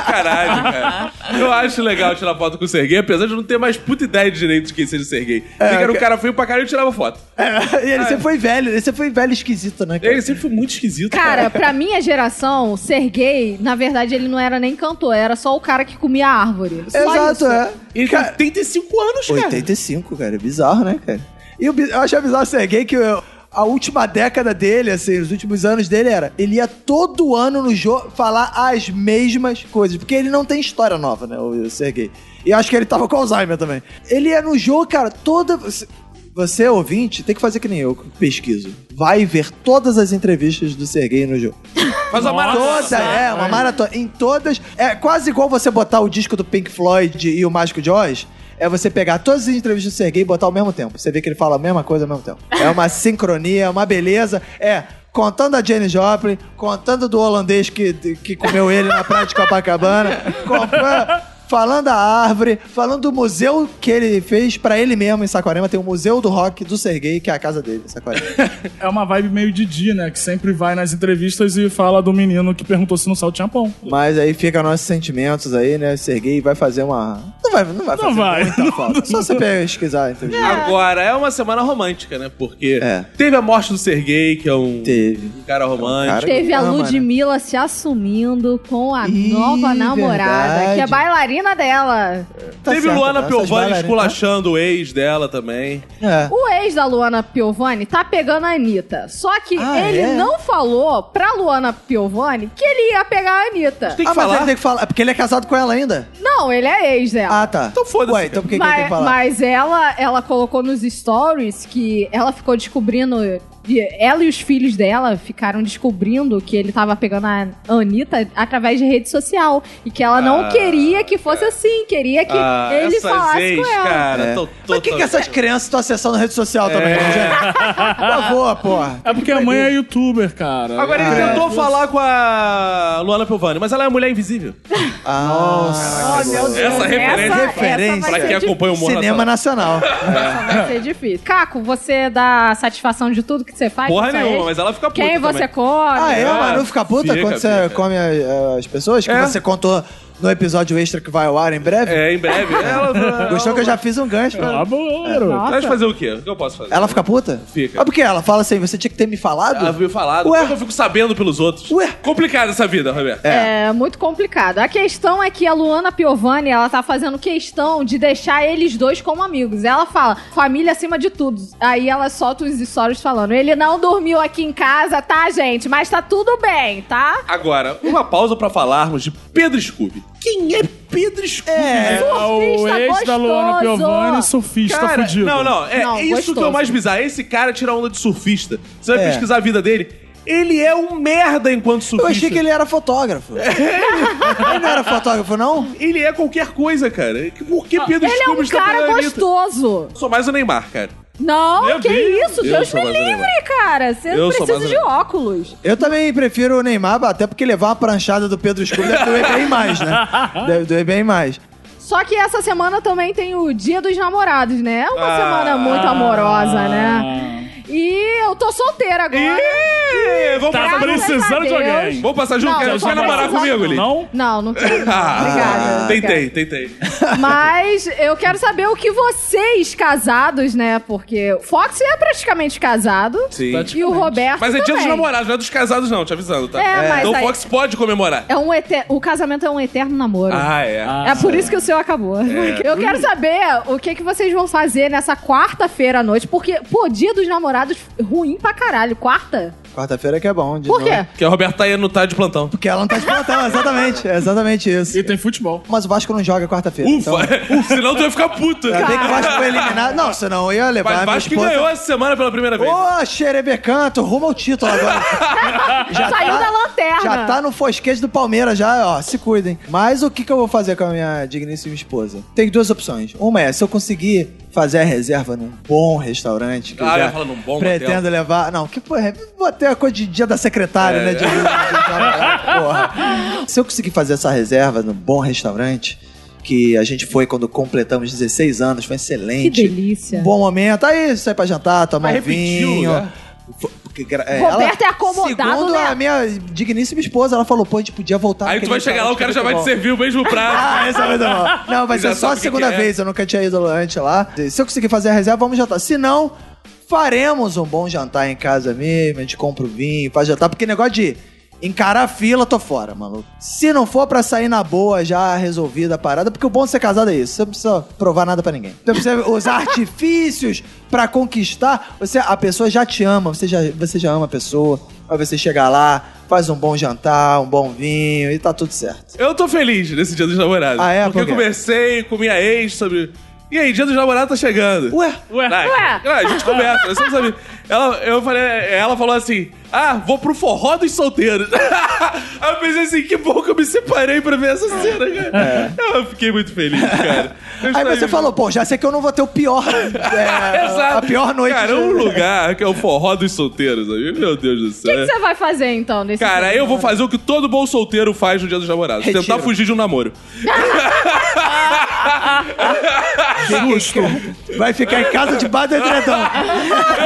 Speaker 3: [laughs] caralho, cara. Eu acho legal tirar foto com o Serguei, apesar de eu não ter mais puta ideia de direito de quem seja o Serguei. Sei que era um
Speaker 4: ca-
Speaker 3: cara feio pra caralho e eu tirava foto.
Speaker 4: É, e ele sempre foi velho, ele sempre foi velho esquisito, né? cara?
Speaker 3: Ele sempre foi muito esquisito.
Speaker 2: Cara, pra minha geração, ser gay, na verdade, ele não era nem cantor, era só o cara que comia a árvore. Só
Speaker 4: Exato,
Speaker 2: isso.
Speaker 4: é.
Speaker 3: Ele tem 85 anos, cara.
Speaker 4: 85, cara. É bizarro, né, cara? E eu, eu achei bizarro ser gay que eu- a última década dele, assim, os últimos anos dele era. Ele ia todo ano no jogo falar as mesmas coisas. Porque ele não tem história nova, né? O Sergei. E eu acho que ele tava com Alzheimer também. Ele ia no jogo, cara, toda. você- Você, ouvinte, tem que fazer que nem eu, que pesquiso. Vai ver todas as entrevistas do Sergei no jogo.
Speaker 3: Faz uma
Speaker 5: Nossa.
Speaker 3: maratona.
Speaker 4: Toda, é, uma
Speaker 5: Ai.
Speaker 4: maratona. Em todas. É quase igual você botar o disco do Pink Floyd e o Mágico de Oz. É você pegar todas as entrevistas do Sergei e botar ao mesmo tempo. Você vê que ele fala a mesma coisa ao mesmo tempo. É uma sincronia, é uma beleza. É. Contando a Jenny Joplin, contando do holandês que, que comeu ele na praia de Copacabana, compa- falando da árvore, falando do museu que ele fez pra ele mesmo em Saquarema. Tem o Museu do Rock do Sergei, que é a casa dele em Saquarema.
Speaker 5: É uma vibe meio Didi, né? Que sempre vai nas entrevistas e fala do menino que perguntou se no sal tinha pão.
Speaker 4: Mas aí fica nossos sentimentos aí, né? Serguei vai fazer uma. Não vai, não vai fazer
Speaker 5: Não vai.
Speaker 4: muita falta. Só você pesquisar, entendeu?
Speaker 3: Agora, é uma semana romântica, né? Porque
Speaker 4: É.
Speaker 3: teve a morte do Sergei, que é um,
Speaker 4: Teve. É
Speaker 3: um cara romântico.
Speaker 4: cara
Speaker 2: Teve a
Speaker 4: ama, né?
Speaker 2: Ludmilla se assumindo com a
Speaker 4: Ih,
Speaker 2: nova namorada,
Speaker 4: verdade.
Speaker 2: que é bailarina dela.
Speaker 4: Tá
Speaker 3: teve
Speaker 4: certo,
Speaker 3: Luana
Speaker 4: né? Essas
Speaker 3: Piovani
Speaker 4: bailarinas-
Speaker 3: esculachando o ex dela também.
Speaker 4: É.
Speaker 2: O ex da Luana Piovani tá pegando a Anitta. Só que
Speaker 4: Ah,
Speaker 2: ele
Speaker 4: é?
Speaker 2: não falou pra Luana Piovani que ele ia pegar a Anitta.
Speaker 3: Tem que
Speaker 4: ah, mas
Speaker 3: falar.
Speaker 4: ele tem que falar. Porque ele é casado com ela ainda?
Speaker 2: Não, ele é ex dela.
Speaker 4: Ah, tá.
Speaker 3: Então foda-se,
Speaker 4: Ué,
Speaker 3: cara.
Speaker 4: então por que, que ele tem
Speaker 2: mas,
Speaker 4: que falar?
Speaker 2: mas ela, ela colocou nos stories que ela ficou descobrindo. e Ela e os filhos dela ficaram descobrindo que ele tava pegando a Anitta através de rede social. E que ela não
Speaker 3: Ah,
Speaker 2: queria que fosse assim, queria que
Speaker 3: Ah,
Speaker 2: ele
Speaker 3: essas
Speaker 2: falasse
Speaker 3: ex,
Speaker 2: com ela.
Speaker 3: cara.
Speaker 4: É.
Speaker 3: Tô, É.
Speaker 4: Mas o que, que essas crianças estão acessando na rede social também, gente? Por favor, porra.
Speaker 5: É porque a mãe é youtuber, cara.
Speaker 3: Agora ele
Speaker 4: Ah,
Speaker 3: tentou falar com a Luana Piovani, mas ela é a mulher invisível.
Speaker 4: Ah, Nossa.
Speaker 3: Essa
Speaker 2: Oh,
Speaker 3: referência.
Speaker 2: Essa,
Speaker 4: Referência.
Speaker 2: essa
Speaker 3: Pra
Speaker 2: vai
Speaker 3: quem
Speaker 2: ser difícil.
Speaker 3: acompanha o humor
Speaker 4: Cinema nacional.
Speaker 3: Tá
Speaker 2: Vai ser difícil. Caco, você dá satisfação de tudo que você faz?
Speaker 3: Porra
Speaker 2: com sua
Speaker 3: nenhuma,
Speaker 2: ex?
Speaker 3: mas ela fica puta
Speaker 2: Quem
Speaker 3: também.
Speaker 2: você come?
Speaker 4: Ah, é?
Speaker 3: Ah,
Speaker 4: Mas não fica puta
Speaker 3: fica,
Speaker 4: quando você
Speaker 3: fica.
Speaker 4: come a- as pessoas? Que
Speaker 3: É.
Speaker 4: você contou no episódio extra que vai ao ar em breve?
Speaker 3: É, em breve. Ela,
Speaker 4: Gostou que eu já fiz um gancho
Speaker 5: É
Speaker 3: É.
Speaker 4: pra...
Speaker 5: Adoro.
Speaker 3: Mas
Speaker 2: Nossa.
Speaker 3: fazer o quê? O que eu posso fazer?
Speaker 4: Ela fica puta?
Speaker 3: Fica.
Speaker 4: Mas por que ela fala assim, você tinha que ter me falado?
Speaker 3: Ela veio falar.
Speaker 4: Ué?
Speaker 3: Ué? Eu fico sabendo pelos outros.
Speaker 4: Ué?
Speaker 3: Complicada essa vida, Roberto.
Speaker 2: É muito complicado. A questão é que a Luana Piovani, ela tá fazendo questão de deixar eles dois como amigos. Ela fala, família acima de tudo. Aí ela solta os stories falando, ele não dormiu aqui em casa, tá, gente? Mas tá tudo bem, tá?
Speaker 3: Agora, uma pausa pra falarmos de Pedro Scooby. Quem é Pedro Scooby?
Speaker 5: É o
Speaker 2: Surfista
Speaker 5: ex da Luana
Speaker 2: gostoso.
Speaker 5: Piovani, surfista
Speaker 3: Cara,
Speaker 5: fudido.
Speaker 3: Não, não. É
Speaker 2: Não,
Speaker 3: isso que é
Speaker 2: gostoso.
Speaker 3: o mais bizarro. Esse cara tira onda de surfista. Você vai
Speaker 4: É.
Speaker 3: pesquisar a vida dele. Ele é um merda enquanto surfista.
Speaker 4: Eu achei que ele era fotógrafo.
Speaker 3: É.
Speaker 4: ele não era fotógrafo, não?
Speaker 3: Ele é qualquer coisa, cara. Por que Pedro
Speaker 2: Ele é
Speaker 3: Scooby
Speaker 2: um
Speaker 3: está
Speaker 2: cara
Speaker 3: pegando a Anitta?
Speaker 2: gostoso.
Speaker 3: Eu Sou mais o Neymar, cara.
Speaker 2: Não,
Speaker 3: Meu
Speaker 2: que
Speaker 3: Deus.
Speaker 2: isso?
Speaker 3: Eu
Speaker 2: Deus
Speaker 3: sou
Speaker 2: me
Speaker 3: mais
Speaker 2: livre,
Speaker 3: alemão.
Speaker 2: cara. Você
Speaker 3: Eu sou
Speaker 2: precisa
Speaker 3: mais
Speaker 2: de
Speaker 3: alemão.
Speaker 2: óculos.
Speaker 4: Eu também prefiro o Neymar, até porque levar uma pranchada do Pedro Scooby deve doer bem mais, né?
Speaker 3: [laughs]
Speaker 4: Deve doer bem mais.
Speaker 2: Só que essa semana também tem o Dia dos Namorados, né? É uma
Speaker 3: Ah.
Speaker 2: semana muito amorosa, né? E eu tô solteira agora.
Speaker 3: Ih, vamos
Speaker 5: Tá
Speaker 3: passar
Speaker 2: Graças
Speaker 3: junto.
Speaker 2: a
Speaker 5: precisando de
Speaker 2: Deus.
Speaker 5: alguém.
Speaker 3: Vamos passar junto?
Speaker 2: Não,
Speaker 3: Quero-
Speaker 2: eu
Speaker 3: Você
Speaker 2: só
Speaker 3: quer namorar
Speaker 2: preciso-
Speaker 3: comigo ali?
Speaker 5: Não?
Speaker 2: Não, não quero.
Speaker 3: [laughs] Ah,
Speaker 2: Obrigada.
Speaker 3: Tentei, tentei.
Speaker 2: Mas eu quero saber o que vocês casados, né? Porque o Fox é praticamente casado.
Speaker 3: Sim.
Speaker 2: E o Roberto
Speaker 3: [laughs] Mas é dia
Speaker 2: também.
Speaker 3: dos namorados, não é dos casados, não, te avisando, tá?
Speaker 2: É, mas
Speaker 3: então
Speaker 2: aí-
Speaker 3: o Fox pode comemorar.
Speaker 2: É um eter... O casamento é um eterno namoro.
Speaker 3: Ah, Hum. é.
Speaker 5: Ah.
Speaker 2: É por isso que o seu acabou. Eu quero saber o que, que vocês vão fazer nessa quarta-feira à noite, porque, pô, dia dos namorados ruim pra caralho. Quarta?
Speaker 4: Quarta-feira que é bom. de
Speaker 2: Por
Speaker 4: novo.
Speaker 2: quê?
Speaker 3: Porque o Roberto tá aí no tá de plantão.
Speaker 4: Porque ela não tá de plantão, exatamente. É exatamente isso.
Speaker 5: E tem futebol.
Speaker 4: Mas o Vasco não joga quarta-feira. Então,
Speaker 3: Ufa!
Speaker 4: [laughs]
Speaker 3: [laughs] Senão tu ia ficar puto.
Speaker 4: ainda bem que o Vasco
Speaker 3: [laughs]
Speaker 4: foi eliminado. Não, senão eu ia levar né,
Speaker 3: Mas
Speaker 4: a minha
Speaker 3: Vasco que
Speaker 4: esposa-
Speaker 3: ganhou essa semana pela primeira vez.
Speaker 4: Ô, xerebecanto, rumo ao título agora.
Speaker 2: Saiu da lanterna.
Speaker 4: Já tá no fosquete do Palmeiras, já, ó. Se cuidem. Mas o que, que eu vou fazer com a minha digníssima esposa? Tem duas opções. Uma é, se eu conseguir fazer a reserva num bom restaurante. Que eu
Speaker 3: Ah,
Speaker 4: já
Speaker 3: eu ia falar num bom
Speaker 4: Pretendo
Speaker 3: hotel.
Speaker 4: levar. Não, que porra. Botei a coisa de dia da secretária,
Speaker 3: É.
Speaker 4: né? De, de- de- de- porra. Se eu conseguir fazer essa reserva num bom restaurante, que a gente foi quando completamos 16 anos, foi
Speaker 2: Que
Speaker 4: excelente.
Speaker 2: delícia.
Speaker 4: Um bom momento. Aí sai pra jantar, tomar
Speaker 3: Mas
Speaker 4: um
Speaker 3: repetiu,
Speaker 4: vinho.
Speaker 3: né?
Speaker 4: Fo- porque gra- é,
Speaker 2: Roberto é acomodado,
Speaker 4: segundo
Speaker 2: né?
Speaker 4: a minha digníssima esposa, ela falou, pô, a gente podia voltar.
Speaker 3: Aí tu
Speaker 4: naquele
Speaker 3: vai chegar lá, o cara já vai te
Speaker 4: restaurante,
Speaker 3: servir o mesmo prato.
Speaker 4: tá Ah, essa vai dar bom. Não,
Speaker 3: [laughs]
Speaker 4: vai
Speaker 3: Já
Speaker 4: ser só a
Speaker 3: sabe o que
Speaker 4: segunda
Speaker 3: que é.
Speaker 4: vez, eu nunca tinha ido antes lá. Se eu conseguir fazer a reserva, vamos jantar. Se não, faremos um bom jantar em casa mesmo, a gente compra o vinho, faz jantar, porque negócio de encarar a fila, tô fora, maluco. Se não for pra sair na boa, já resolvida a parada, porque o bom de ser casado é isso, você não precisa provar nada pra ninguém. Você não precisa usar [laughs] artifícios pra conquistar, você, a pessoa já te ama, você já, você já ama a pessoa, aí você chega lá, faz um bom jantar, um bom vinho e tá tudo certo.
Speaker 3: Eu tô feliz nesse dia dos namorados.
Speaker 4: Ah, é?
Speaker 3: Porque
Speaker 4: Por quê?
Speaker 3: eu conversei com minha ex sobre. E aí, dia dos namorados tá chegando.
Speaker 4: Ué?
Speaker 5: Ué.
Speaker 3: Vai.
Speaker 2: Ué.
Speaker 3: Ah, a gente conversa, nós somos amigos. Ela, eu falei, ela falou assim: Ah, vou pro forró dos solteiros. [laughs] Aí eu pensei assim: Que bom que eu me separei pra ver essa cena, cara. Eu fiquei muito feliz, cara. Eu
Speaker 4: É. Aí
Speaker 3: estaria-
Speaker 4: você falou, pô, já sei que eu não vou ter o pior. é,
Speaker 3: [laughs] Exato.
Speaker 4: A pior noite.
Speaker 3: Cara, é um lugar que é o forró dos solteiros, amigo. Meu Deus do
Speaker 2: O
Speaker 3: céu.
Speaker 2: que que você vai fazer então nesse
Speaker 3: Cara,
Speaker 2: filme?
Speaker 3: eu vou fazer o que todo bom solteiro faz no dia dos namorados.
Speaker 4: Retiro.
Speaker 3: Tentar fugir de um namoro.
Speaker 4: Justo. Vai ficar em casa debaixo do edredom.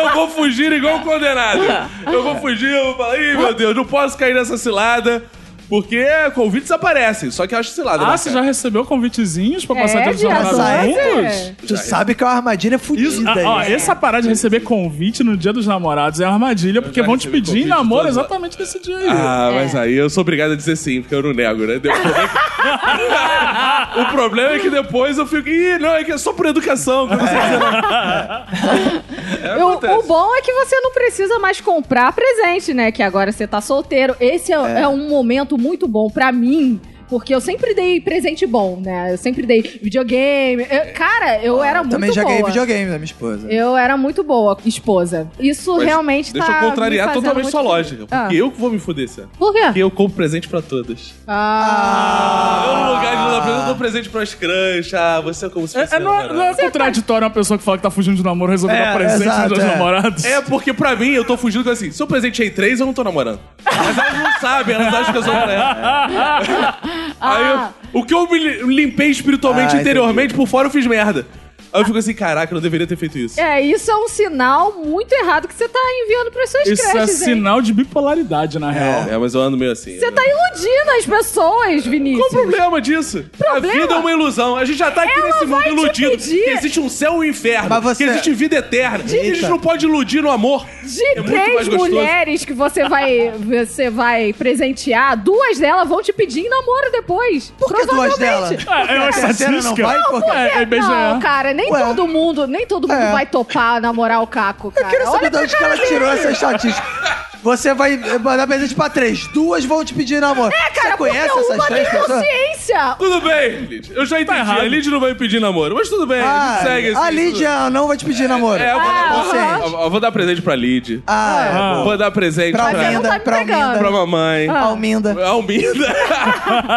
Speaker 3: Eu vou fugir igual um condenado. Eu vou fugir, eu vou falar, ih, meu Deus, não posso cair nessa cilada. Porque convites aparecem, só que eu acho cilada. né,
Speaker 5: Ah, você
Speaker 3: cara?
Speaker 5: já recebeu convitezinhos pra
Speaker 2: É,
Speaker 5: passar tempo de
Speaker 2: viado,
Speaker 5: namorado
Speaker 2: mas
Speaker 5: juntos?
Speaker 2: é.
Speaker 4: Tu sabe que é uma armadilha fodida.
Speaker 5: Isso, ah, ó,
Speaker 4: isso.
Speaker 5: essa parada de receber convite no dia dos namorados é uma armadilha, porque
Speaker 3: já
Speaker 5: vão te
Speaker 3: recebi
Speaker 5: pedir em
Speaker 3: convite
Speaker 5: namoro
Speaker 3: todos lá.
Speaker 5: exatamente nesse dia aí.
Speaker 3: Ah,
Speaker 2: É.
Speaker 3: mas aí eu sou obrigado a dizer sim, porque eu não nego, né? Depois- [laughs] o problema é que depois eu fico. Ih, não, é que é só por educação. que eu não sei dizer não."
Speaker 2: [laughs] Eu-
Speaker 3: acontece.
Speaker 2: o bom é que você não precisa mais comprar presente, né? Que agora você tá solteiro. Esse é, é um momento muito bom pra mim. Porque eu sempre dei presente bom, né? Eu sempre dei videogame.
Speaker 3: É.
Speaker 2: Eu- cara, eu
Speaker 3: Ah,
Speaker 2: era muito
Speaker 4: Também já
Speaker 2: boa.
Speaker 4: ganhei videogame da minha esposa.
Speaker 2: Eu era muito boa, esposa. Isso
Speaker 3: Mas
Speaker 2: realmente
Speaker 3: Deixa
Speaker 2: tá.
Speaker 3: eu
Speaker 2: me
Speaker 3: contrariar
Speaker 2: fazendo
Speaker 3: totalmente
Speaker 2: muito
Speaker 3: sua
Speaker 2: feliz.
Speaker 3: lógica. Porque
Speaker 2: Ah.
Speaker 3: eu que vou me fuder, Sam.
Speaker 2: Por
Speaker 3: Porque
Speaker 2: quê?
Speaker 3: eu compro presente pra todas.
Speaker 2: Ah.
Speaker 3: Eu, no lugar de não dar presente, eu dou presente pras crush. Ah, você é como se fosse.
Speaker 5: É, é, não, é-
Speaker 3: namorado.
Speaker 5: não é contraditório uma pessoa que fala que tá fugindo de namoro resolver
Speaker 4: né, É,
Speaker 5: dar presente
Speaker 4: exato,
Speaker 5: no dia dos
Speaker 4: é.
Speaker 5: namorados?
Speaker 3: É, porque pra mim, eu tô fugindo com assim, se eu presentei três, eu não tô namorando. Mas elas não sabem, elas acham que eu sou
Speaker 2: Ah.
Speaker 3: mulher. Ah. Aí eu- o que eu me li- limpei espiritualmente
Speaker 4: Ah,
Speaker 3: interiormente, por fora eu fiz merda. Aí eu fico assim, caraca, eu não deveria ter feito isso.
Speaker 2: É, isso é um sinal muito errado que você tá enviando pras suas
Speaker 5: Isso é
Speaker 2: creches, hein?
Speaker 5: sinal de bipolaridade, na real.
Speaker 3: É, mas eu ando meio assim.
Speaker 2: Você tá iludindo as pessoas, Vinícius.
Speaker 3: Qual o problema disso? A
Speaker 2: Problema?
Speaker 3: vida é uma ilusão. A gente já tá aqui
Speaker 2: Ela
Speaker 3: nesse mundo
Speaker 2: vai te
Speaker 3: iludido.
Speaker 2: pedir.
Speaker 3: Que existe um céu e um inferno.
Speaker 4: Mas você-
Speaker 3: Que existe vida eterna. Que a gente
Speaker 4: Eita.
Speaker 3: não pode iludir no amor.
Speaker 2: De
Speaker 5: É
Speaker 3: muito mais
Speaker 2: três
Speaker 3: gostoso.
Speaker 2: mulheres que você vai, você vai presentear, duas delas vão te pedir em namoro depois.
Speaker 4: Por que duas delas?
Speaker 2: Provavelmente.
Speaker 5: É, é uma
Speaker 4: A terceira não
Speaker 5: estatística.
Speaker 4: vai, porque-
Speaker 5: É, é IBGE.
Speaker 2: Não, cara, nem
Speaker 4: Ué.
Speaker 2: todo mundo, nem todo mundo
Speaker 4: É.
Speaker 2: vai topar namorar o Caco, cara.
Speaker 4: Eu quero saber
Speaker 2: Olha
Speaker 4: de
Speaker 2: pra
Speaker 4: onde que ela
Speaker 2: cara
Speaker 4: tirou
Speaker 2: dele.
Speaker 4: essa estatística. Você vai mandar presente pra três. Duas vão te pedir namoro.
Speaker 2: É, cara,
Speaker 4: Você conhece
Speaker 2: porque
Speaker 4: essas
Speaker 2: uma
Speaker 4: três
Speaker 2: tem
Speaker 4: pessoas?
Speaker 2: consciência.
Speaker 3: Tudo bem, Lid. Eu já entendi.
Speaker 5: errado.
Speaker 3: a Lid não vai pedir namoro. Mas tudo bem, a gente segue assim.
Speaker 4: Tá Ah, a
Speaker 3: tudo-
Speaker 4: Lídia não vai te pedir namoro.
Speaker 3: É, eu vou,
Speaker 2: Ah,
Speaker 3: dar, vou-
Speaker 4: aham.
Speaker 3: eu- eu vou dar presente pra Lid.
Speaker 4: Ah, é,
Speaker 5: Ah.
Speaker 4: boa.
Speaker 3: Vou dar presente
Speaker 4: Pra
Speaker 3: pra,
Speaker 2: Mas você não
Speaker 4: Alminda,
Speaker 2: tá me
Speaker 4: pra Alminda.
Speaker 2: pegando.
Speaker 3: pra mamãe.
Speaker 2: Ah.
Speaker 4: Alminda.
Speaker 3: Alminda.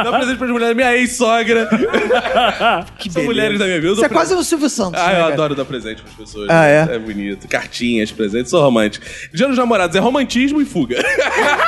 Speaker 3: Dá presente pras mulheres. Minha ex-sogra.
Speaker 4: Que
Speaker 3: São
Speaker 4: beleza.
Speaker 3: mulheres da minha vida. Eu dou
Speaker 4: Você
Speaker 3: presente.
Speaker 4: é quase o Silvio Santos.
Speaker 3: Ah,
Speaker 4: né,
Speaker 3: eu
Speaker 4: cara?
Speaker 3: adoro dar presente pras pessoas.
Speaker 4: Ah, é?
Speaker 3: É bonito. Cartinhas, presentes, sou romântico. Dia dos namorados é romantismo e fuga. [laughs]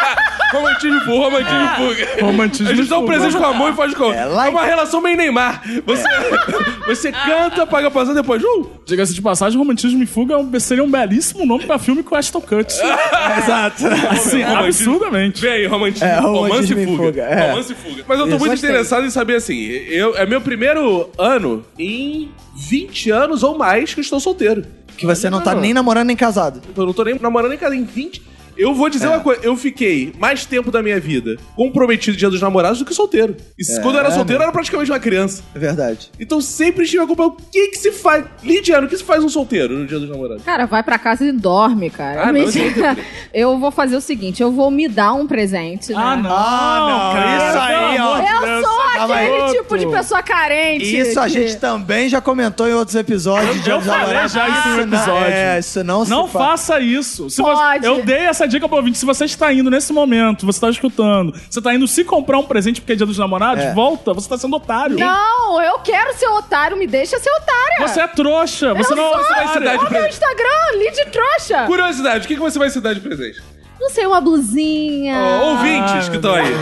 Speaker 3: romantismo e fuga, romantismo e fuga.
Speaker 5: Romantismo
Speaker 3: A gente
Speaker 5: e
Speaker 3: dá um
Speaker 5: fuga.
Speaker 3: presente com amor e faz com... É,
Speaker 4: É, like-
Speaker 3: uma relação meio Neymar. Você, [laughs] você canta, paga passando depois. Uh,
Speaker 5: Diga-se de passagem, Romantismo e Fuga é um- seria um belíssimo nome pra filme com Ashton Kutcher.
Speaker 4: É, um Exato.
Speaker 5: Assim,
Speaker 3: romantismo.
Speaker 5: absurdamente.
Speaker 3: Vem aí, romantismo.
Speaker 4: É,
Speaker 3: romance
Speaker 4: romantismo
Speaker 3: e
Speaker 4: em
Speaker 3: fuga.
Speaker 4: fuga, é.
Speaker 3: Romance e fuga. Mas eu tô
Speaker 4: Eu
Speaker 3: muito
Speaker 4: gostei.
Speaker 3: interessado em saber assim. Eu, é meu primeiro ano em 20 anos ou mais que eu estou solteiro. Então,
Speaker 4: Que você não tá nem namorando nem casado.
Speaker 3: Eu não tô nem namorando nem cara em 20. Eu vou
Speaker 4: É.
Speaker 3: dizer uma coisa, eu fiquei mais tempo da minha vida comprometido dia dos namorados do que solteiro. E se- quando eu era solteiro, eu era praticamente uma criança.
Speaker 4: É verdade.
Speaker 3: Então sempre estive acompanhando o que que se faz. Lidiano, o que se faz um solteiro no dia dos namorados?
Speaker 2: Cara, vai pra casa e dorme, cara.
Speaker 3: Ah, não,
Speaker 2: Mentira. [laughs] eu vou fazer o seguinte, eu vou me dar um presente, né?
Speaker 5: Ah, não.
Speaker 4: Ah, não,
Speaker 5: cara,
Speaker 4: isso aí,
Speaker 5: pelo
Speaker 4: ó.
Speaker 5: amor de
Speaker 2: Eu
Speaker 5: Deus,
Speaker 2: sou
Speaker 5: acaba aí.
Speaker 2: aquele tipo de pessoa carente.
Speaker 4: Isso a
Speaker 2: que-
Speaker 4: gente tá também já comentou em outros episódios. de
Speaker 5: eu
Speaker 4: Jogos
Speaker 5: falei
Speaker 4: Namorados.
Speaker 5: já isso no
Speaker 4: não-
Speaker 5: episódio.
Speaker 4: É, isso não se
Speaker 5: Não
Speaker 4: fa-
Speaker 5: faça isso. Se
Speaker 2: Pode.
Speaker 5: Você, eu dei essa dica pro ouvinte. Se você está indo nesse momento, você está escutando, você está indo se comprar um presente porque é dia dos namorados,
Speaker 4: É.
Speaker 5: volta, você está sendo otário.
Speaker 2: Não, eu quero ser otário, me deixa ser otária.
Speaker 5: Você é trouxa. Você não é
Speaker 2: sou.
Speaker 5: você vai se dar de
Speaker 2: Olha o meu Instagram, Lid Trouxa.
Speaker 3: Curiosidade, o que que você vai se dar de presente?
Speaker 2: Não sei, uma blusinha.
Speaker 3: Ó,
Speaker 5: Oh,
Speaker 3: ouvintes
Speaker 5: meu
Speaker 3: que estão aí.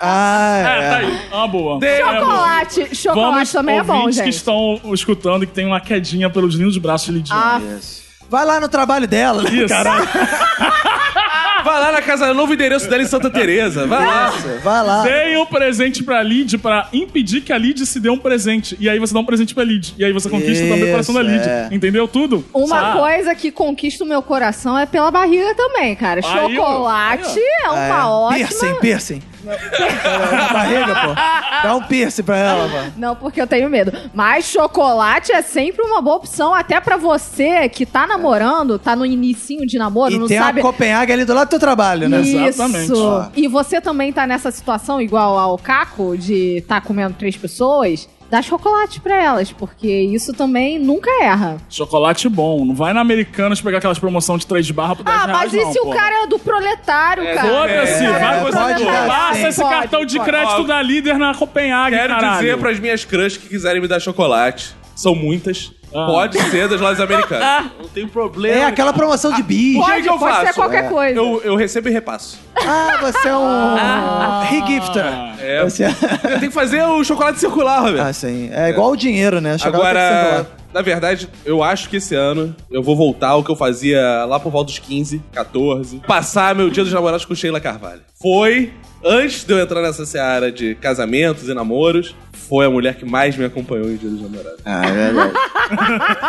Speaker 4: Ah,
Speaker 5: É,
Speaker 4: é.
Speaker 5: tá aí. Uma boa.
Speaker 3: Tem-
Speaker 2: Chocolate. Chocolate
Speaker 5: Vamos
Speaker 2: também é bom,
Speaker 5: ouvintes
Speaker 2: gente.
Speaker 5: que estão escutando e que tem uma quedinha pelos lindos braços de Lidiane.
Speaker 2: Ah,
Speaker 4: Vai lá no trabalho dela. né,
Speaker 5: isso.
Speaker 4: cara?
Speaker 3: Vai lá na casa, novo endereço dela em Santa Teresa. Vai lá.
Speaker 4: Vai lá.
Speaker 5: Dei um presente pra Lid pra impedir que a Lid se dê um presente. E aí você dá um presente pra Lid. E aí você conquista também o coração da
Speaker 4: Isso,
Speaker 5: Lid.
Speaker 4: é.
Speaker 5: Entendeu tudo? Ah,
Speaker 2: uma
Speaker 5: Sabe?
Speaker 2: coisa que conquista o meu coração é pela barriga também, cara.
Speaker 5: Aí, ó.
Speaker 2: Chocolate é
Speaker 4: Ah, é.
Speaker 2: uma ótima.
Speaker 4: Piercing, piercing. Na barriga, pô. Dá um piercing pra ela, mano.
Speaker 2: Não, porque eu tenho medo. Mas chocolate é sempre uma boa opção, até pra você que tá namorando, tá no inicinho de namoro,
Speaker 4: E
Speaker 2: não
Speaker 4: tem
Speaker 2: sabe.
Speaker 4: a Copenhague ali do lado do teu trabalho, né?
Speaker 5: Isso.
Speaker 2: Isso.
Speaker 5: Exatamente.
Speaker 2: E você também tá nessa situação igual ao Caco, de tá comendo três pessoas? dá chocolate pra elas, porque isso também nunca erra.
Speaker 5: Chocolate bom. Não vai na Americanas pegar aquelas promoção de 3 barra por 10
Speaker 2: Ah, mas
Speaker 5: reais, não,
Speaker 2: e se o
Speaker 5: pô.
Speaker 2: cara é do proletário, cara?
Speaker 5: Foda-se,
Speaker 3: É,
Speaker 5: vai você.
Speaker 4: pode dar
Speaker 5: passa
Speaker 4: sim.
Speaker 5: esse
Speaker 2: Pode,
Speaker 5: cartão de
Speaker 2: pode.
Speaker 5: crédito
Speaker 3: Ó,
Speaker 5: da líder na Copenhague,
Speaker 3: Quero
Speaker 5: caralho.
Speaker 3: dizer pras minhas crush que quiserem me dar chocolate, são muitas,
Speaker 5: Ah.
Speaker 3: pode ser das lojas americanas. [laughs] Não tem problema.
Speaker 4: É aquela promoção de bi.
Speaker 3: Por
Speaker 2: Ah, Pode,
Speaker 3: que que eu
Speaker 2: pode ser
Speaker 3: faço?
Speaker 2: qualquer
Speaker 3: É.
Speaker 2: coisa.
Speaker 3: Eu, eu recebo e repasso.
Speaker 4: Ah, você é
Speaker 2: Ah.
Speaker 4: um regifter.
Speaker 3: É.
Speaker 4: Você é...
Speaker 3: Tem que fazer o chocolate circular, Roberto.
Speaker 4: Ah, sim. É igual o dinheiro, né? Chegava até que você
Speaker 3: Agora,
Speaker 4: falava.
Speaker 3: na verdade, eu acho que esse ano eu vou voltar ao que eu fazia lá por volta dos 15, 14. Passar meu dia dos namorados com Sheila Carvalho. Foi, antes de eu entrar nessa seara de casamentos e namoros, foi a mulher que mais me acompanhou em dia dos namorados.
Speaker 4: Ah, é verdade.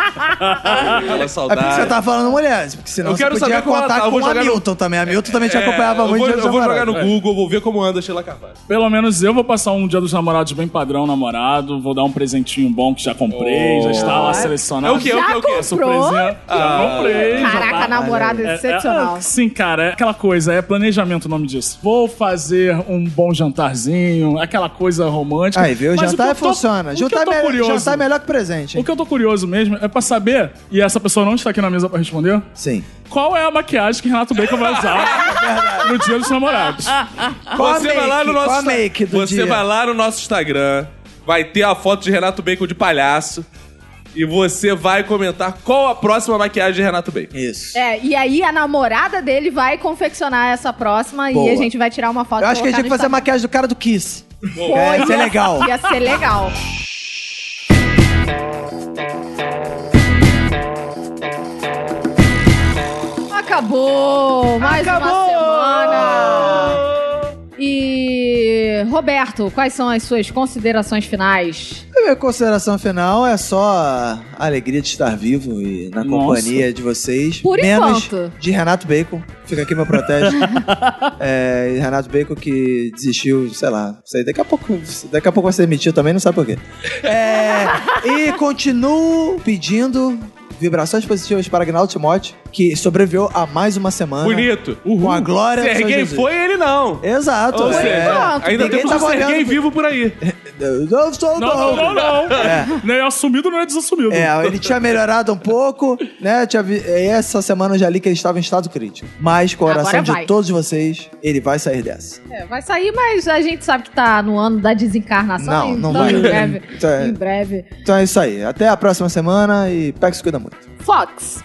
Speaker 3: Aquela
Speaker 4: É porque você
Speaker 3: saudade.
Speaker 4: tava falando mulheres, porque senão
Speaker 3: Eu
Speaker 4: você
Speaker 3: quero
Speaker 4: podia
Speaker 3: saber como ela
Speaker 4: contar
Speaker 3: tá, eu
Speaker 4: com
Speaker 3: vou
Speaker 4: o
Speaker 3: jogar no-
Speaker 4: Hamilton também. Hamilton também te
Speaker 3: É,
Speaker 4: acompanhava
Speaker 3: eu
Speaker 4: muito.
Speaker 3: vou,
Speaker 4: em Dia dos
Speaker 3: eu vou jogar no
Speaker 4: Namorados.
Speaker 3: Google, vou ver como anda a Sheila Carvalho.
Speaker 5: Pelo menos eu vou passar um dia dos namorados bem padrão, namorado. Vou dar um presentinho bom que já comprei,
Speaker 3: Oh.
Speaker 5: já está lá selecionado.
Speaker 3: É o quê? Ah.
Speaker 2: Já
Speaker 3: Eu- eu- eu-
Speaker 2: comprou?
Speaker 5: Surpresinha. Já comprei. já
Speaker 2: Caraca,
Speaker 5: tá.
Speaker 2: namorada
Speaker 5: É, é,
Speaker 2: excepcional.
Speaker 5: é, sim, cara, é aquela coisa, é planejamento o nome disso. Vou fazer um bom jantarzinho, aquela coisa romântica.
Speaker 4: É. Aí, viu?
Speaker 5: Mas o que
Speaker 3: tá-
Speaker 4: Jantar
Speaker 5: eu tô- o
Speaker 4: funciona.
Speaker 5: que
Speaker 4: Jantar
Speaker 5: eu
Speaker 4: é
Speaker 5: tô
Speaker 4: melhor-
Speaker 5: curioso-
Speaker 4: jantar é melhor que presente.
Speaker 5: O
Speaker 4: hein?
Speaker 5: que eu tô curioso mesmo é pra saber, e essa pessoa não está aqui na mesa pra responder,
Speaker 4: Sim.
Speaker 5: qual é a maquiagem que Renato Bacon vai
Speaker 3: [laughs] É
Speaker 5: usar no dia dos namorados.
Speaker 4: Qual a
Speaker 3: Você vai lá
Speaker 4: make?
Speaker 3: no nosso
Speaker 4: Qual a
Speaker 3: Insta-
Speaker 4: make do
Speaker 3: Você
Speaker 4: dia?
Speaker 3: vai lá no nosso Instagram, vai ter a foto de Renato Bacon de palhaço e você vai comentar qual a próxima maquiagem de Renato Bacon.
Speaker 4: Isso.
Speaker 2: É, e aí a namorada dele vai confeccionar essa próxima e
Speaker 4: Boa.
Speaker 2: a gente vai tirar uma foto.
Speaker 4: Eu acho que a gente tinha que fazer a
Speaker 2: uma
Speaker 4: maquiagem do cara do Kiss.
Speaker 2: coisa.
Speaker 4: É, isso é legal.
Speaker 2: Ia ser legal. Acabou! Mais uma semana! E, Roberto, quais são as suas considerações finais?
Speaker 4: A minha consideração final é só a alegria de estar vivo e na
Speaker 5: Nossa.
Speaker 4: companhia de vocês.
Speaker 2: Por
Speaker 4: menos
Speaker 2: enquanto.
Speaker 4: de Renato Bacon. Fica aqui meu protesto. é, e Renato Bacon que desistiu, sei lá. não Sei, daqui a pouco, daqui a pouco vai ser emitido também, não sabe por quê. É, e continuo pedindo vibrações positivas para Agnaldo Timóteo, que sobreviveu a mais uma semana.
Speaker 3: Bonito.
Speaker 4: Com a glória do
Speaker 3: Se
Speaker 4: Senhor
Speaker 3: ninguém
Speaker 4: Jesus.
Speaker 3: foi, ele não.
Speaker 4: Exato.
Speaker 3: Ou seja,
Speaker 2: enquanto,
Speaker 3: ainda
Speaker 4: ninguém
Speaker 3: temos
Speaker 4: tava
Speaker 3: um Serguei
Speaker 4: olhando.
Speaker 3: vivo por aí.
Speaker 4: Eu não sou
Speaker 5: Não, não,
Speaker 4: louco.
Speaker 5: não, não. Nem assumido, não é desassumido.
Speaker 4: É, ele tinha melhorado um pouco, né? Tinha vi- é, Essa semana eu já li que ele estava em estado crítico. Mas com a
Speaker 2: Agora
Speaker 4: oração
Speaker 2: vai.
Speaker 4: de todos vocês, ele vai sair dessa.
Speaker 2: É, vai sair, mas a gente sabe que tá no ano da desencarnação.
Speaker 4: Não, não
Speaker 2: então,
Speaker 4: vai.
Speaker 2: Em breve.
Speaker 4: Então é-
Speaker 2: Em breve.
Speaker 4: Então é isso aí. Até a próxima semana e Pex cuida muito.
Speaker 2: Fox,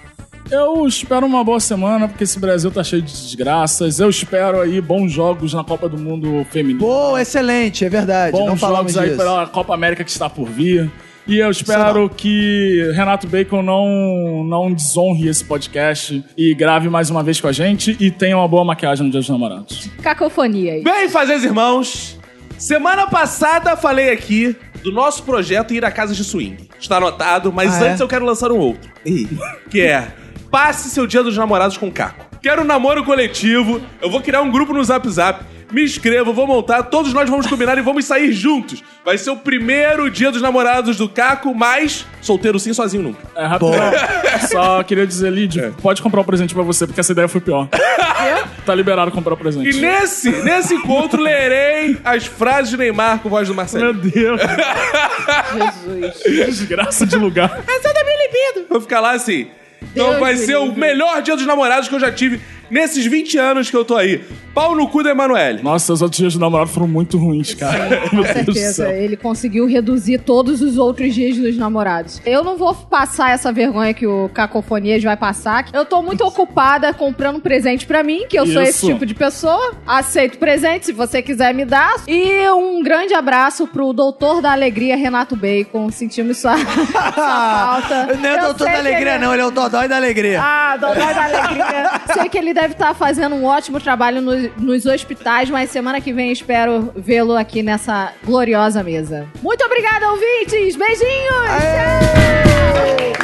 Speaker 5: Eu espero uma boa semana, porque esse Brasil tá cheio de desgraças. Eu espero aí bons jogos na Copa do Mundo Feminino.
Speaker 4: Boa, excelente, é verdade. não
Speaker 5: bons
Speaker 4: falamos
Speaker 5: jogos aí
Speaker 4: disso.
Speaker 5: pela Copa América que está por vir. E eu espero que Renato Bacon não, não desonre esse podcast e grave mais uma vez com a gente e tenha uma boa maquiagem no Dia dos Namorados.
Speaker 2: cacofonia
Speaker 3: [laughs]
Speaker 2: aí.
Speaker 3: Bem, fazeres irmãos. Semana passada falei aqui do nosso projeto ir a casas de swing. Está anotado, mas
Speaker 4: Ah, é?
Speaker 3: antes eu quero lançar um outro.
Speaker 4: Ih,
Speaker 3: que é passe seu dia dos namorados com o Caco. Quero um namoro coletivo, eu vou criar um grupo no Zap Zap, me inscreva, vou montar, todos nós vamos combinar e vamos sair juntos. Vai ser o primeiro dia dos namorados do Caco, mas solteiro sim, sozinho nunca.
Speaker 5: É rapidão. [laughs] Só queria dizer, Lídio, pode comprar um presente pra você, porque essa ideia foi [laughs] pior. tá liberado comprar presente.
Speaker 3: E nesse, nesse encontro lerei as frases de Neymar com voz do Marcelo.
Speaker 5: Meu Deus,
Speaker 2: Jesus.
Speaker 5: [laughs] desgraça de lugar.
Speaker 3: Vou ficar lá assim. Então
Speaker 2: Deus
Speaker 3: vai
Speaker 2: me
Speaker 3: ser o
Speaker 2: livre.
Speaker 3: melhor dia dos namorados que eu já tive nesses 20 anos que eu tô aí. Pau no cu da Emanuele.
Speaker 5: Nossa, os outros dias de namorado foram muito ruins, cara.
Speaker 2: Com
Speaker 5: [laughs] Meu Deus do
Speaker 2: certeza,
Speaker 5: céu.
Speaker 2: ele conseguiu reduzir todos os outros dias dos namorados. Eu não vou passar essa vergonha que o Cacofonias vai passar. Eu tô muito ocupada comprando presente pra mim, que eu sou esse
Speaker 5: Isso.
Speaker 2: tipo de pessoa. Aceito presente se você quiser me dar. E um grande abraço pro doutor da alegria, Renato Bacon. Sentimos sua, [laughs] sua falta.
Speaker 4: não é o
Speaker 2: Eu
Speaker 4: doutor
Speaker 2: sei
Speaker 4: da
Speaker 2: que
Speaker 4: alegria,
Speaker 2: ele-
Speaker 4: não. Ele é o Dodói da alegria.
Speaker 2: Ah, Dodói da Alegria. [laughs] Sei que ele deve estar fazendo um ótimo trabalho no- nos hospitais, mas semana que vem espero vê-lo aqui nessa gloriosa mesa. Muito obrigada, ouvintes! Beijinhos! Tchau!